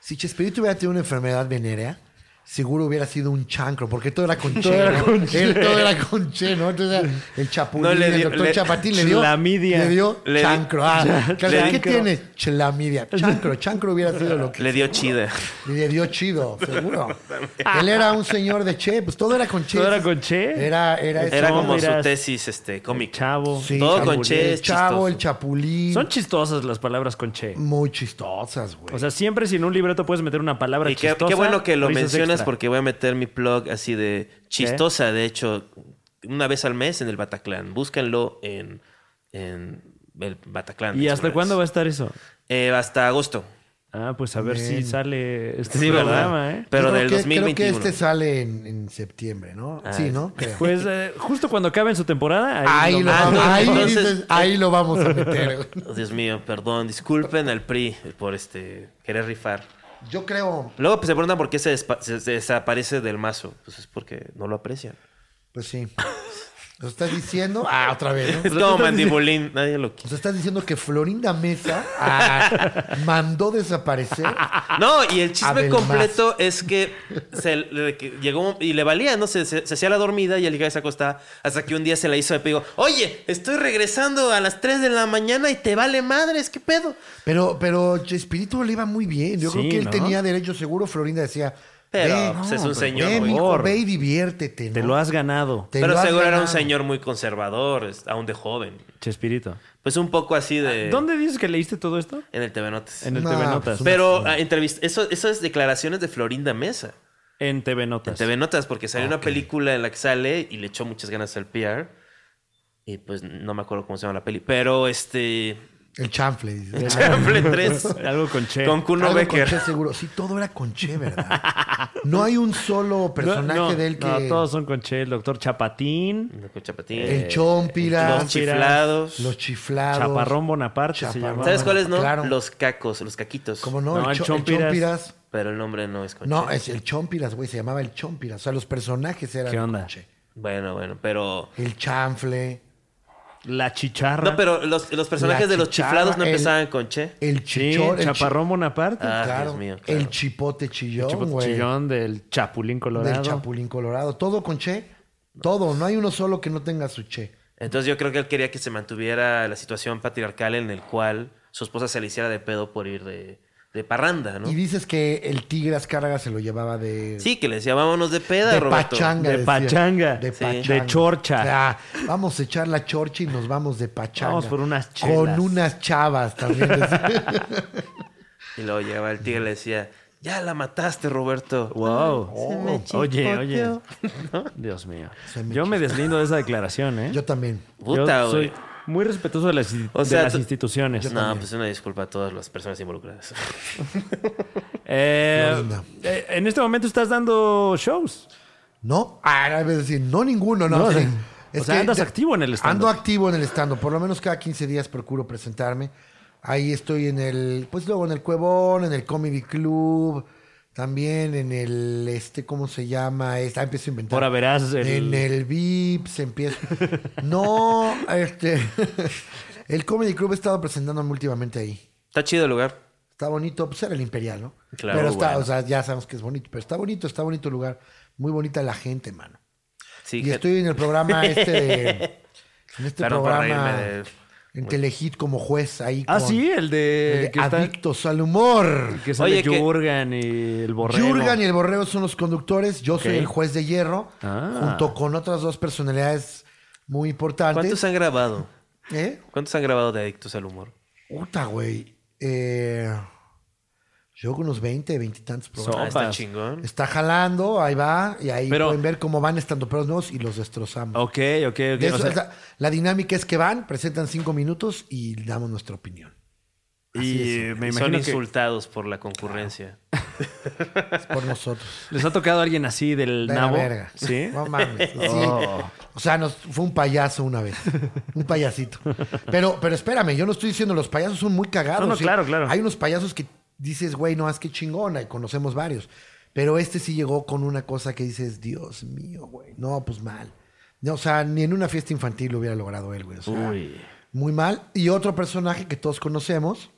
Speaker 1: Si Chespirito hubiera tenido una enfermedad venérea, seguro hubiera sido un chancro, porque todo era con che. ¿no? Él todo era con che, ¿no? Entonces, el chapulín,
Speaker 2: No, le
Speaker 1: el
Speaker 2: dio-
Speaker 1: doctor
Speaker 2: le-
Speaker 1: Chapatín le dio.
Speaker 3: Chlamidia.
Speaker 1: Le dio
Speaker 2: Le di-
Speaker 1: chancro. Ah, claro,
Speaker 2: le
Speaker 1: ¿Qué
Speaker 2: di-
Speaker 1: tienes? Chlamidia. Chancro. Chancro hubiera sido lo que.
Speaker 2: Le dio chida.
Speaker 1: Y le dio chido, seguro. Él era un señor de che, pues todo era con che.
Speaker 3: Todo era con che.
Speaker 1: Era, era, eso.
Speaker 2: Era como su
Speaker 3: miras.
Speaker 2: tesis este, cómica.
Speaker 3: Chavo.
Speaker 1: Sí,
Speaker 2: todo con
Speaker 1: chapulín.
Speaker 2: che es
Speaker 1: El chavo,
Speaker 2: chistoso.
Speaker 1: el chapulín.
Speaker 3: Son chistosas las palabras con che.
Speaker 1: muy chistosas, güey.
Speaker 3: O sea, siempre sin un libreto puedes meter una palabra
Speaker 2: Y qué,
Speaker 3: chistosa.
Speaker 2: qué bueno que lo
Speaker 3: risas
Speaker 2: mencionas
Speaker 3: extra. ¿Eh?
Speaker 2: porque voy a meter mi plug así de chistosa, de hecho, una vez al mes en el Bataclan. Búsquenlo en, en el Bataclan.
Speaker 3: ¿Y
Speaker 2: en
Speaker 3: hasta
Speaker 2: sus
Speaker 3: cuándo va a
Speaker 2: redes.
Speaker 3: estar eso?
Speaker 2: Eh, hasta agosto.
Speaker 3: Ah, pues a ver si sale este
Speaker 2: Sí, ¿verdad?
Speaker 3: programa, ¿eh?
Speaker 2: Pero
Speaker 1: Yo creo
Speaker 2: del
Speaker 1: que-
Speaker 2: 2021.
Speaker 1: Creo que este sale en, en septiembre, ¿no?
Speaker 2: Ah,
Speaker 1: sí, ¿no? Creo.
Speaker 3: Pues eh, justo cuando acabe en su temporada, ahí,
Speaker 1: Ahí
Speaker 3: lo-
Speaker 1: lo, vamos,
Speaker 2: Ah,
Speaker 1: ahí,
Speaker 2: entonces-
Speaker 1: dices, ahí lo vamos a meter.
Speaker 2: *laughs*
Speaker 1: güey.
Speaker 2: Oh, Dios mío, perdón, disculpen al PRI por este querer rifar.
Speaker 1: Yo creo,
Speaker 2: Luego pues, se preguntan por qué se, despa- se- se desaparece del mazo. Pues es porque no lo aprecian.
Speaker 1: pues sí. Nos estás diciendo, ah, otra vez,
Speaker 2: *laughs* Es *laughs*
Speaker 1: ¿no?
Speaker 2: como mandibulín, nadie lo quiere.
Speaker 1: Nos estás diciendo que Florinda Mesa ah, mandó desaparecer.
Speaker 2: No, y el
Speaker 1: A
Speaker 2: chisme
Speaker 1: ver,
Speaker 2: completo es que,
Speaker 1: *laughs*
Speaker 2: se le- que llegó y le valía, ¿no? Se, se- se hacía la dormida y el hija se acostaba hasta que un día se la hizo de pego. Oye, estoy regresando a las 3 de la mañana y te vale madres, ¿qué pedo?
Speaker 1: Pero, pero Chespirito le iba muy bien. Yo
Speaker 3: Sí,
Speaker 1: creo que él
Speaker 3: ¿no?
Speaker 1: tenía derecho seguro. Florinda decía,
Speaker 2: Pero,
Speaker 1: "Ve,
Speaker 2: pues, es un
Speaker 1: pero
Speaker 2: señor,
Speaker 1: Ve,
Speaker 2: güey.
Speaker 1: mijo, ve y diviértete.
Speaker 3: te
Speaker 1: ¿no?
Speaker 3: lo has ganado,
Speaker 1: Te
Speaker 2: Pero
Speaker 1: lo has
Speaker 2: seguro era un
Speaker 1: ganado".
Speaker 2: señor muy conservador, es- aún de joven.
Speaker 3: Chespirito.
Speaker 2: Pues un poco así de...
Speaker 3: ¿Dónde dices que leíste todo esto?
Speaker 2: En el TV Notas.
Speaker 3: En el
Speaker 1: No,
Speaker 3: TV Notas.
Speaker 1: pues,
Speaker 2: Pero ah, entrevist- eso, esas declaraciones de Florinda Mesa.
Speaker 3: En TV
Speaker 2: En
Speaker 3: Notas.
Speaker 2: TV Notas, porque
Speaker 1: Ah,
Speaker 2: salió una película en la que sale y le echó muchas ganas al PR. Y pues no me acuerdo cómo se llama la peli.
Speaker 1: *laughs*
Speaker 2: Pero este.
Speaker 1: El chanfle. dice.
Speaker 2: Chample 3.
Speaker 3: Algo con che.
Speaker 2: Con Kuno
Speaker 1: Algo con
Speaker 2: Becker.
Speaker 1: Che seguro. Sí, todo era con Che, ¿verdad? No hay un solo personaje
Speaker 3: No, no,
Speaker 1: de él que...
Speaker 3: no, todos son con che. El doctor Chapatín,
Speaker 2: Con Chapatín. Eh,
Speaker 1: El Chompira,
Speaker 2: Los chiflados.
Speaker 1: los chiflados.
Speaker 3: Chaparrón Bonaparte se
Speaker 1: Chaparrón.
Speaker 3: llamaba.
Speaker 2: ¿Sabes cuáles no?
Speaker 1: Claro.
Speaker 2: Los cacos, los caquitos.
Speaker 1: ¿Cómo no?
Speaker 3: No,
Speaker 1: el,
Speaker 3: el
Speaker 1: Cho- el
Speaker 3: Chompiras.
Speaker 1: Chompiras.
Speaker 2: Pero el nombre no es con
Speaker 1: No, eh.
Speaker 2: Che.
Speaker 1: es el Chompiras, güey. Se llamaba el Chompiras. O sea, los personajes eran
Speaker 3: ¿Qué
Speaker 1: con
Speaker 3: onda?
Speaker 1: Che.
Speaker 2: Bueno, bueno, pero.
Speaker 1: El chanfle,
Speaker 3: La chicharra.
Speaker 2: No, pero los, los personajes
Speaker 1: Ah. La
Speaker 2: de los
Speaker 1: chicharra,
Speaker 2: chiflados no
Speaker 1: el-
Speaker 2: empezaban con Che.
Speaker 1: el
Speaker 3: Sí,
Speaker 1: chichón. el chi-
Speaker 3: Chaparrón Bonaparte.
Speaker 2: Ah,
Speaker 1: claro,
Speaker 2: Dios mío, claro.
Speaker 1: El chipote
Speaker 3: el
Speaker 1: chillón,
Speaker 3: chipote
Speaker 1: güey.
Speaker 3: chillón del Chapulín Colorado.
Speaker 1: Del chapulín colorado. Todo con Che. Todo. No hay uno solo que no tenga su Che.
Speaker 2: Entonces yo creo que él quería que se mantuviera la situación patriarcal en el cual su esposa se le hiciera de pedo por ir de, de parranda, ¿no?
Speaker 1: Y dices que el Tigras Carga se lo llevaba de...
Speaker 2: Sí, que le decía, vámonos de peda,
Speaker 1: de
Speaker 2: Roberto.
Speaker 1: pachanga.
Speaker 3: De
Speaker 1: decía.
Speaker 3: pachanga.
Speaker 1: De
Speaker 3: Sí.
Speaker 1: pachanga.
Speaker 3: De chorcha.
Speaker 1: O sea, vamos a echar la chorcha y nos vamos de pachanga.
Speaker 3: Vamos por unas chelas.
Speaker 1: Con unas chavas también.
Speaker 3: *laughs*
Speaker 1: decía.
Speaker 2: Y luego llegaba el tigre y le decía, ya la mataste, Roberto.
Speaker 3: Wow.
Speaker 2: Se me chispoteó.
Speaker 3: Oh, Oye, oye. Dios mío.
Speaker 1: Se me
Speaker 3: Yo me deslindo de esa declaración, ¿eh?
Speaker 1: Yo también.
Speaker 2: Puta,
Speaker 3: Yo soy
Speaker 2: güey.
Speaker 3: muy respetuoso de las, de
Speaker 2: O sea,
Speaker 3: las
Speaker 2: tú-
Speaker 3: instituciones.
Speaker 2: No, pues una disculpa a todas las personas involucradas. *laughs*
Speaker 3: Eh,
Speaker 1: Florinda.
Speaker 3: eh, en este momento estás dando shows.
Speaker 1: No, ahora voy a decir, no ninguno, no.
Speaker 3: No,
Speaker 1: sí.
Speaker 3: o sea, o sea, andas
Speaker 1: de-
Speaker 3: activo en el
Speaker 1: Ando
Speaker 3: stand-up.
Speaker 1: activo en el estando. Por lo menos cada 15 días procuro presentarme. Ahí estoy en el, pues luego en el Cuevón, en el Comedy Club, también en el, este, ¿cómo se llama? Esta, empiezo a inventar.
Speaker 3: Ahora verás
Speaker 1: En
Speaker 3: el-
Speaker 1: el Vips,
Speaker 3: *laughs*
Speaker 1: empiezo. no, este, *laughs* el Comedy Club he estado presentándome últimamente ahí.
Speaker 2: Está chido el lugar.
Speaker 1: Está bonito, pues era el Imperial, ¿no?
Speaker 2: Claro,
Speaker 1: Pero está,
Speaker 2: bueno.
Speaker 1: o sea, ya sabemos que es bonito, pero está bonito, está bonito el lugar. Muy bonita la gente, mano.
Speaker 2: Sí,
Speaker 1: Y
Speaker 2: que-
Speaker 1: estoy en el programa este
Speaker 3: *laughs*
Speaker 1: de- En este
Speaker 2: Perdón por
Speaker 1: programa.
Speaker 2: reírme de-
Speaker 1: En Telehit como juez ahí.
Speaker 3: Ah,
Speaker 1: con-
Speaker 3: sí, el de.
Speaker 1: de
Speaker 3: que está-
Speaker 1: adictos al humor.
Speaker 3: que sale
Speaker 2: Oye, que-
Speaker 3: Jurgen y el borrego.
Speaker 1: Jurgen y el Borrego son los conductores. Yo
Speaker 3: Ok.
Speaker 1: soy el juez de hierro.
Speaker 3: Ah.
Speaker 1: Junto con otras dos personalidades muy importantes.
Speaker 2: ¿Cuántos han grabado?
Speaker 1: ¿Eh?
Speaker 2: ¿Cuántos han grabado de Adictos al Humor?
Speaker 1: Puta, güey. Eh, yo con unos 20, 20 y tantos programas.
Speaker 2: Ah, está
Speaker 3: Opas.
Speaker 2: chingón.
Speaker 1: Está jalando, ahí va, y ahí
Speaker 3: Pero-
Speaker 1: pueden ver cómo van estando peros nuevos y los destrozamos.
Speaker 3: Ok, ok, ok.
Speaker 1: De eso,
Speaker 3: o sea,
Speaker 1: o sea, la dinámica es que van, presentan cinco minutos y damos nuestra opinión.
Speaker 3: y Este, me
Speaker 2: Y
Speaker 3: imagino
Speaker 2: son
Speaker 3: que
Speaker 2: insultados por la concurrencia.
Speaker 1: Es
Speaker 3: *laughs*
Speaker 1: por nosotros.
Speaker 3: les ha tocado a alguien así del
Speaker 1: De la
Speaker 3: nabo.
Speaker 1: verga. *laughs*
Speaker 3: Sí.
Speaker 1: No mames. sí. O sea, nos, fue un payaso una vez. Un payasito. Pero, pero espérame, yo no estoy diciendo, los payasos son muy cagados.
Speaker 3: No, no, claro, claro.
Speaker 1: Hay unos payasos que dices, güey, no, haz que chingona, y conocemos varios. Pero este sí llegó con una cosa que dices, Dios mío, güey. No, pues mal. No, o sea, ni en una fiesta infantil lo hubiera logrado él, güey. O sea,
Speaker 3: Uy.
Speaker 1: Muy mal. Y otro personaje que todos conocemos,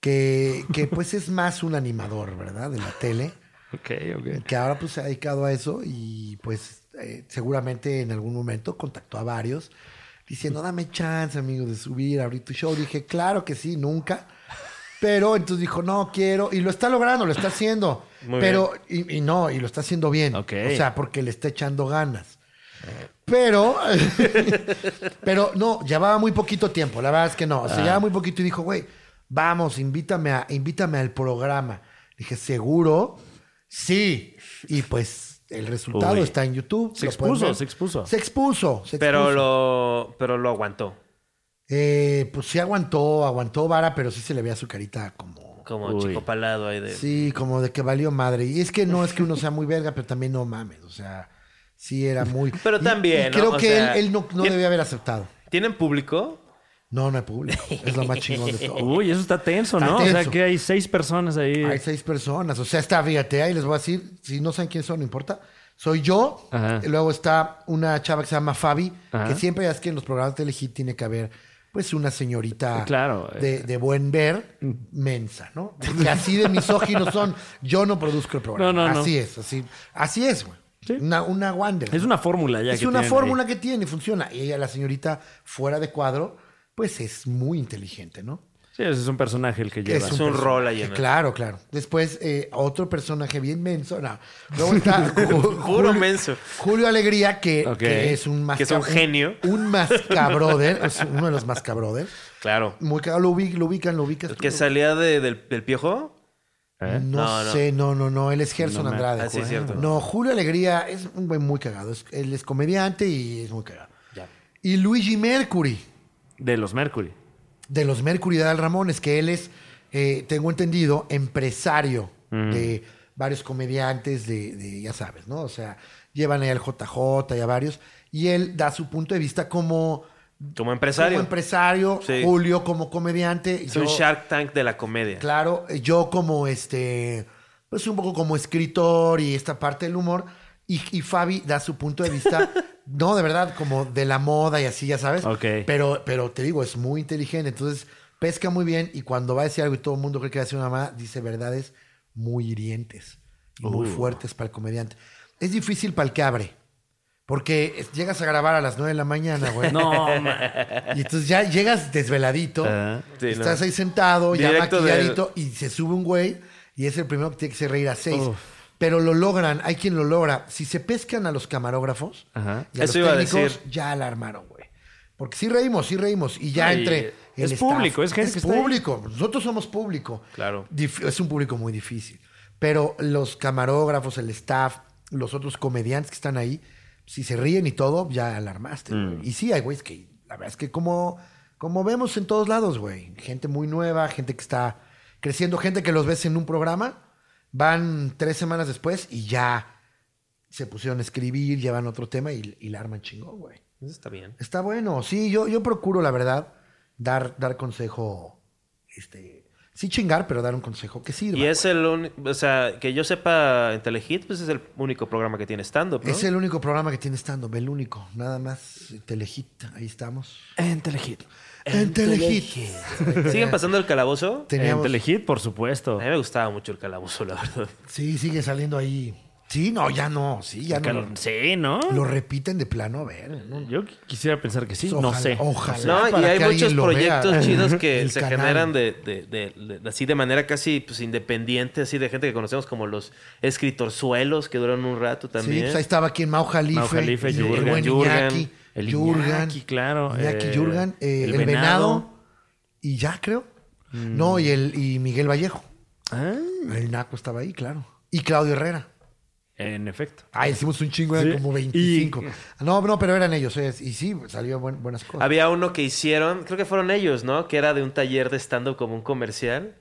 Speaker 1: que, que pues es más un animador, ¿verdad? De la tele.
Speaker 3: Ok, ok.
Speaker 1: que ahora pues se ha dedicado a eso y pues eh, seguramente en algún momento contactó a varios diciendo, dame chance, amigos, de subir, abrir tu show. Dije, claro que sí, nunca. Pero entonces dijo, no quiero. Y lo está logrando, lo está haciendo.
Speaker 2: Muy
Speaker 1: pero, y, y no, y lo está haciendo bien.
Speaker 3: Ok.
Speaker 1: O sea, porque le está echando ganas. Pero, *laughs* pero no, llevaba muy poquito tiempo, la verdad es que no.
Speaker 2: Ah.
Speaker 1: O sea, llevaba muy poquito y dijo, güey, vamos, invítame, a, invítame al programa. Dije, ¿seguro? Sí. Y pues el resultado
Speaker 3: Uy.
Speaker 1: está en YouTube.
Speaker 3: Se
Speaker 1: lo pueden
Speaker 3: expuso,
Speaker 1: ver.
Speaker 3: se expuso.
Speaker 1: Se expuso, se
Speaker 2: Pero
Speaker 1: expuso.
Speaker 2: lo, pero lo aguantó.
Speaker 1: Eh, pues sí aguantó, aguantó vara, pero sí se le veía su carita como...
Speaker 2: Como
Speaker 3: Uy.
Speaker 2: chico palado ahí de.
Speaker 1: Sí, como de que valió madre. Y es que no es que uno sea muy verga, pero también no mames, o sea... Sí, era muy...
Speaker 2: Pero
Speaker 1: Y- y
Speaker 2: también, ¿no?
Speaker 1: creo
Speaker 2: O
Speaker 1: que
Speaker 2: sea,
Speaker 1: él, él no, no
Speaker 2: ¿quién-
Speaker 1: debía haber aceptado.
Speaker 2: ¿Tienen público?
Speaker 1: No, no hay público. Es lo
Speaker 2: *laughs*
Speaker 1: más chingón de todo.
Speaker 3: Uy, eso está tenso,
Speaker 1: Está
Speaker 3: ¿no? O sea,
Speaker 1: tenso.
Speaker 3: que hay seis personas ahí.
Speaker 1: Hay seis personas. O sea, está, fíjate, ahí les voy a decir, si no saben quién son, no importa. Soy yo.
Speaker 3: Ajá.
Speaker 1: y Luego está una chava que se llama Fabi,
Speaker 3: Ajá.
Speaker 1: que siempre ya es que en los programas de elegir tiene que haber, pues, una señorita
Speaker 3: Claro, eh. Mm.
Speaker 1: de, de buen ver, mensa, ¿no? Porque así de misóginos son. Yo no produzco el programa.
Speaker 3: No, no, no.
Speaker 1: así es, así, así es, güey.
Speaker 3: Sí.
Speaker 1: Una, una Wander.
Speaker 3: Es una fórmula ya.
Speaker 1: Es
Speaker 3: que
Speaker 1: una
Speaker 3: tienen
Speaker 1: fórmula
Speaker 3: ahí.
Speaker 1: que tiene y funciona. Y ella, la señorita fuera de cuadro, pues es muy inteligente, ¿no?
Speaker 3: Sí, ese es un personaje el que
Speaker 1: Que
Speaker 3: lleva.
Speaker 2: un- rol ahí en el-
Speaker 1: Claro, claro. Después, eh, otro personaje bien menso. No. Luego
Speaker 2: *laughs*
Speaker 1: está Ju-
Speaker 2: Puro
Speaker 1: Julio-
Speaker 2: menso.
Speaker 1: Julio Alegría, que,
Speaker 3: Ok.
Speaker 1: que es un masca-
Speaker 2: Que es un
Speaker 1: un-
Speaker 2: genio.
Speaker 1: Un, mascabrother. es uno de los mascabrothers.
Speaker 2: Claro.
Speaker 1: Muy cagado. Lo, ubi- lo ubican, lo ubican.
Speaker 2: ¿El que salía de- del, del piojo?
Speaker 3: ¿Eh?
Speaker 1: No,
Speaker 2: No, no.
Speaker 1: sé, no, no, no. Él es Gerson
Speaker 3: No me-
Speaker 1: Andrade.
Speaker 2: Ah, sí, es cierto.
Speaker 1: No, Julio Alegría es un güey muy cagado. Es- él es comediante y es muy cagado. Y Luigi Mercury.
Speaker 3: De los Mercury.
Speaker 1: de los Mercury Dal Ramones, que él es, eh, tengo entendido, empresario de varios comediantes, de, de, ya sabes, ¿no? O sea, llevan ahí al JJ y a varios, y él da su punto de vista como,
Speaker 2: Como empresario.
Speaker 1: como empresario,
Speaker 2: Sí.
Speaker 1: Julio como comediante.
Speaker 2: Es un
Speaker 1: yo-
Speaker 2: Shark Tank de la comedia.
Speaker 1: Claro, eh, yo como este, pues un poco como escritor y esta parte del humor. Y, y Fabi da su punto de
Speaker 3: *laughs*
Speaker 1: vista, no, de verdad, como de la moda y así, ya sabes.
Speaker 3: Ok.
Speaker 1: Pero, pero te digo, es muy inteligente. Entonces, pesca muy bien y cuando va a decir algo y todo el mundo cree que va a decir una mamá, dice verdades muy hirientes y
Speaker 3: Uh.
Speaker 1: muy fuertes para el comediante. Es difícil para el que abre. Porque es- llegas a grabar a las 9 de la mañana, güey. *laughs*
Speaker 3: *laughs* No, ma-
Speaker 1: Y entonces ya llegas desveladito,
Speaker 3: Ajá.
Speaker 2: Sí,
Speaker 1: estás
Speaker 2: no.
Speaker 1: ahí sentado,
Speaker 2: Directo
Speaker 1: ya maquilladito, y se sube un güey, y es el primero que tiene que se reír a seis.
Speaker 3: Uf.
Speaker 1: Pero lo logran, hay quien lo logra. Si se pescan a los camarógrafos
Speaker 3: Ajá.
Speaker 1: y a
Speaker 2: Eso
Speaker 1: los
Speaker 2: iba a
Speaker 1: técnicos,
Speaker 2: decir.
Speaker 1: ya la armaron, güey. Porque sí reímos, sí reímos. Y ya
Speaker 3: Ay,
Speaker 1: entre. el
Speaker 3: es
Speaker 1: staff,
Speaker 3: público, es gente que está ahí.
Speaker 1: público. Nosotros somos público.
Speaker 2: Claro.
Speaker 1: Dif- es un público muy difícil. Pero los camarógrafos, el staff, los otros comediantes que están ahí, si se ríen y todo, ya alarmaste. güey. Y sí, hay güeyes que, la verdad es que como, como vemos en todos lados, güey, gente muy nueva, gente que está creciendo, gente que los ves en un programa, van tres semanas después y ya se pusieron a escribir, llevan otro tema y, y la arman chingón, güey.
Speaker 2: Eso está bien.
Speaker 1: Está bueno, sí, yo, yo procuro, la verdad, dar, dar consejo, este, sí chingar, pero dar un consejo que sirva.
Speaker 2: Y es el único, o sea, que yo sepa, en Telehit, pues es el único programa que tiene stand-up, ¿no?
Speaker 1: Es el único programa que tiene stand-up, el único. Nada más, eh, Telehit, ahí estamos.
Speaker 3: En Telehit.
Speaker 1: En Telehit.
Speaker 2: *laughs* ¿Siguen pasando el calabozo?
Speaker 3: En
Speaker 1: Teníamos- Eh,
Speaker 3: Telehit, por supuesto.
Speaker 2: A mí me gustaba mucho el calabozo, la verdad.
Speaker 1: sí, sigue saliendo ahí. Sí, no, ya no, sí, ya no.
Speaker 3: Sí, ¿no?
Speaker 1: Lo repiten de plano, a ver. no, no.
Speaker 3: Yo qu- quisiera pensar que sí, no
Speaker 1: Ojalá,
Speaker 3: sé.
Speaker 1: Ojalá.
Speaker 2: No, y
Speaker 1: para
Speaker 2: hay
Speaker 1: que alguien
Speaker 2: muchos
Speaker 1: lo vea.
Speaker 2: proyectos chidos que
Speaker 1: El
Speaker 2: se
Speaker 1: canal.
Speaker 2: generan de, de- de- de- así de manera casi pues, independiente, así de gente que conocemos como los escritorzuelos que duran un rato
Speaker 1: Sí,
Speaker 2: también.
Speaker 1: pues ahí estaba aquí en Mau Jalife.
Speaker 3: Mau Jalife,
Speaker 1: y el
Speaker 3: Yurgen,
Speaker 1: buen
Speaker 2: Yurgen,
Speaker 1: Iñaki,
Speaker 3: el
Speaker 1: Yurgen,
Speaker 3: Iñaki, claro,
Speaker 1: Iñaki,
Speaker 3: eh,
Speaker 1: Yurgen, eh,
Speaker 3: el
Speaker 1: el, venado.
Speaker 3: Venado.
Speaker 1: y ya creo. No, y el y Miguel Vallejo.
Speaker 3: Ah,
Speaker 1: El Naco estaba ahí, claro. Y Claudio Herrera.
Speaker 3: en efecto.
Speaker 1: Ah, hicimos un chingo, eran
Speaker 3: Sí,
Speaker 1: como
Speaker 3: y-
Speaker 1: 25. No, no, pero eran ellos. es- Y sí, salió buen- buenas cosas.
Speaker 2: Había uno que hicieron, creo que fueron ellos, ¿no? Que era de un taller de stand-up como un comercial.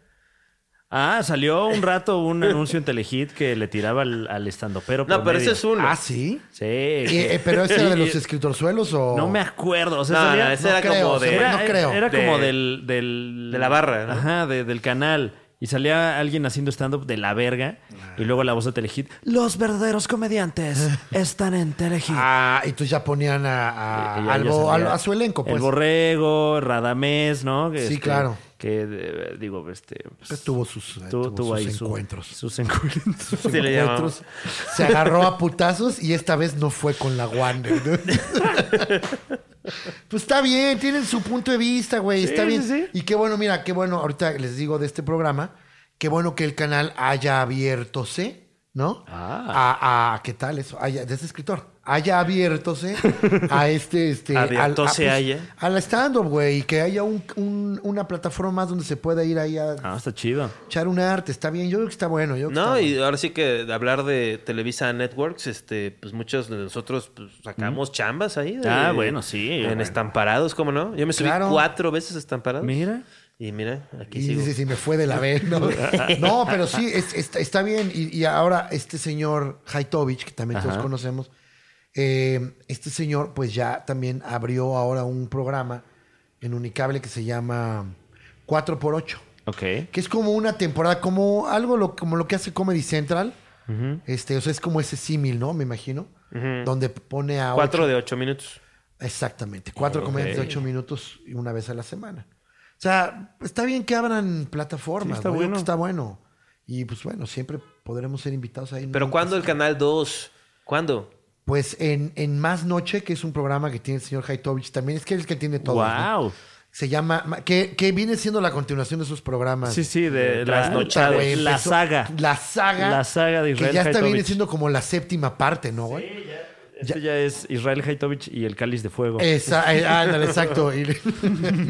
Speaker 3: Ah, salió un rato un anuncio en Telehit que le tiraba al, al estandopero.
Speaker 2: No, pero ese
Speaker 3: promedio.
Speaker 2: es uno.
Speaker 1: Ah, sí.
Speaker 3: Sí.
Speaker 1: Eh, eh, pero ese
Speaker 3: *laughs*
Speaker 1: era de
Speaker 3: Y-
Speaker 1: los
Speaker 3: y-
Speaker 1: escritorzuelos o.
Speaker 3: No me acuerdo. O sea,
Speaker 2: No, no,
Speaker 3: salía-
Speaker 2: ese
Speaker 1: no
Speaker 2: era
Speaker 1: creo,
Speaker 2: como
Speaker 1: ese
Speaker 2: de...
Speaker 1: era-
Speaker 3: Era,
Speaker 1: no creo.
Speaker 3: Eh, era
Speaker 2: De-
Speaker 3: como del, del-
Speaker 2: de la barra, ¿no?
Speaker 3: Ajá, de- del canal. Y salía alguien haciendo stand-up de la verga. Y luego la voz de Telehit. Los
Speaker 1: *laughs*
Speaker 3: verdaderos comediantes están en Telehit.
Speaker 1: Ah, y tú ya ponían a, a,
Speaker 3: Y- y Eh, ya-
Speaker 1: al
Speaker 3: ya
Speaker 1: bo-
Speaker 3: salía
Speaker 1: al- a su elenco, pues.
Speaker 3: El Borrego, Radamés, ¿no? Que,
Speaker 1: Sí, claro.
Speaker 3: Que, que de- digo, este... pues,
Speaker 1: Pues tuvo sus,
Speaker 3: tu-
Speaker 1: tuvo
Speaker 3: tuvo
Speaker 1: sus
Speaker 3: ahí su-
Speaker 1: encuentros.
Speaker 3: sus encuentros.
Speaker 1: *laughs* Sus
Speaker 2: Sí, le
Speaker 1: encuentros. Se agarró a putazos y esta vez no fue con la Wander. ¿no?
Speaker 3: *laughs*
Speaker 1: pues está bien, tienen su punto de vista, güey.
Speaker 3: Sí,
Speaker 1: está
Speaker 3: sí,
Speaker 1: bien.
Speaker 3: sí.
Speaker 1: Y qué bueno, mira, qué bueno, ahorita les digo de este programa, qué bueno que el canal haya abiertose, ¿no?
Speaker 3: Ah.
Speaker 1: A, a- ¿qué tal eso? Haya- de ese escritor. Haya abiertose a este,
Speaker 3: *laughs*
Speaker 1: este. al-
Speaker 2: Abiertose
Speaker 1: a,
Speaker 2: haya.
Speaker 1: A la stand-up, güey. Y que haya un- un- una plataforma más donde se pueda ir ahí a
Speaker 3: Ah, está chido.
Speaker 1: echar un arte. Está bien, yo creo que está bueno. Yo creo que
Speaker 2: No,
Speaker 1: está
Speaker 2: y ahora sí que de hablar de Televisa Networks, este, pues muchos de nosotros pues, sacamos chambas ahí. de-
Speaker 3: Ah, bueno, sí,
Speaker 2: En
Speaker 3: bueno.
Speaker 2: estamparados, ¿cómo no? Yo me subí
Speaker 1: Claro.
Speaker 2: cuatro veces a estamparados.
Speaker 3: Mira.
Speaker 2: Y mira, aquí
Speaker 1: Y
Speaker 2: sigo.
Speaker 1: dice, si me fue de la vez,
Speaker 2: *laughs*
Speaker 1: ¿no? No, pero sí, es- está, está bien. Y, y ahora este señor Haitovich, que también todos
Speaker 3: Ajá.
Speaker 1: conocemos, eh, este señor pues ya también abrió ahora un programa en Unicable que se llama 4x8,
Speaker 3: Ok.
Speaker 1: que es como una temporada, como algo lo, como lo que hace Comedy Central. este, o sea, es como ese símil, ¿no? Me imagino. Donde pone a... Ah,
Speaker 2: Cuatro
Speaker 1: ocho-
Speaker 2: de ocho minutos.
Speaker 1: Exactamente. Cuatro
Speaker 3: Ok.
Speaker 1: comediantes de ocho minutos y una vez a la semana. O sea, está bien que abran plataformas.
Speaker 3: Sí, está
Speaker 1: ¿no? Yo creo que
Speaker 3: bueno.
Speaker 1: está bueno. Y pues bueno, siempre podremos ser invitados ahí.
Speaker 2: Pero
Speaker 1: Nunca
Speaker 2: ¿cuándo el
Speaker 1: se-
Speaker 2: canal 2? ¿Cuándo?
Speaker 1: Pues en, en Más Noche, que es un programa que tiene el señor Haitovich, también es que es el que tiene todo. ¿no?
Speaker 3: wow.
Speaker 1: Se llama, ma- que, que viene siendo la continuación de sus programas.
Speaker 3: Sí, sí, de la,
Speaker 1: Puta,
Speaker 3: la-
Speaker 1: güey,
Speaker 3: la
Speaker 1: empezó-
Speaker 3: saga.
Speaker 1: La saga.
Speaker 3: La saga de Israel
Speaker 1: Que ya está viene
Speaker 3: Haitovich.
Speaker 1: siendo como la séptima parte, ¿no, güey?
Speaker 3: Este ya es Israel Haitovich y el Cáliz de Fuego.
Speaker 1: Esa- eh, ándale, exacto. Y- *laughs*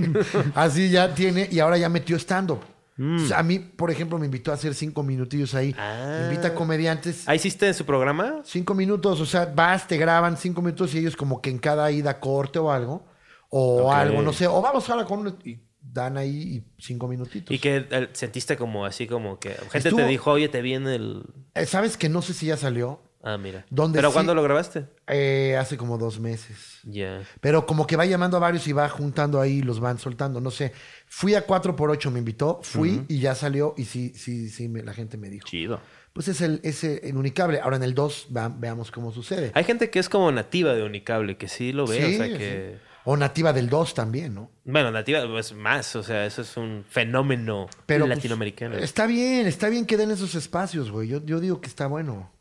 Speaker 1: así ya tiene, y ahora ya metió stand-up. O sea, A mí, por ejemplo, me invitó a hacer cinco minutillos ahí.
Speaker 2: Mm. Ah.
Speaker 1: Me Invita a comediantes.
Speaker 2: ¿Ahí hiciste en su programa?
Speaker 1: Cinco minutos, o sea, vas, te graban cinco minutos y ellos como que en cada ida corte o algo. O
Speaker 3: Ok.
Speaker 1: algo, no sé. O vamos ahora con... un- Y dan ahí y cinco minutitos.
Speaker 2: Y que eh, sentiste como así como que gente
Speaker 1: Estuvo-
Speaker 2: te dijo, oye, te vi en el...
Speaker 1: Eh, ¿Sabes que no sé si ya salió?
Speaker 2: Ah, mira.
Speaker 1: Donde
Speaker 2: ¿Pero
Speaker 1: sí-
Speaker 2: cuándo lo grabaste?
Speaker 1: Eh, hace como dos meses.
Speaker 2: Ya.
Speaker 1: Pero como que va llamando a varios y va juntando ahí, los van soltando, no sé. Fui a 4x8, me invitó, fui y ya salió y sí, sí, sí, me- la gente me dijo.
Speaker 3: Chido.
Speaker 1: Pues es el, ese el unicable. Ahora en el 2 va- veamos cómo sucede.
Speaker 2: Hay gente que es como nativa de Unicable, que sí lo ve,
Speaker 1: Sí,
Speaker 2: o sea
Speaker 1: sí.
Speaker 2: que...
Speaker 1: O nativa del 2 también, ¿no?
Speaker 2: Bueno, nativa es más, o sea, eso es un fenómeno
Speaker 1: Pero pues,
Speaker 2: latinoamericano.
Speaker 1: está bien, está bien que den esos espacios, güey. Yo, yo digo que está bueno.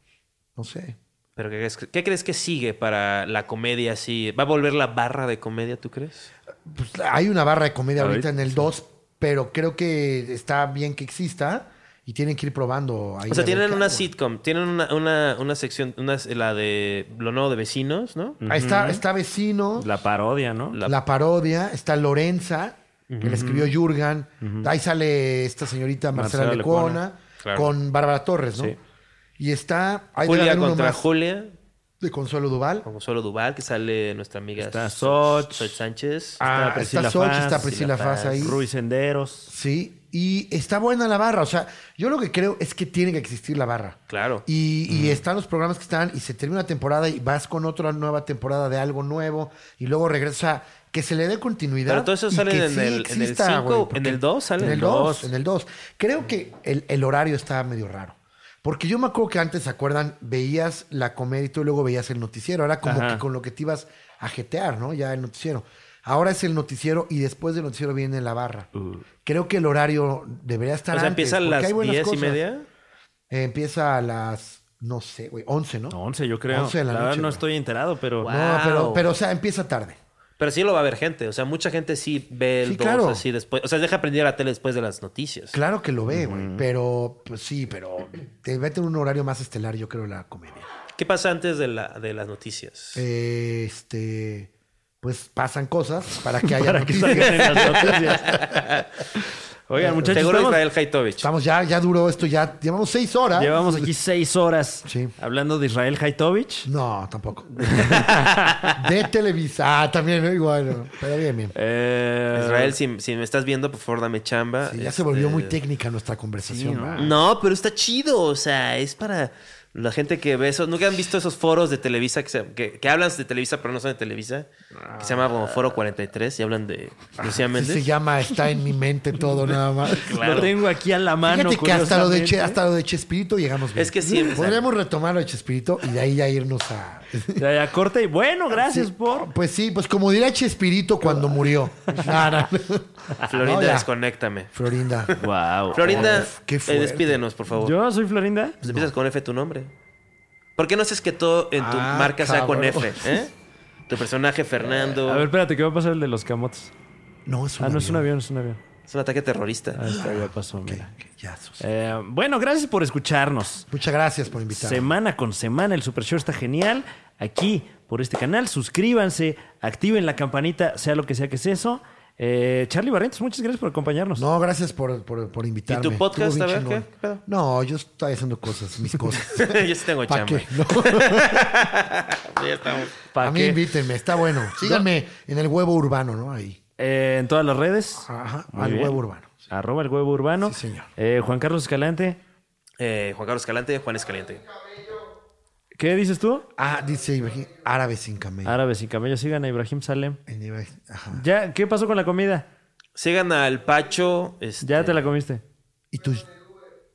Speaker 1: No sé.
Speaker 2: Pero ¿qué crees, qué crees que sigue para la comedia así? ¿Va a volver la barra de comedia, tú crees?
Speaker 1: Pues hay una barra de comedia ahorita
Speaker 3: Ahorita,
Speaker 1: en el 2, pero creo que está bien que exista y tienen que ir probando ahí.
Speaker 2: O sea,
Speaker 1: a ver
Speaker 2: tienen
Speaker 1: qué
Speaker 2: una
Speaker 1: hago.
Speaker 2: sitcom, tienen una, una, una sección, una, la de lo nuevo de vecinos, ¿no?
Speaker 1: Ahí está, está vecino.
Speaker 3: La parodia, ¿no?
Speaker 2: La-
Speaker 1: la, parodia, está Lorenza, que le escribió Jurgen, ahí sale esta señorita Marcela,
Speaker 3: Marcela
Speaker 1: Lecuona,
Speaker 3: Lecuona,
Speaker 2: claro.
Speaker 1: con Bárbara Torres, ¿no?
Speaker 3: Sí.
Speaker 1: Y está ahí debe
Speaker 2: Julia
Speaker 1: haber uno
Speaker 2: contra
Speaker 1: más,
Speaker 2: Julia,
Speaker 1: de Consuelo Duval.
Speaker 2: con Consuelo Duval, que sale nuestra amiga
Speaker 3: Está
Speaker 2: Soch
Speaker 3: Soch.
Speaker 2: Sánchez.
Speaker 1: Ah, está Soch, está Priscila
Speaker 3: Faz,
Speaker 1: Faz ahí.
Speaker 3: Ruiz Senderos.
Speaker 1: Sí, y está buena la barra, o sea, yo lo que creo es que tiene que existir la barra.
Speaker 2: Claro.
Speaker 1: Y, y están los programas que están y se termina una temporada y vas con otra nueva temporada de algo nuevo y luego regresa que se le dé continuidad.
Speaker 2: Pero todo eso
Speaker 1: y
Speaker 2: sale
Speaker 1: que
Speaker 2: en el- en el
Speaker 1: exista,
Speaker 2: cinco,
Speaker 1: güey, porque-
Speaker 2: en el dos sale.
Speaker 1: En el
Speaker 2: En
Speaker 1: 2,
Speaker 2: dos.
Speaker 1: en el 2. Creo que el, el horario está medio raro. Porque yo me acuerdo que antes, ¿se acuerdan? Veías la comedia y tú luego veías el noticiero. Era como
Speaker 3: Ajá.
Speaker 1: que con lo que te ibas a jetear, ¿no? Ya el noticiero. Ahora es el noticiero y después del noticiero viene la barra. Creo que el horario debería estar
Speaker 2: Uh. o sea,
Speaker 1: antes.
Speaker 2: empieza a
Speaker 1: porque hay
Speaker 2: las
Speaker 1: buenas
Speaker 2: diez y
Speaker 1: cosas.
Speaker 2: media.
Speaker 1: Eh, empieza a las, no sé, güey, 11, ¿no?
Speaker 3: 11, yo creo.
Speaker 1: 11 de la
Speaker 3: la verdad
Speaker 1: noche,
Speaker 3: no
Speaker 1: güey.
Speaker 3: estoy enterado, pero...
Speaker 2: Wow.
Speaker 1: No, pero, pero, o sea, empieza tarde.
Speaker 2: Pero sí lo va a ver gente. O sea, mucha gente sí ve el
Speaker 1: Sí,
Speaker 2: dos
Speaker 1: claro.
Speaker 2: así después. O sea, deja prendida la tele después de las noticias.
Speaker 1: Claro que lo ve, güey, pero pues sí, pero te va a tener un horario más estelar, yo creo, la comedia.
Speaker 2: ¿Qué pasa antes de, la, de las noticias?
Speaker 1: Eh, este, pues pasan cosas para
Speaker 3: *laughs*
Speaker 1: que haya
Speaker 3: Para que
Speaker 1: noticias.
Speaker 3: salgan en
Speaker 1: *laughs*
Speaker 3: las noticias. Oigan, muchachos,
Speaker 2: Seguro
Speaker 3: estamos-
Speaker 2: Israel Haitovich.
Speaker 1: Estamos ya, ya duró esto, ya llevamos seis horas.
Speaker 3: llevamos aquí seis horas
Speaker 1: Sí.
Speaker 3: hablando de Israel Haitovich.
Speaker 1: No,
Speaker 3: *laughs*
Speaker 1: tampoco. De Televisa. Ah, también, ¿no? igual. ¿no? Pero bien, bien.
Speaker 3: Eh,
Speaker 2: Israel, si, si me estás viendo, por favor, dame chamba.
Speaker 1: Sí, ya
Speaker 2: Este,
Speaker 1: se volvió muy técnica nuestra conversación. ¿va?
Speaker 2: No, pero está chido. O sea, es para La gente que ve eso, nunca han visto esos foros de Televisa que, se- que, que hablan de Televisa, pero no son de Televisa, que se llama
Speaker 1: Ah.
Speaker 2: como Foro 43 y hablan de Lucía
Speaker 1: Así
Speaker 2: Méndez.
Speaker 1: se llama, está en mi mente todo nada más.
Speaker 3: *laughs* Lo tengo aquí a la mano.
Speaker 1: Fíjate que hasta lo, de
Speaker 3: curiosamente.
Speaker 1: Che- hasta lo de Chespirito llegamos bien.
Speaker 2: Es que siempre
Speaker 1: Podríamos retomar lo de Chespirito y de ahí ya irnos a...
Speaker 3: Ya, ya, corte y bueno, gracias por.
Speaker 1: Pues sí, pues como dirá Chespirito cuando murió. No, no, Ah, no.
Speaker 2: Florinda,
Speaker 1: Hola,
Speaker 2: desconéctame.
Speaker 1: Florinda.
Speaker 3: Wow.
Speaker 2: Florinda,
Speaker 1: Uf, qué
Speaker 2: eh,
Speaker 1: fuerte.
Speaker 2: despídenos, por favor.
Speaker 3: Yo soy Florinda.
Speaker 2: Pues empiezas con F tu nombre. ¿Por qué no haces que todo en tu
Speaker 1: Ah,
Speaker 2: marca sea con
Speaker 1: cabrón.
Speaker 2: F? ¿eh? Tu personaje, Fernando.
Speaker 3: A ver, espérate, ¿qué va a pasar el de los camotes?
Speaker 1: No, es un
Speaker 3: Ah, no es un
Speaker 1: avión.
Speaker 3: avión, es un avión.
Speaker 2: Es un ataque terrorista.
Speaker 3: Ah, está, ya pasó, mira.
Speaker 1: Ya, sus-
Speaker 3: Eh, bueno, gracias por escucharnos.
Speaker 1: Muchas gracias por invitarme.
Speaker 3: Semana con semana, el Super Show está genial. Aquí, por este canal, suscríbanse, activen la campanita, sea lo que sea que es eso. Eh, Charlie Barrientos, muchas gracias por acompañarnos.
Speaker 1: No, gracias por, por, por invitarme.
Speaker 2: ¿Y tu podcast?
Speaker 1: Estuvo bien
Speaker 2: A ver,
Speaker 1: chingón.
Speaker 2: ¿qué- qué pedo?
Speaker 1: No, yo estoy haciendo cosas, mis cosas.
Speaker 2: Yo sí *laughs* tengo
Speaker 1: ¿Para
Speaker 2: chamba.
Speaker 1: qué? No,
Speaker 2: Ya estamos.
Speaker 3: ¿Pa'
Speaker 1: a mí
Speaker 3: qué?
Speaker 1: invítenme, está bueno. Síganme en el huevo urbano, ¿no? Ahí.
Speaker 3: Eh, en todas las redes.
Speaker 1: Ajá,
Speaker 3: Muy
Speaker 1: al
Speaker 3: bien.
Speaker 1: huevo urbano.
Speaker 3: Arroba el huevo urbano.
Speaker 1: Sí, señor.
Speaker 3: Eh, Juan Carlos Escalante.
Speaker 2: Eh, Juan Carlos Calante, Juan Escaliente.
Speaker 3: ¿Qué dices tú?
Speaker 1: Ah, dice Ibrahim, árabe sin camello.
Speaker 3: Árabes sin camello, sigan a Ibrahim Salem.
Speaker 1: En Ibrahim, ajá.
Speaker 3: Ya, ¿qué pasó con la comida?
Speaker 2: Sigan al Pacho. este,
Speaker 3: Ya te la comiste.
Speaker 1: Y tú,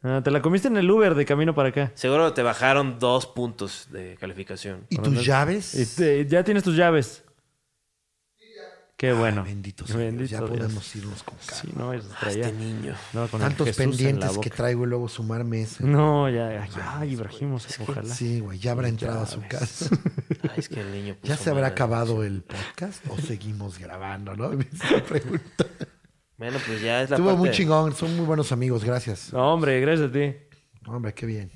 Speaker 3: Ah, te la comiste en el Uber de camino para acá.
Speaker 2: Seguro te bajaron dos puntos de calificación.
Speaker 1: y tus llaves.
Speaker 3: Y te- Este, ya tienes tus llaves. Qué bueno.
Speaker 1: Bendito sea Ah, Dios,
Speaker 3: Bendito
Speaker 1: ya
Speaker 3: Dios.
Speaker 1: podemos irnos con calma.
Speaker 3: Sí, no, es traía-
Speaker 2: Este niño.
Speaker 3: no, con el
Speaker 1: Tantos
Speaker 3: Jesús en la
Speaker 1: pendientes que
Speaker 3: boca.
Speaker 1: traigo y luego sumarme ese.
Speaker 3: No, ya, ay, ay, Ibrahim, ojalá.
Speaker 1: Sí, güey, ya habrá entrado a su
Speaker 3: *laughs*
Speaker 1: casa.
Speaker 2: Ay, es que el niño.
Speaker 1: *laughs* ¿Ya
Speaker 2: puso
Speaker 1: se habrá
Speaker 2: madre.
Speaker 1: acabado el podcast
Speaker 3: *laughs*
Speaker 1: o seguimos grabando, no? *laughs* Me hice pregunta.
Speaker 2: Bueno, pues ya es la
Speaker 1: Estuvo
Speaker 2: parte-
Speaker 1: muy chingón, son muy buenos amigos, gracias.
Speaker 3: No, hombre, gracias a ti.
Speaker 1: Hombre, qué bien.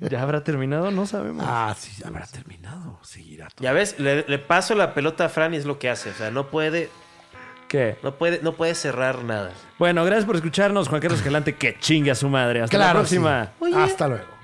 Speaker 3: ¿Ya habrá terminado? No sabemos.
Speaker 1: Ah, sí, habrá terminado, seguirá todo.
Speaker 2: Ya ves, le, le paso la pelota a Fran y es lo que hace. O sea, no puede,
Speaker 3: ¿Qué?
Speaker 2: no puede, no puede cerrar nada.
Speaker 3: Bueno, gracias por escucharnos, Juan Carlos Escalante, que chingue a su madre. Hasta la
Speaker 1: Claro,
Speaker 3: próxima.
Speaker 1: sí. Hasta luego.